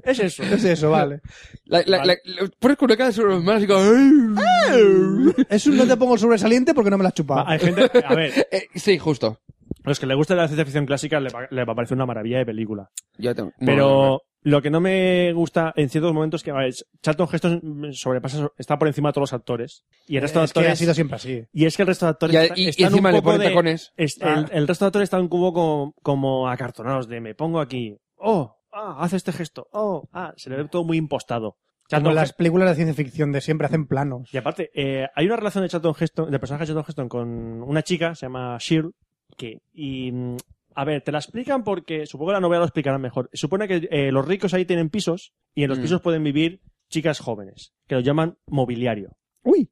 S8: Es eso.
S2: Es eso, vale.
S3: La- la-
S8: Vale.
S3: la- la- pones con una cara sobre los manos y como... "Ay".
S2: Es un no te pongo el sobresaliente porque no me la has chupado.
S8: Hay gente, a ver,
S3: Eh, sí, justo. a
S8: a los que les gusta la ciencia ficción clásica le va- le va a parecer una maravilla de película.
S3: Yo tengo-
S8: Pero lo que no me gusta en ciertos momentos es que a ver, Charlton Heston sobrepasa, está por encima de todos los actores. Y el resto de
S2: Eh, es que
S8: actores.
S2: ha sido siempre así.
S8: Y es que el resto de actores.
S3: Y, a-
S8: está-
S3: y- y
S8: están un
S3: encima le Ah.
S8: poco
S3: ponen
S8: de-
S3: tacones.
S8: es- el, el resto de actores están un cubo como, como acartonados de me pongo aquí. Oh, ah, hace este gesto. Oh, ah, se le ve todo muy impostado.
S2: Como
S8: Charlton
S2: las
S8: Heston-
S2: películas de ciencia ficción de siempre hacen planos.
S8: Y aparte, eh, hay una relación de Charlton Heston, de personaje de Charlton Heston con una chica, se llama Shirl, que, y, mm, a ver, te la explican porque, supongo que la novela lo explicarán mejor. Supone que eh, los ricos ahí tienen pisos, y en los
S3: Mm.
S8: pisos pueden vivir chicas jóvenes, que lo llaman mobiliario.
S2: Uy.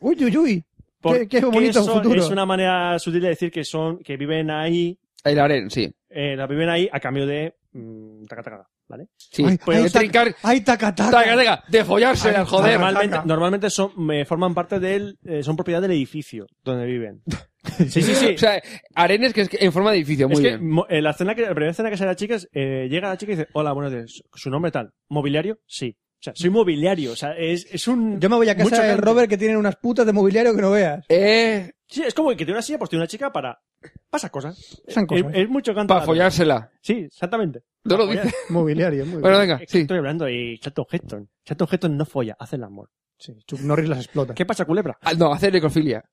S2: Uy, uy, uy.
S8: Porque
S2: Qué- qué bonito
S8: eso
S2: futuro.
S8: Es una manera sutil de decir que son, que viven ahí,
S3: El aren, sí.
S8: eh, la viven ahí a cambio de, mm, taca, taca, taca, ¿vale?
S3: sí.
S2: Ay,
S3: Pues
S2: ay,
S3: de
S2: tac-
S3: trincar...
S2: ¡Ay, taca, taca!
S3: Taca, taca, de follarse,
S2: Ay,
S3: joder.
S2: taca.
S8: normalmente, normalmente son, me forman parte del, eh, son propiedad del edificio
S2: *laughs*
S8: donde viven. Sí, sí, sí.
S3: O sea, arenes que es que- en forma de edificio, muy
S8: es que
S3: bien.
S8: mo- eh, la, escena que, la primera escena que sale la chica es, eh, llega la chica y dice, hola, buenos días, ¿su nombre tal? ¿Mobiliario? Sí. O sea, soy mobiliario. O sea, es, es un...
S2: Yo me voy a
S8: Mucho
S2: casa del
S8: cante.
S2: Robert que tiene unas putas de mobiliario que no veas.
S3: Eh,
S8: Sí, es como que tiene una silla, pues tiene una chica para... Pasa cosas.
S2: Son
S8: Es,
S2: cosas.
S8: es mucho canto.
S3: para follársela.
S8: Sí, exactamente.
S3: No lo
S8: Pa'
S3: dice.
S8: follar.
S2: Mobiliario, muy
S3: Bueno,
S2: bien.
S3: venga,
S8: Es que
S3: sí.
S8: Estoy hablando de Chaton Heston. Chaton Heston no folla, hace el amor.
S2: Sí, Chuck Norris las explota.
S8: ¿Qué pasa, culebra?
S3: Ah, No, hacer necrofilia.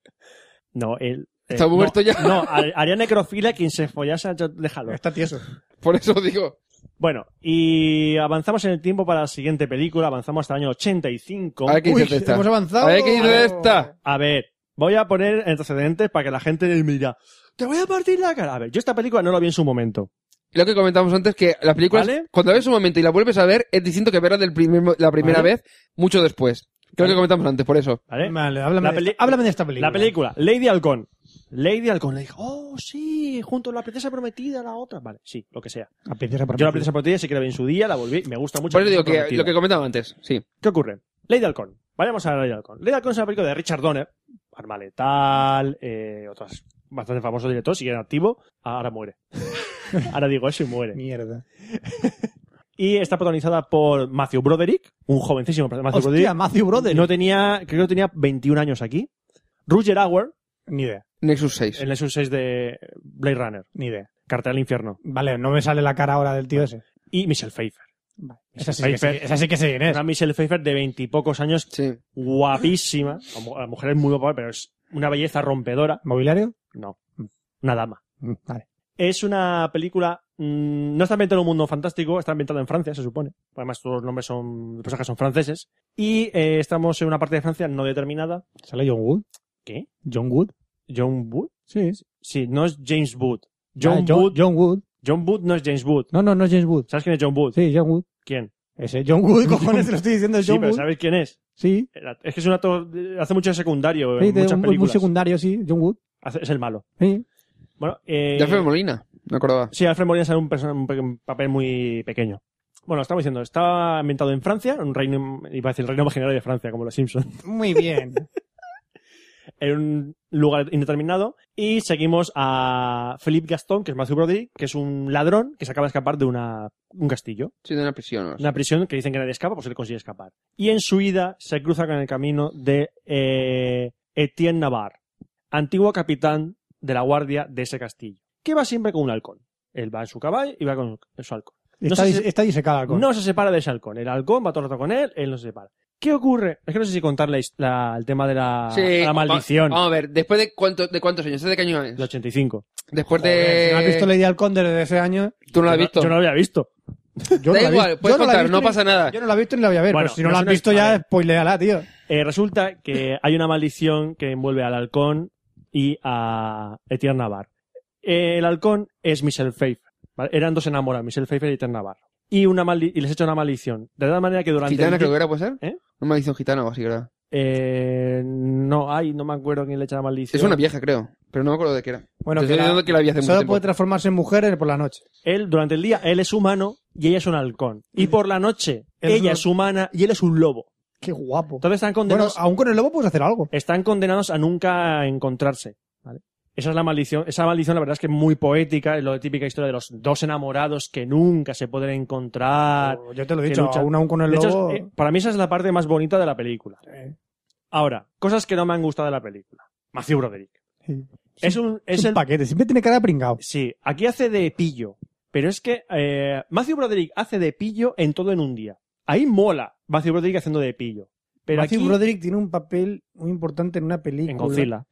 S8: No, él... eh,
S3: Está muerto
S8: no,
S3: ya.
S8: No, ha- haría necrofila quien se follase a... Chad- Déjalo.
S2: Está tieso.
S3: *laughs* Por eso digo.
S8: Bueno, y avanzamos en el tiempo para la siguiente película. Avanzamos hasta el año 85.
S3: A ver qué
S2: Uy,
S3: dices de esta.
S2: hemos avanzado.
S3: A ver qué dices de
S2: Pero-
S3: esta.
S8: A ver, voy a poner antecedentes para que la gente me diga, te voy a partir la cara. A ver, yo esta película no la vi en su momento.
S3: lo que comentamos antes, que las películas,
S8: ¿Vale?
S3: cuando la ves un momento y la vuelves a ver, es distinto que verla del primer, la primera
S8: ¿Vale?
S3: vez mucho después. Creo que comentamos antes, por eso.
S8: ¿Vale?
S2: Vale, háblame,
S8: La
S2: de
S8: peli-
S2: esta, háblame de esta película.
S8: La película, Lady Halcón. Lady Halcón le dijo, oh, sí, junto a la princesa prometida, la otra. Vale, sí, lo que sea.
S2: La princesa
S8: Yo la
S2: prometida.
S8: princesa prometida sí que la vi en su día, la volví, me gusta mucho.
S3: Por eso
S8: La
S3: digo que
S8: Princesa
S3: lo que
S8: Prometida.
S3: comentaba antes, sí.
S8: ¿Qué ocurre? Lady Halcón. Vayamos a Lady Halcón. Lady Halcón es una película de Richard Donner, Arma Letal, eh, otras bastante famosos directores, sigue en activo. Ahora muere. *laughs* Ahora digo eso y muere.
S2: Mierda.
S8: Y está protagonizada por Matthew Broderick, un jovencísimo Matthew
S2: Hostia,
S8: Broderick.
S2: Matthew Broderick.
S8: No tenía, creo que tenía 21 años aquí. Roger Hauer,
S2: Ni idea,
S3: Nexus 6.
S8: en el Nexus 6 de Blade Runner.
S2: ni idea.
S8: Cartel al infierno.
S2: Vale, no me sale la cara ahora del tío ese.
S8: Y Michelle Pfeiffer.
S2: Esa sí, que
S8: Pfeiffer.
S2: sé, esa sí que sé quién es.
S8: Una Michelle Pfeiffer de veintipocos años,
S3: Sí.
S8: guapísima. La mu- La mujer es muy guapa, pero es una belleza rompedora.
S2: ¿Mobiliario?
S8: No, una dama.
S2: Mm, Vale.
S8: Es una película. mm, no está ambientada en un mundo fantástico, está ambientada en Francia, se supone. Además, todos los nombres son. Los personajes son franceses. Y eh, estamos en una parte de Francia no determinada.
S2: ¿Sale John Wood?
S8: ¿Qué?
S2: ¿John Wood?
S8: John Wood.
S2: Sí.
S8: Sí, no es James Wood. John,
S2: Ah, John,
S8: Wood.
S2: John Wood.
S8: John Wood no es James Wood.
S2: No, no, no es James Wood.
S8: ¿Sabes quién es John Wood?
S2: Sí, John Wood.
S8: ¿Quién?
S2: Ese John Wood, cojones, te lo estoy diciendo, es
S8: sí,
S2: John
S8: pero
S2: Wood.
S8: ¿sabes quién es?
S2: Sí,
S8: Era- Es que es un actor. de- Hace mucho de secundario
S2: sí
S8: en
S2: de
S8: muchas
S2: un- muy,
S8: películas.
S2: secundario, sí, John Wood.
S8: Hace- es el malo.
S2: Sí.
S8: Bueno, eh,
S3: Y Alfred Molina, me acordaba.
S8: Sí, Alfred Molina sale un, persona- un pe- un papel muy pequeño. Bueno, estamos diciendo, está ambientado en Francia, en un reino, iba a decir el reino imaginario de Francia, como los Simpsons,
S2: Muy bien.
S8: *laughs* en un lugar indeterminado. Y seguimos a Philippe Gaston, que es Matthew Brody, que es un ladrón que se acaba de escapar de una, un castillo,
S3: Sí, de una prisión. o sea.
S8: una prisión que dicen que nadie escapa, pues él consigue escapar. Y en su ida se cruza con el camino de eh, Etienne Navarre, antiguo capitán de la guardia de ese castillo, que va siempre con un halcón. Él va en su caballo y va con su halcón. No
S2: *laughs* Está,
S8: sé
S2: dis-
S8: si-
S2: está disecado alcohol.
S8: No se separa de ese halcón. El halcón va todo el rato con él, él no se separa. ¿Qué ocurre? Es que no sé si contar la his- la- el tema de la,
S3: Sí,
S8: la
S3: va-
S8: maldición.
S3: Vamos a ver, después de, cuánto, de cuántos años, ¿de qué año es?
S8: El 85.
S3: Después
S2: Joder, si no has visto
S3: de...
S2: Lady Halcón desde ese año.
S3: Tú no lo has
S8: Yo
S3: visto.
S8: Yo no lo había visto.
S2: Yo no
S3: da
S2: la he
S3: igual,
S2: visto- yo no la he
S3: puedes contar,
S2: visto
S3: no
S2: ni-
S3: pasa nada.
S2: Yo no la he visto ni la voy a ver,
S8: Bueno,
S2: pero si no,
S8: no
S2: la
S8: es
S2: has
S8: una-
S2: visto
S8: a
S2: ya,
S8: ver.
S2: spoileala, tío.
S8: Eh, resulta que hay una maldición que envuelve al halcón y a Etienne Navarre. Eh, el halcón es Michelle Pfeiffer. ¿vale? Eran dos enamorados, Michelle Pfeiffer y Etienne Navarre. Y, una maldi- y les echa una maldición. De tal manera que durante...
S3: Gitana
S8: el di-
S3: creo que era, ¿puede ser?
S8: ¿Eh?
S3: Una maldición gitana o así, ¿verdad?
S8: Eh, no, ay, no me acuerdo quién le echa la maldición.
S3: Es una vieja, creo. Pero no me acuerdo de qué era.
S2: Bueno,
S3: Te
S2: que
S3: estoy
S2: la-
S3: diciendo que la vi hace mucho
S2: solo
S3: tiempo.
S2: puede transformarse en mujeres por la noche.
S8: Él, durante el día, él es humano y ella es un halcón. Y por la noche,
S2: Él es
S8: ella
S2: un-
S8: es humana y él es un lobo.
S2: Qué guapo.
S8: Entonces
S2: Bueno,
S8: están
S2: ah.
S8: condenados,
S2: aún con el lobo puedes hacer algo.
S8: están condenados a nunca encontrarse. ¿vale? Esa es la maldición. Esa maldición, la verdad es que es muy poética. Es lo de típica historia de los dos enamorados que nunca se pueden encontrar.
S2: Yo te lo he
S8: Ah, que
S2: dicho,
S8: lucha.
S2: aún, aún con el
S8: De hecho,
S2: lobo.
S8: eh, para mí esa es la parte más bonita de la película.
S2: eh,
S8: Ahora, cosas que no me han gustado de la película. Matthew Broderick.
S2: Sí.
S8: Es un,
S2: es
S8: es
S2: un
S8: el
S2: paquete, siempre tiene cara de pringao.
S8: Sí, aquí hace de pillo. Pero es que eh, Matthew Broderick hace de pillo en todo en un día. Ahí mola Matthew Broderick haciendo de pillo. Pero
S2: Matthew
S8: aquí
S2: Broderick tiene un papel muy importante en una película.
S8: en Godzilla.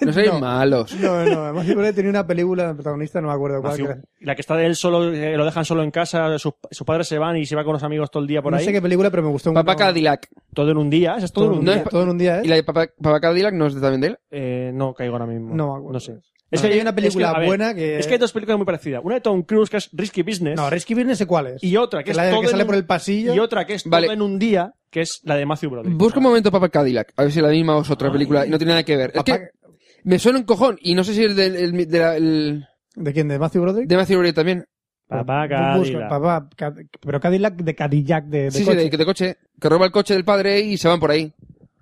S3: No sois
S2: No.
S3: malos.
S2: No, no, Matthew Broderick tenía una película de protagonista, no me acuerdo cuál.
S8: Matthew-
S2: que era.
S8: la que está de él solo, eh, lo dejan solo en casa, sus, sus padres se van y se va con los amigos todo el día por
S2: no
S8: ahí.
S2: sé qué película, pero me gustó
S3: Papá
S2: una-
S3: Cadillac.
S8: Todo en un día, eso es todo,
S2: Todo en un
S3: No
S2: día.
S3: es-
S2: Todo en un día, ¿eh?
S3: ¿Y la de Papá, Papá Cadillac no es de- también de él?
S8: Eh, no caigo ahora mismo.
S2: No me acuerdo. Eh,
S8: No sé.
S2: Es que hay una
S8: es
S2: película
S8: a ver,
S2: buena que.
S8: Es que hay dos películas muy parecidas. Una de Tom Cruise, que es Risky Business.
S2: No, Rescue Business sé cuál es.
S8: y otra que
S2: que
S8: es
S2: la de
S8: todo
S2: que
S8: en
S2: sale
S8: un-
S2: por el pasillo.
S8: y otra que es
S3: Vale.
S8: todo en un día, que es la de Matthew Broderick.
S3: Busca un momento Papá Cadillac. A ver si la misma o es otra película. Y no tiene nada que ver. Es
S2: Papá-
S3: que me suena un cojón. Y no sé si es del, el- de, la- el-
S2: ¿De quién? ¿De Matthew Broderick?
S3: de Matthew Broderick también.
S8: Papá,
S2: Bu- busca-
S8: Cadillac.
S2: papá, Cad- pero Cadillac de Cadillac de, de
S3: sí,
S2: coche.
S3: sí, de, de coche. Que roba el coche del padre y se van por ahí.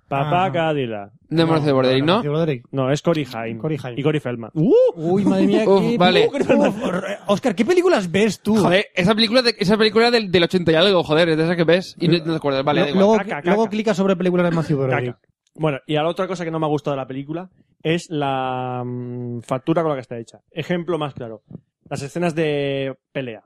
S8: Papá
S2: Mm. Ajá.
S8: Cadillac.
S3: No, no, de Broderick, ¿no?
S2: Matthew Broderick.
S8: No, es Cory Haim.
S2: Corey Haim.
S8: Y Cory Feldman.
S2: Uy, madre mía,
S3: Uf,
S2: qué...
S3: vale.
S2: Uf, qué- Oscar, ¿qué películas ves tú?
S3: Joder, esa película, de- esa película del, del 80 y algo, joder, es de esa que ves y no, no te acuerdas. Vale,
S2: Lo-
S3: da igual.
S2: luego,
S8: Caca, caca.
S2: luego clica sobre películas de Matthew Broderick.
S8: Caca. Bueno, y la otra cosa que no me ha gustado de la película es la mm, factura con la que está hecha. Ejemplo más claro. Las escenas de pelea.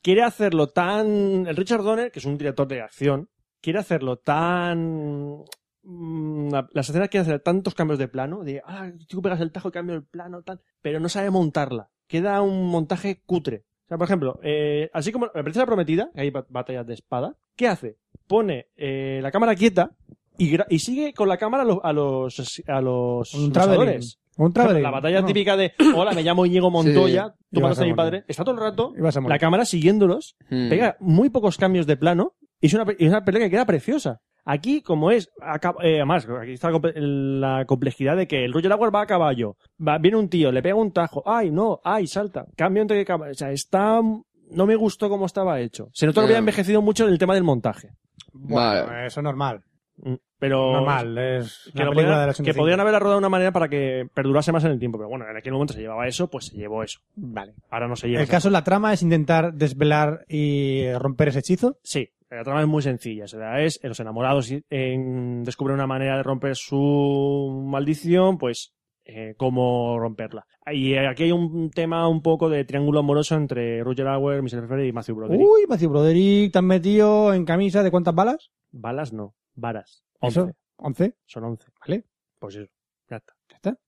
S8: Quiere hacerlo tan... El Richard Donner, que es un director de acción, quiere hacerlo tan... mm, la- Las escenas quiere hacer tantos cambios de plano, de, ah, tú pegas el tajo y cambio el plano, tal, pero no sabe montarla. Queda un montaje cutre. O sea, por ejemplo, eh, así como la princesa prometida, que hay ba- batallas de espada, ¿qué hace? Pone eh, la cámara quieta y, gra- y sigue con la cámara a los a los, a los
S2: Un
S8: luchadores.
S2: Un traveling.
S8: la batalla
S2: No.
S8: típica de, hola, me llamo Íñigo Montoya, tú
S2: Y vas
S8: vas a
S2: a
S8: ser mi
S2: morir.
S8: padre, está todo el rato
S2: Y vas a morir.
S8: la cámara siguiéndolos,
S3: Mm.
S8: pega muy pocos cambios de plano y es una, pe- y es una pelea que queda preciosa. Aquí, como es, acá- eh, además, aquí está la comple- la complejidad de que el Roger Aguard va a caballo, va, viene un tío, le pega un tajo, ay, no, ay, salta, cambio entre cámara, o sea, está, no me gustó cómo estaba hecho. Se notó que había
S3: Eh.
S8: envejecido mucho en el tema del montaje,
S2: Bueno,
S3: Vale.
S2: eso es normal.
S8: Mm, pero...
S2: Normal. Es
S8: Que,
S2: una
S8: lo
S2: película
S8: podrían,
S2: del
S8: que
S2: 85.
S8: podrían haberla rodado de una manera para que perdurase más en el tiempo, pero bueno, en aquel momento se llevaba eso, pues se llevó eso. Vale. Ahora no se lleva.
S2: El
S8: eso.
S2: caso, la trama es intentar desvelar y eh, romper ese hechizo.
S8: Sí, la trama es muy sencilla. O sea, es eh, los enamorados y- en- descubren una manera de romper su maldición, pues eh, cómo romperla. Y eh, aquí hay un tema un poco de triángulo amoroso entre Roger Auer, Michelle Pfeiffer y Matthew Broderick.
S2: Uy, Matthew Broderick, te has metido en camisa de cuántas balas?
S8: Balas no, varas. Once.
S2: Eso, 11.
S8: Son once.
S2: Vale.
S8: Pues eso, ya está.
S2: ¿Ya está?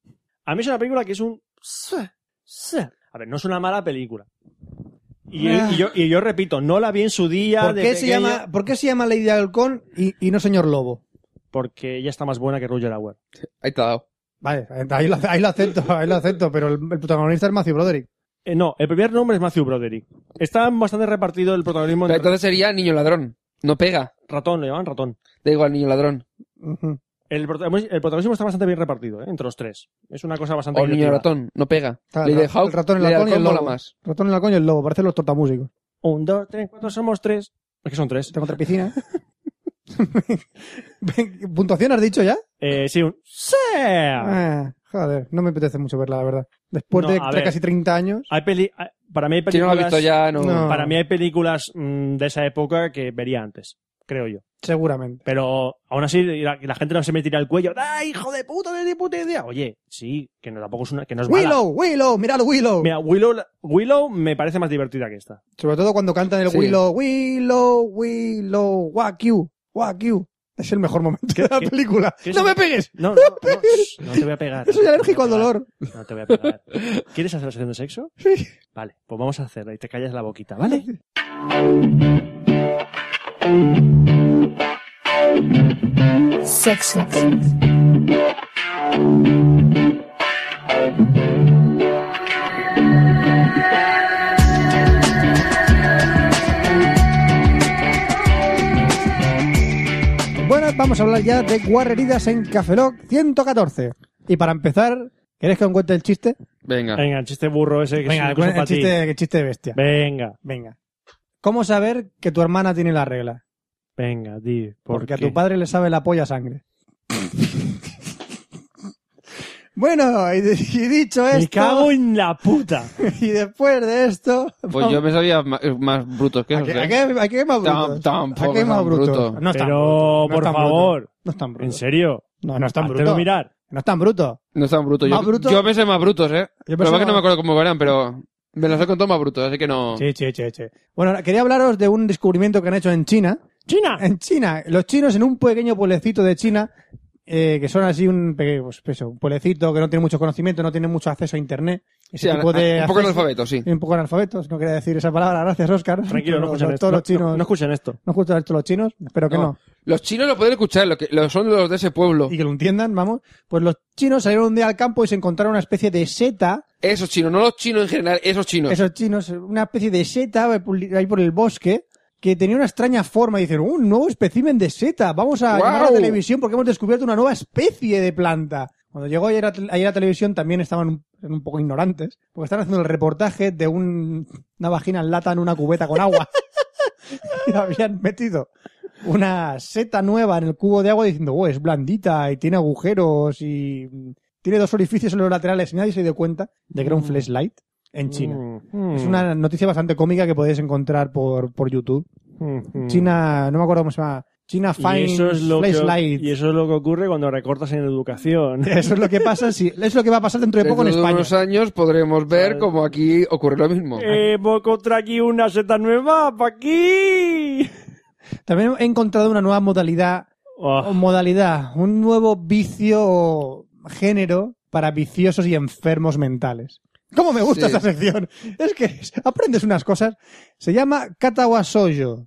S8: A mí es una película que es un... A ver, no es una mala película. Y,
S2: Ah.
S8: y yo, y yo repito, no la vi en su día.
S2: ¿Por
S8: de
S2: qué, se
S8: pequeño,
S2: llama, ¿Por qué se llama Lady Halcón y, y no Señor Lobo?
S8: Porque ella está más buena que Roger Auer.
S3: Ahí te ha dado.
S2: Vale, ahí lo, ahí lo
S8: *laughs*
S2: acepto, ahí lo acepto, pero el, el protagonista es Matthew Broderick.
S8: Eh, no, el primer nombre es Matthew Broderick. Está bastante repartido el protagonismo
S3: Pero
S8: entre
S3: entonces sería niño ladrón. No pega.
S8: ratón, le llaman ratón.
S3: Da igual, niño ladrón.
S2: Ujú.
S8: El, prota- el protagonismo está bastante bien repartido, ¿eh? entre los tres. Es una cosa bastante
S3: O niño
S8: creativa.
S3: ratón. No pega.
S2: Está el
S3: Lady
S2: ra-
S3: Hawk,
S2: Ah, el ratón, el
S3: Lady
S2: halcón y el
S3: Halcón mola
S2: lobo.
S3: más.
S2: Ratón en la coña y el lobo, parecen los tortamúsicos.
S8: Un, dos, tres, cuatro, somos tres. Es que son tres.
S2: Tengo otra piscina.
S8: *laughs*
S2: ¿Puntuación has dicho ya?
S8: Eh, sí, un... ¡Sí!
S2: Ah, joder, no me apetece mucho verla, la verdad. Después
S8: No,
S2: de
S8: a
S2: tre-
S8: ver.
S2: casi 30 años.
S8: Hay peli... hay- Para mí hay películas...
S3: Si no lo has visto ya, no.
S2: No.
S8: Para mí hay películas mm, de esa época que vería antes, creo yo.
S2: Seguramente.
S8: Pero aún así la, la gente no se me tira el cuello. ¡Ah, hijo de puta, de puta idea! Oye, sí, que no, tampoco es una... Que no es Pues mala.
S2: Willow, Willow, mirad Willow.
S8: Mira, Willow, la- Willow me parece más divertida que esta.
S2: Sobre todo cuando cantan el
S3: Sí.
S2: Willow, Willow, Willow, Wack You, Wack You. Es el mejor momento de la
S8: qué-
S2: película.
S8: qué es
S2: ¡No
S8: eso?
S2: me
S8: *laughs*
S2: pegues!
S8: No, no, no, shh, no te voy a pegar.
S2: Soy
S8: No te
S2: alérgico
S8: voy
S2: al
S8: a pegar,
S2: dolor.
S8: No te voy a pegar. ¿Quieres hacer la sesión de sexo?
S2: Sí.
S8: Vale, pues vamos a hacerla y te callas la boquita, ¿vale?
S5: sexo,
S2: Bueno, vamos a hablar ya de guarreridas en Cafeloc 114. Y para empezar, ¿queréis que os cuente el chiste?
S3: Venga.
S8: Venga, el chiste burro ese que
S2: Venga,
S8: es incluso
S2: el
S8: para ti.
S2: chiste, el chiste de bestia.
S8: Venga,
S2: Venga. ¿Cómo saber que tu hermana tiene la regla?
S8: venga, di. ¿por
S2: Porque a
S8: qué?
S2: tu padre le sabe la polla a sangre. bueno, y, de- y dicho
S8: Me
S2: esto,
S8: cago en la puta.
S2: y después de esto...
S3: Pues yo me sabía ma- eh, más, brutos
S2: *laughs*
S3: que
S2: ¿A
S3: esos.
S2: qué, a
S3: ¿eh?
S2: qué- a qué más
S3: Tam-
S2: brutos?
S3: tampoco
S2: ¿A qué más
S3: tan
S2: brutos?
S3: bruto.
S2: No es tan bruto,
S8: Pero,
S2: no es
S8: por
S2: tan bruto.
S8: favor,
S2: No es tan bruto.
S8: ¿en serio?
S2: No, no es tan
S8: Háztelo
S2: bruto.
S8: mirar.
S2: No es tan bruto.
S3: No están brutos. Yo,
S2: ¿Más brutos?
S3: yo me sé más brutos, ¿eh? Lo que pasa es que no
S2: pensaba-
S3: me acuerdo cómo eran, pero me los he contado más brutos, así que no.
S2: Sí, sí, sí, sí. Bueno, ahora quería hablaros de un descubrimiento que han hecho en China.
S8: ¡China!
S2: En China, los chinos en un pequeño pueblecito de China, eh, que son así un, peque- pues, eso, un pueblecito que no tiene mucho conocimiento, no tiene mucho acceso a internet. Ese
S3: Sí,
S2: tipo
S3: ana-
S2: de
S3: un poco
S2: acceso-
S3: analfabeto, sí.
S2: Un poco analfabetos, no quería decir esa palabra. Gracias, Oscar.
S8: Tranquilo, no
S2: Todos-
S8: escuchen esto.
S2: Todos
S8: No,
S2: los chinos.
S8: no- no escuchen esto.
S2: no escuchan esto los chinos, espero que
S3: No.
S2: no.
S3: Los chinos lo pueden escuchar, lo que, lo son los de ese pueblo.
S2: Y que lo entiendan, vamos. Pues los chinos salieron un día al campo y se encontraron una especie de seta
S3: Esos chinos, no los chinos en general, esos chinos.
S2: esos chinos, una especie de seta ahí por el bosque que tenía una extraña forma y dicen, "Uh, un nuevo espécimen de seta, vamos a llamar a la
S3: ¡Guau!
S2: televisión porque hemos descubierto una nueva especie de planta. Cuando llegó ayer a, tel- ayer a televisión también estaban un, eran un poco ignorantes porque estaban haciendo el reportaje de un- una vagina en lata en una cubeta con agua. *laughs* y habían metido una seta nueva en el cubo de agua diciendo, oh, es blandita y tiene agujeros y mm, tiene dos orificios en los laterales y nadie se dio cuenta de
S3: Mm.
S2: que era un flashlight en China.
S8: Mm,
S2: Es
S8: mm,
S2: una noticia bastante cómica que podéis encontrar por, por YouTube.
S8: mm, mm.
S2: China, no me acuerdo cómo se llama. China Fine
S8: Y eso, es lo que,
S2: Flashlight.
S8: y eso es lo que ocurre cuando recortas en educación.
S2: *laughs* Eso es lo que pasa, sí. Es lo que va a pasar
S8: *laughs*
S2: dentro de poco en
S3: Dentro de
S2: España.
S3: unos años podremos ver
S8: ¿Sabes?
S3: cómo aquí ocurre lo mismo.
S2: Eh,
S8: Hemos encontrado Eh, aquí una seta nueva, pa' aquí.
S2: También he encontrado una nueva modalidad,
S8: Oh,
S2: o modalidad, un nuevo vicio o género para viciosos y enfermos mentales. ¿Cómo me gusta
S3: Sí.
S2: esta sección? Es que aprendes unas cosas. Se llama katawasoyo.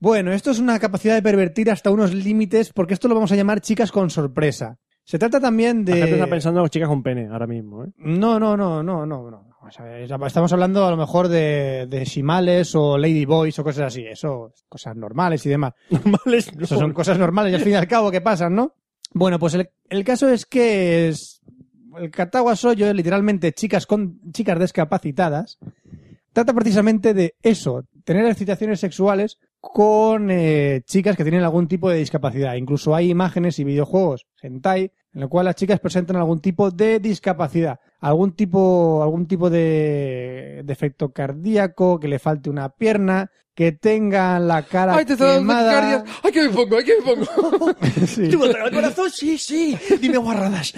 S2: Bueno, esto es una capacidad de pervertir hasta unos límites, porque esto lo vamos a llamar chicas con sorpresa. Se trata también
S8: La gente está
S2: de...
S8: pensando en chicas con pene ahora mismo, ¿eh?
S2: No, no, no, no, no, no. O sea, es- Estamos hablando a lo mejor de, de shimales o ladyboys o cosas así. Eso, cosas normales y demás.
S8: Normales, *laughs* no.
S2: Eso son cosas normales y al fin y al cabo que pasan, ¿no? Bueno, pues el, el caso es que es, el Catagua Soyo, literalmente chicas con chicas discapacitadas, trata precisamente de eso, tener excitaciones sexuales con eh, chicas que tienen algún tipo de discapacidad. Incluso hay imágenes y videojuegos, hentai, en lo cual las chicas presentan algún tipo de discapacidad, algún tipo, algún tipo de defecto cardíaco, que le falte una pierna, que tengan la cara
S3: ¡Ay, te está dando
S2: quemada.
S3: taquicardias! ¡Ay, que me pongo! ¡Ay, que me pongo!
S8: *laughs*
S2: Sí.
S8: el corazón? Sí, sí. Dime guarradas.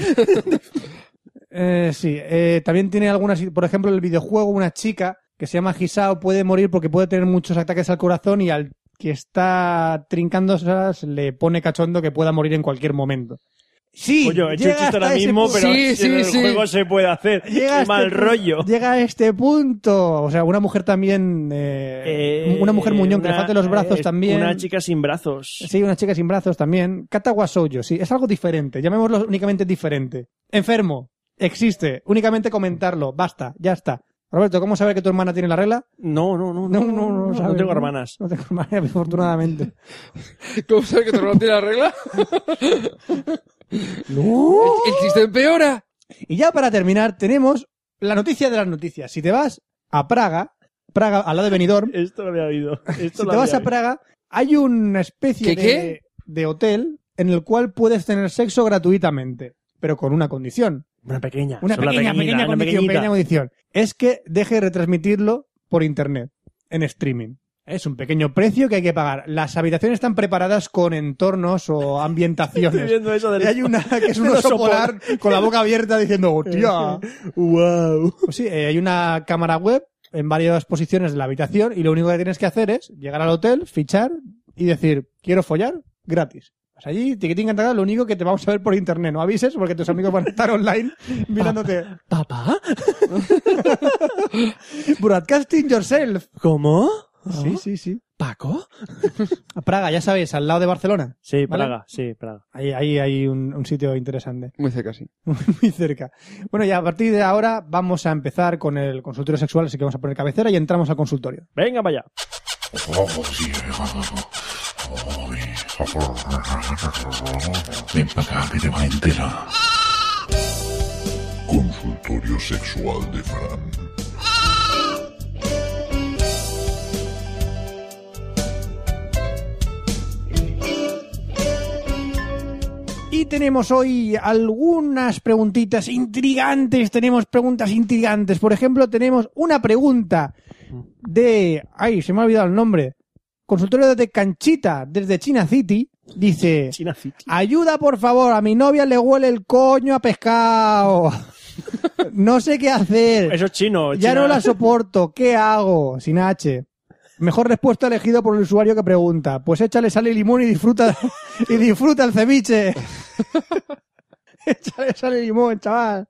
S2: Eh, sí, eh, también tiene algunas, por ejemplo, el videojuego, una chica que se llama Hisao puede morir porque puede tener muchos ataques al corazón y al que está trincando esas le pone cachondo que pueda morir en cualquier momento. Sí,
S8: Oye, he hecho un
S2: llega
S8: chiste
S2: hasta
S8: ahora
S2: ese
S8: mismo,
S2: punto.
S8: pero
S3: Sí,
S8: en
S3: sí,
S8: el
S3: sí.
S8: juego se puede hacer.
S2: Llega
S8: Qué
S2: este
S8: mal
S2: pu-
S8: rollo.
S2: Llega a este punto. O sea, una mujer también, eh,
S8: Eh,
S2: una mujer muñón que le
S8: una-
S2: falte los brazos
S8: eh,
S2: también.
S8: Una chica sin brazos.
S2: Sí, una chica sin brazos también. Katawa Soyo, sí, es algo diferente. Llamémoslo únicamente diferente. Enfermo, existe, únicamente comentarlo, basta, ya está. Roberto, ¿cómo saber que tu hermana tiene la regla?
S8: No, no, no.
S2: No, no, no,
S8: No,
S2: sabes,
S8: tengo hermanas.
S2: No tengo hermanas, *laughs* afortunadamente.
S3: ¿Cómo sabes que tu hermano tiene la regla?
S2: *laughs* ¡No!
S3: ¡El chiste empeora!
S2: Y ya para terminar, tenemos la noticia de las noticias. Si te vas a Praga, Praga, al lado de Benidorm, *laughs*
S8: Esto lo había oído. Esto
S2: si
S8: lo
S2: te
S8: había
S2: vas a
S8: oído.
S2: Praga, hay una especie
S3: ¿Qué, qué?
S2: de, de hotel en el cual puedes tener sexo gratuitamente, pero con una condición.
S8: Una pequeña.
S2: Una
S8: solo
S2: pequeña,
S8: pequeñita,
S2: pequeña
S8: una
S2: condición,
S8: pequeñita.
S2: pequeña condición. Es que deje de retransmitirlo por internet, en streaming. Es un pequeño precio que hay que pagar. Las habitaciones están preparadas con entornos o
S8: Estoy
S2: ambientaciones.
S8: viendo eso del...
S2: Y hay una que es *laughs* un
S8: del
S2: oso
S8: oso
S2: polar con la boca abierta diciendo, *laughs* ¡hostia!
S8: Wow.
S2: Pues sí, eh, hay una cámara web en varias posiciones de la habitación y lo único que tienes que hacer es llegar al hotel, fichar y decir, quiero follar gratis. Pues allí, tiquitín, cantarán, lo único que te vamos a ver por internet. No avises porque tus amigos van a estar *laughs* online mirándote.
S8: ¿Papá?
S2: *laughs* Broadcasting yourself.
S8: ¿Cómo?
S2: Sí, sí, sí.
S8: ¿Paco?
S2: *laughs* A Praga, ya sabéis, al lado de Barcelona.
S8: Sí,
S2: ¿Vale?
S8: Praga, sí, Praga.
S2: Ahí, ahí hay un, un sitio interesante,
S3: Muy cerca, sí.
S2: muy cerca. Bueno, ya a partir de ahora vamos a empezar con el consultorio sexual, así que vamos a poner cabecera y entramos al consultorio.
S8: Venga para allá.
S9: Ven para acá que te va a enterar. Consultorio sexual de Fran.
S2: Y tenemos hoy algunas preguntitas intrigantes, tenemos preguntas intrigantes. Por ejemplo, tenemos una pregunta de... ¡Ay, se me ha olvidado el nombre! Consultorio de Canchita, desde China City, dice...
S8: China City.
S2: Ayuda, por favor, a mi novia le huele el coño a pescado. *laughs* No sé qué hacer.
S8: Eso es chino.
S2: Ya
S8: China.
S2: no la soporto. ¿Qué hago? Sin H. Mejor respuesta elegida por el usuario que pregunta. Pues échale sal y limón y disfruta y disfruta el ceviche. *laughs* échale sal y limón, chaval.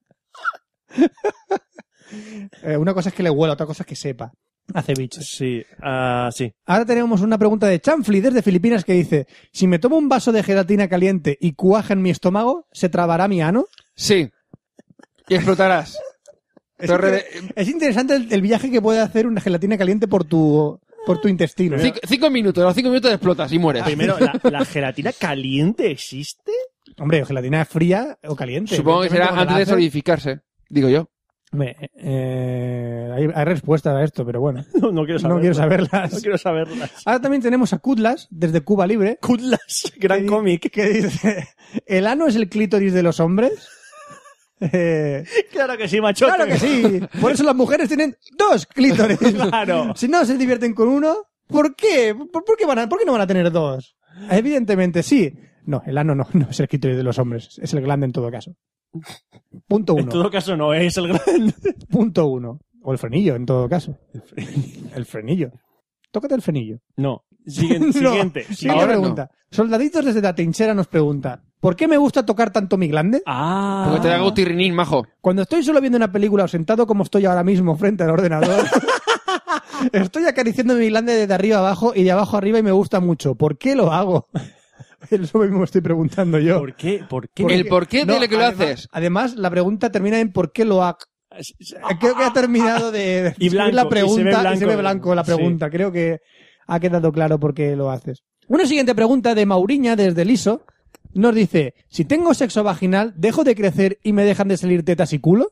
S2: Eh, una cosa es que le huela, otra cosa es que sepa. A ceviche.
S8: Sí, ah, sí.
S2: Ahora tenemos una pregunta de Chanfli desde Filipinas que dice, si me tomo un vaso de gelatina caliente y cuaja en mi estómago, ¿se trabará mi ano?
S3: Sí. Y explotarás.
S2: Es,
S3: Torre
S2: inter-
S3: de-
S2: es interesante el, el viaje que puede hacer una gelatina caliente por tu, por tu intestino.
S3: Cinco, cinco minutos, a los cinco minutos explotas y mueres.
S8: *laughs* Primero, ¿la, la gelatina caliente existe?
S2: Hombre, gelatina fría o caliente.
S3: Supongo que será
S2: Evidentemente,
S3: antes
S2: cuando
S3: de
S2: la haces-
S3: solidificarse, digo yo.
S2: Hombre, eh, hay, hay respuesta a esto, pero bueno,
S8: No, no *laughs* quiero saberla.
S2: no quiero
S8: No
S2: saberlas.
S8: quiero saberlas.
S2: Ahora también tenemos a Kutlas desde Cuba Libre
S8: Kudlas, *laughs* gran
S2: di-
S8: cómic.
S2: que dice, ¿el ano es el clítoris de los hombres? *laughs* Eh,
S8: *laughs* Claro que sí, macho.
S2: Claro que sí. Por eso las mujeres tienen dos clítoris.
S8: *laughs*
S2: *laughs*
S8: Claro.
S2: Si no se divierten con uno, ¿por qué? ¿Por, por qué, van a- por qué no van a tener dos? Evidentemente sí. No, el ano no, no es el clítoris de los hombres. Es el glande en todo caso. Punto
S8: En
S2: uno.
S8: todo caso, no es el gran.
S2: Punto uno. O el frenillo, en todo caso. El frenillo. Tócate el frenillo.
S8: No. Siguiente.
S2: *laughs* No.
S8: siguiente.
S2: Siguiente
S3: Ahora
S2: pregunta. Soldaditos desde la trinchera nos pregunta, ¿por qué me gusta tocar tanto mi glande?
S8: Ah.
S3: Porque te haga un tirrinín, majo.
S2: Cuando estoy solo viendo una película o sentado como estoy ahora mismo frente al ordenador, *laughs* estoy acariciando mi glande desde arriba abajo y de abajo arriba y me gusta mucho. ¿Por qué lo hago? *laughs* Eso mismo me estoy preguntando yo.
S8: ¿Por qué? ¿Por qué?
S2: Porque-
S3: El por qué,
S2: No,
S3: dile que lo
S2: además-
S3: haces.
S2: Además, la pregunta termina en por qué lo ha.
S8: Ah,
S2: Creo que ha terminado de de
S8: Y blanco,
S2: escribir la
S8: y
S2: pregunta
S8: se ve blanco.
S2: y se ve blanco la
S8: Sí.
S2: pregunta. Creo que ha quedado claro por qué lo haces. Una siguiente pregunta de Mauriña desde Liso nos dice: Si tengo sexo vaginal, ¿dejo de crecer y me dejan de salir tetas y culo?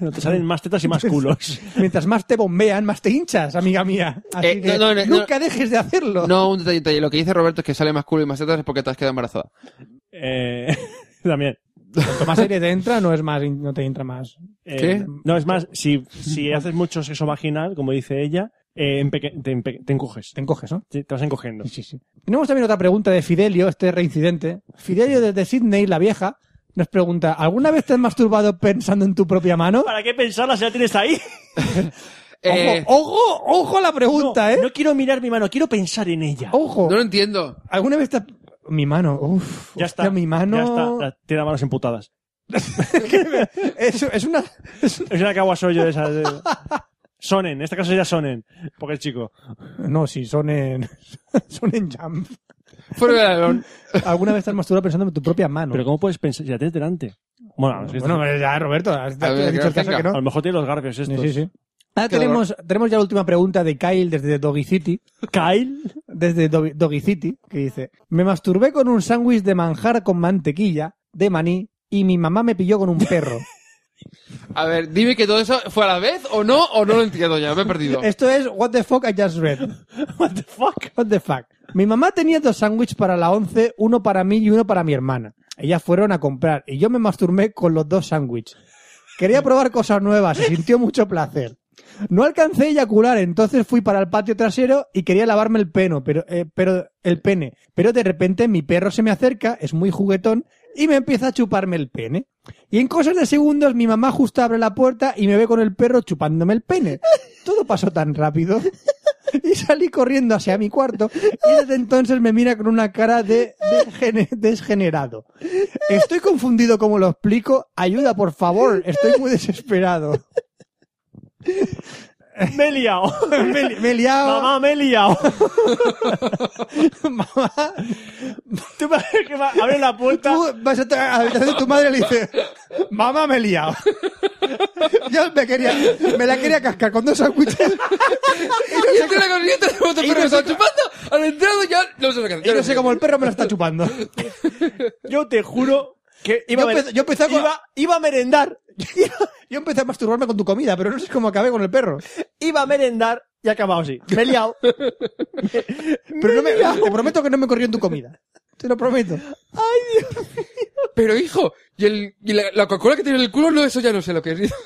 S8: No te salen más tetas
S2: *laughs*
S8: y más culos.
S2: Mientras más te bombean, más te hinchas, amiga mía. Así
S3: Eh,
S2: que
S3: no, no, no,
S2: nunca dejes de hacerlo.
S3: No, un detalle, detalle. Lo que dice Roberto es que sale más culo y más tetas es porque te has quedado embarazada.
S8: Eh, *laughs* también.
S2: Cuanto más aire te entra, no es más, no te entra más.
S8: Eh,
S3: ¿Qué?
S8: No, es más, si, si haces mucho sexo vaginal, como dice ella, eh, empeque- te, empe- te encoges.
S2: Te encoges, ¿no?
S8: Te, te vas encogiendo.
S2: Sí, sí. Tenemos también otra pregunta de Fidelio, este reincidente. Fidelio desde Sydney, la vieja, nos pregunta, ¿alguna vez te has masturbado pensando en tu propia mano?
S8: ¿Para qué pensarla si la tienes ahí?
S3: Eh,
S2: Ojo, ojo, ojo a la pregunta,
S8: no,
S2: ¿eh?
S8: no quiero mirar mi mano, quiero pensar en ella.
S2: Ojo.
S3: no lo entiendo.
S2: ¿Alguna vez te ha- Mi mano, uff.
S8: ya está.
S2: Mi mano...
S8: Ya está. La- Tiene las manos emputadas.
S2: Es, es una... es-
S8: Es una caguasoyo de esas. de-
S2: *laughs*
S8: Sonen, en este caso sería Sonen. Porque el chico.
S2: No, sí, son en... *laughs* son en jump.
S3: Fuera del balón.
S2: ¿Alguna vez te has masturbado pensando en tu propia mano?
S8: Pero ¿cómo puedes pensar si la tienes delante? Bueno, es que-
S2: bueno, ya, Roberto, has,
S3: A ver,
S2: has dicho el caso
S3: venga.
S2: que no.
S8: a lo mejor tiene los garfios estos.
S2: Sí, sí, sí. Ahora Ah, tenemos, tenemos ya la última pregunta de Kyle desde Doggy City.
S8: Kyle.
S2: desde Do- Doggy City, que dice, me masturbé con un sándwich de manjar con mantequilla, de maní, y mi mamá me pilló con un perro.
S3: A ver, dime que todo eso fue a la vez o no, o no lo entiendo ya, me he perdido.
S2: Esto es What the fuck I just read.
S8: *laughs* What the fuck?
S2: What the fuck. Mi mamá tenía dos sándwiches para la once, uno para mí y uno para mi hermana. Ellas fueron a comprar y yo me masturbé con los dos sándwiches. Quería probar cosas nuevas, se sintió mucho placer. No alcancé a eyacular, entonces fui para el patio trasero y quería lavarme el peno, pero, eh, pero el pene. Pero de repente mi perro se me acerca, es muy juguetón y me empieza a chuparme el pene. Y en cosas de segundos mi mamá justo abre la puerta y me ve con el perro chupándome el pene. Todo pasó tan rápido *laughs* y salí corriendo hacia mi cuarto y desde entonces me mira con una cara de desgene- desgenerado. Estoy confundido como lo explico. Ayuda, por favor. Estoy muy desesperado.
S8: *laughs* Me he liado.
S2: *laughs* Me, he li- me he liado.
S8: Mamá, me he liado.
S2: *laughs* Mamá,
S8: Tú me que me abre la puerta.
S2: tú vas a, tra- a la habitación de tu madre y le dices, mamá, me he liado. Yo me quería, me la quería cascar con dos sándwiches
S3: Y entra
S2: *laughs*
S3: la corriente, de otro perro me está chupando. Al entrado ya no sé lo que hacer.
S2: y no sé cómo el perro me la está chupando.
S8: Yo te juro que iba,
S2: Yo
S8: a, mer-
S2: empecé- yo empecé a-
S8: iba, iba
S2: *laughs*
S8: a merendar.
S2: Yo empecé a masturbarme con tu comida, pero no sé cómo acabé con el perro.
S8: Iba a merendar y ha acabado así. Me he liado.
S2: Pero no me, te prometo que no me corrió en tu comida. Te lo prometo.
S3: Pero hijo, y, el, y la, la Coca-Cola que tiene en el culo, no, eso ya no sé lo que es. *laughs*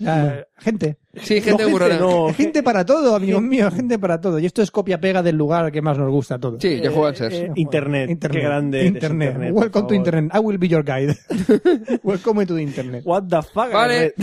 S2: Ya, gente.
S3: Sí, gente
S8: No,
S3: burrona.
S8: no.
S2: Gente para todo, amigos míos, gente para todo. Y esto es copia-pega del lugar que más nos gusta a todos.
S3: Sí, ya juegan ser.
S8: Eh, internet. Qué grande. eres,
S2: Internet.
S8: por
S2: Welcome to
S8: favor.
S2: Internet. I will be your
S8: *laughs*
S2: guide. Welcome to the Internet.
S8: What the fuck?
S3: Vale.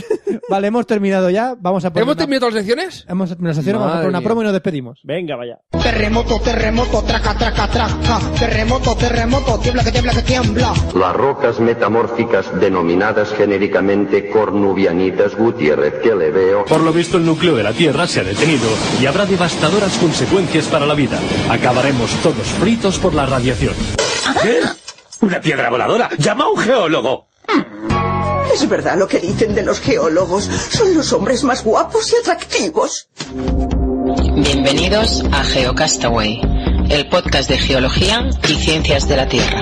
S2: Vale, hemos terminado ya. Vamos a poner
S3: ¿Hemos
S2: una-
S3: terminado todas las secciones?
S2: Hemos terminado la sección, vamos a
S3: Madre
S2: poner una
S3: mía.
S2: promo y nos despedimos.
S8: Venga, vaya.
S10: Terremoto, terremoto, traca, traca, traca. Terremoto, terremoto, tiembla que tiembla que tiembla.
S11: Las rocas metamórficas denominadas genéricamente cornubianitas Gutiérrez que le veo
S12: Por lo visto, el núcleo de la Tierra se ha detenido y habrá devastadoras consecuencias para la vida. Acabaremos todos fritos por la radiación. ¿Qué? ¿Una piedra voladora? ¡Llama a un geólogo!
S10: Es verdad lo que dicen de los geólogos. Son los hombres más guapos y atractivos.
S13: Bienvenidos a GeoCastaway, el podcast de geología y ciencias de la Tierra.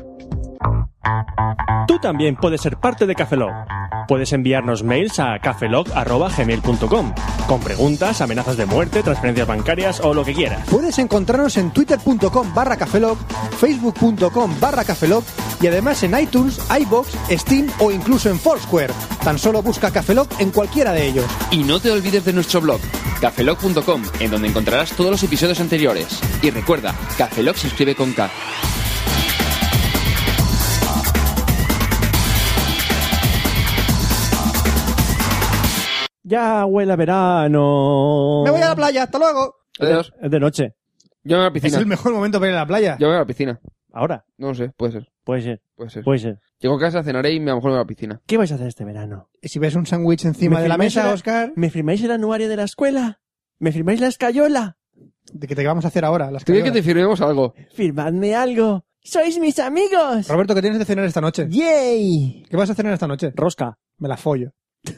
S8: Tú también puedes ser parte de Cafelog. Puedes enviarnos mails a cafelog.gmail.com con preguntas, amenazas de muerte, transferencias bancarias o lo que quieras.
S2: Puedes encontrarnos en twitter.com barra cafelog, facebook.com barra cafelog y además en iTunes, iBox, Steam o incluso en Foursquare. Tan solo busca cafelog en cualquiera de ellos.
S3: Y no te olvides de nuestro blog, cafelog.com, en donde encontrarás todos los episodios anteriores. Y recuerda, Cafelog se escribe con K.
S8: Ya huele a verano.
S2: Me voy a la playa, hasta luego.
S3: Adiós.
S8: Es de noche.
S3: Yo me voy a la piscina.
S2: Es el mejor momento para ir a la playa.
S3: Yo me voy a la piscina.
S8: Ahora.
S3: No lo sé, puede ser.
S8: Puede ser.
S3: Puede ser.
S8: Puede ser.
S3: Llego a casa, cenaré y a lo mejor me voy a la piscina.
S8: ¿Qué vais a hacer este verano?
S2: Y Si ves un sándwich encima
S8: ¿Me
S2: de la
S8: firmáis
S2: mesa,
S8: el-
S2: Oscar,
S8: ¿Me firmáis el anuario de la escuela? ¿Me firmáis la escayola?
S2: de que te vamos a hacer ahora. Las
S3: Te digo que
S2: cayolas.
S3: te firmemos algo.
S8: ¡Firmadme algo! ¡Sois mis amigos!
S2: Roberto, ¿qué tienes de cenar esta noche?
S8: ¡Yay!
S2: ¿Qué vas a cenar esta noche?
S8: Rosca.
S2: Me la follo.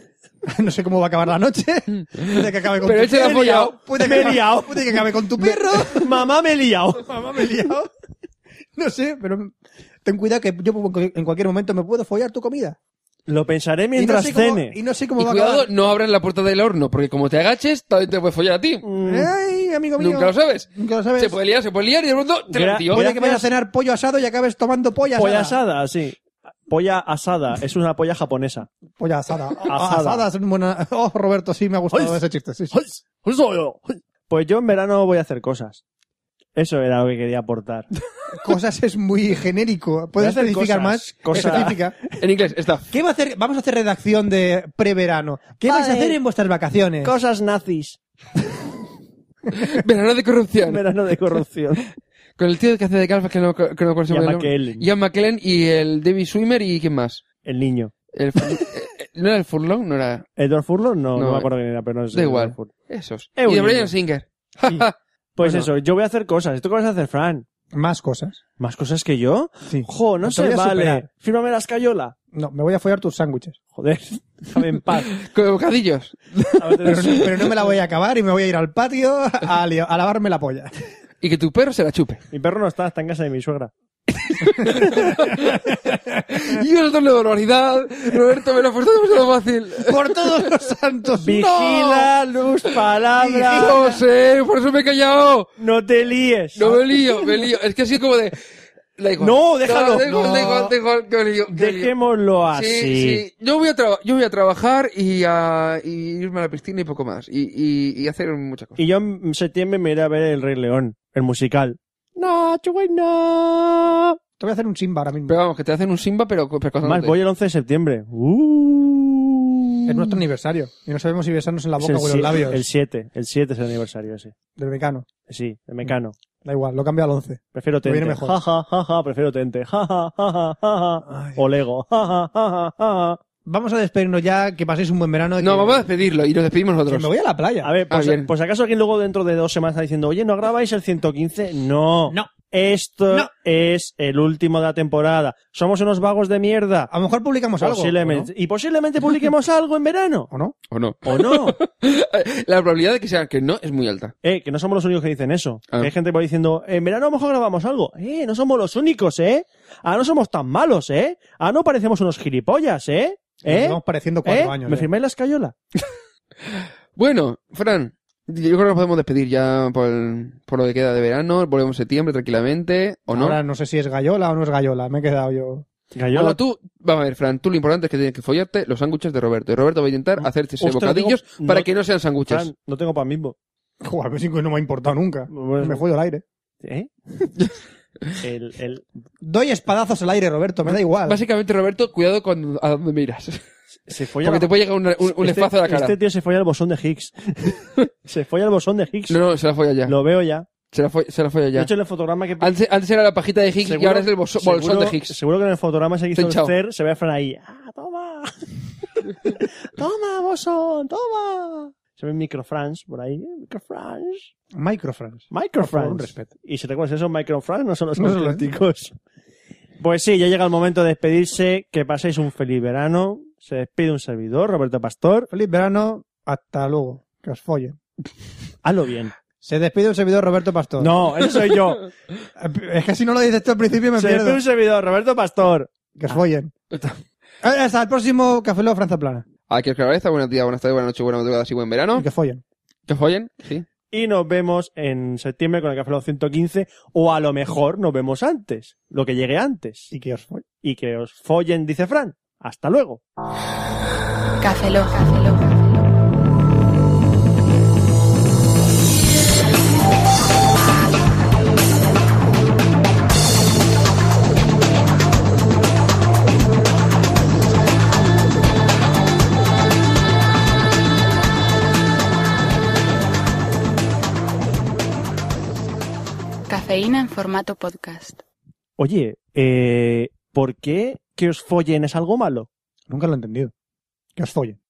S2: *laughs* no sé cómo va a acabar la noche. *laughs* Puede que acabe con
S3: Pero
S2: tu
S3: él se la ha
S2: perro.
S3: follado.
S2: Puede que,
S8: Me he liado. *laughs*
S2: puede que acabe con tu perro.
S8: ¡Mamá me he liado!
S2: Mamá, me he liado. *laughs* No sé, pero ten cuidado que yo en cualquier momento me puedo follar tu comida.
S8: Lo pensaré
S2: Y no
S8: mientras
S2: sé cómo-
S8: cene.
S2: y no sé cómo
S3: Y
S2: va a
S3: cuidado,
S2: acabar.
S3: no abras la puerta del horno, porque como te agaches, también te puede follar a ti.
S8: Mm,
S2: Ay, amigo mío.
S3: Nunca lo sabes.
S2: Nunca lo sabes.
S3: Se puede liar, se puede liar y de pronto te
S8: Gra-
S3: la metió.
S2: Puede
S8: Gracias.
S2: que vayas a cenar pollo asado y acabes tomando polla,
S8: Polla
S2: asada.
S8: asada, sí. Polla asada. Es una polla japonesa.
S2: Polla *laughs* asada. Oh, Asada.
S8: Asada.
S2: es un buena... Oh, Roberto, sí, me ha gustado
S8: Ay.
S2: ese chiste. Sí, sí.
S8: Pues yo en verano voy a hacer cosas. Eso era lo que
S2: *laughs*
S8: quería aportar.
S2: Cosas es muy genérico. ¿Puedes
S8: Voy a hacer
S2: especificar
S8: cosas,
S2: más?
S8: cosas.
S2: Especifica.
S3: En inglés, está.
S2: ¿Qué va a hacer? Vamos a hacer redacción de preverano. ¿Qué vais a
S8: Vale.
S2: hacer en vuestras vacaciones?
S8: Cosas nazis.
S3: Verano de corrupción.
S8: Verano de *laughs* corrupción.
S3: Con el tío que hace de Calva que no, que no consigo
S8: Ian
S3: el nombre.
S8: McKellen.
S3: Ian McKellen y el David Swimmer y ¿quién más?
S8: El niño.
S3: El Fur-
S8: *laughs*
S3: eh, eh, ¿No era el Furlong? No era...
S8: ¿Edward Furlong? No, no,
S3: No,
S8: me acuerdo quién era, pero no es
S3: da igual.
S8: Edward Furlong.
S3: Esos. y
S8: Eh,
S3: de
S8: un niño.
S3: Brian Singer.
S8: Pues
S3: Bueno.
S8: eso, yo voy a hacer cosas. ¿Tú qué vas a hacer, Fran?
S2: Más cosas.
S8: ¿Más cosas que yo?
S2: Sí.
S8: Jo, no
S2: Te voy
S8: sé,
S2: a
S8: vale.
S2: superar.
S8: Fírmame la escayola.
S2: No, me voy a follar tus sándwiches.
S8: Joder, *laughs* déjame en *laughs* paz.
S3: Con bocadillos.
S8: A ver,
S2: Pero, no- pero no me la voy
S8: *laughs*
S2: a acabar y me voy a ir al patio a, lio- a lavarme la polla. *laughs*
S3: Y que tu perro se la chupe.
S8: Mi perro no está, está en casa de mi suegra. Eh.
S3: y una doble barbaridad. Roberto me lo ha puesto demasiado fácil.
S8: *laughs*
S2: Por todos los santos.
S8: Vigila, luz,
S2: *laughs*
S8: palabra.
S3: No sé, por eso me he callado.
S8: No te líes.
S3: No me lío, me lío. Es que así como de... Da igual.
S8: No, déjalo.
S3: Da igual, da igual, da igual, que me lío, que me lío.
S8: Dejémoslo así.
S3: Sí, sí. Yo voy a, traba- yo voy a trabajar y a y irme a la piscina y poco más. Y, y, y hacer muchas cosas.
S8: Y yo en septiembre me iré a ver El Rey León, el musical. No, bueno.
S2: Te voy a hacer un simba ahora mismo.
S3: Pero vamos, que te hacen un Simba, pero, pero
S8: Más,
S3: cazándote.
S8: voy el 11 de septiembre. Uh.
S2: Es nuestro aniversario. Y no sabemos si besarnos en la
S8: Es
S2: boca
S8: el
S2: o en los
S8: sie-
S2: labios.
S8: El 7, el 7 es el aniversario ese.
S2: Del mecano.
S8: Sí, de Mecano.
S2: Da igual, lo cambio al 11.
S8: Prefiero
S2: Mm. Me viene
S8: Tente.
S2: mejor.
S8: Ja, ja, ja, ja, prefiero Tente. Ja, ja, ja, ja, ja, ja.
S2: Ay.
S8: O Lego. Ja, ja, ja, ja,
S2: Vamos a despedirnos ya, que paséis un buen verano.
S3: No,
S2: que-
S3: vamos a despedirlo y nos despedimos
S2: que
S3: nosotros.
S2: me voy a la playa.
S8: ja. A ver,
S3: Ah,
S8: pues,
S3: bien.
S8: pues acaso alguien luego dentro de dos semanas está diciendo, oye, ¿no grabáis el 115? No.
S2: No.
S8: Esto
S2: No.
S8: es el último de la temporada. Somos unos vagos de mierda.
S2: Ah, A lo mejor publicamos algo.
S8: Posiblemente. Y
S2: *laughs*
S8: posiblemente publiquemos algo en verano.
S2: ¿O no?
S3: ¿O no?
S2: *laughs*
S8: ¿O no?
S3: La probabilidad de que sea que no es muy alta.
S8: Eh, que no somos los únicos que dicen eso.
S3: Ah.
S8: Que hay gente que va diciendo, en verano a lo mejor grabamos algo. Eh, no somos los únicos, ¿eh? Ah, no somos tan malos, ¿eh? Ah, no parecemos unos gilipollas, ¿eh? ¿Eh?
S2: Estamos pareciendo cuatro
S8: ¿Eh?
S2: años.
S8: ¿Me
S2: eh.
S8: firmáis la escayola?
S3: Bueno, Fran, yo creo que nos podemos despedir ya por, el- por lo que queda de verano. Volvemos en septiembre tranquilamente, ¿o no?
S2: Ahora no sé si es gayola o no es gayola. Me he quedado yo.
S8: Gallola.
S3: Ahora tú, vamos a ver, Fran, tú lo importante es que tienes que follarte los sándwiches de Roberto. Y Roberto va a intentar hacerte
S8: Mm, Ostras,
S3: bocadillos
S8: digo,
S3: para
S8: no-
S3: que no sean sándwiches.
S8: Fran, no tengo pan mismo.
S2: Joder, pues sí que no me ha importado nunca.
S8: Bueno.
S2: Me follo al aire. *laughs*
S8: ¿Eh? el, el...
S2: Doy espadazos al aire, Roberto. Me da igual.
S3: Básicamente, Roberto, cuidado con a dónde miras.
S8: Se folla
S3: Porque te puede llegar una- un, un
S8: este,
S3: espacio a la cara.
S8: Este tío se folla el bosón de Higgs. *laughs* se folla el bosón de Higgs.
S3: No, no, se la folla ya.
S8: Lo veo ya.
S3: Se, la fo- se la folla
S8: De
S3: ya.
S8: hecho, en el fotograma que...
S3: Antes, antes era la pajita de Higgs y
S8: seguro-
S3: ahora es el bolso- bolsón
S8: seguro-
S3: de Higgs.
S8: Seguro que en el fotograma se hizo el
S3: Tenchao.
S8: CER, se ve a Fran ahí. ¡Ah,
S3: *laughs*
S8: toma! ¡Toma, bosón! ¡Toma! Se ve microfrans por ahí. Microfrans.
S2: Microfrance. Por favor, un
S8: Microfrans.
S2: respeto.
S8: Y si te acuerdas, esos microfrans no son los
S2: No son los-
S8: auténticos. Pues sí, ya llega el momento de despedirse. Que paséis un feliz verano. Se despide un servidor, Roberto Pastor.
S2: Feliz verano. Hasta luego. Que os follen.
S8: Hazlo bien.
S2: Se despide un servidor Roberto Pastor. Eh,
S8: No, eso soy yo.
S2: Es que si no lo dices tú al principio *laughs* me
S8: Se despide
S2: pierdo.
S8: un servidor, Roberto Pastor.
S2: Que os follen.
S8: Ah.
S2: Eh, Hasta el próximo Café Lock Franza Plana.
S3: Aquí os cabeza, buenos días, buenas tardes, buenas noches, buenas madrugadas y buen verano.
S2: Y que follen.
S3: ¿Que follen? Sí.
S8: Y nos vemos en septiembre con el Café Lock 115. O a lo mejor nos vemos antes. Lo que llegue antes.
S2: Y que os follen.
S8: Y que os follen, dice Fran. Hasta luego.
S5: Café Lock. Cafeína en formato podcast.
S1: Oye, eh, ¿por qué que os follen es algo malo?
S14: Nunca lo he entendido. Que os follen.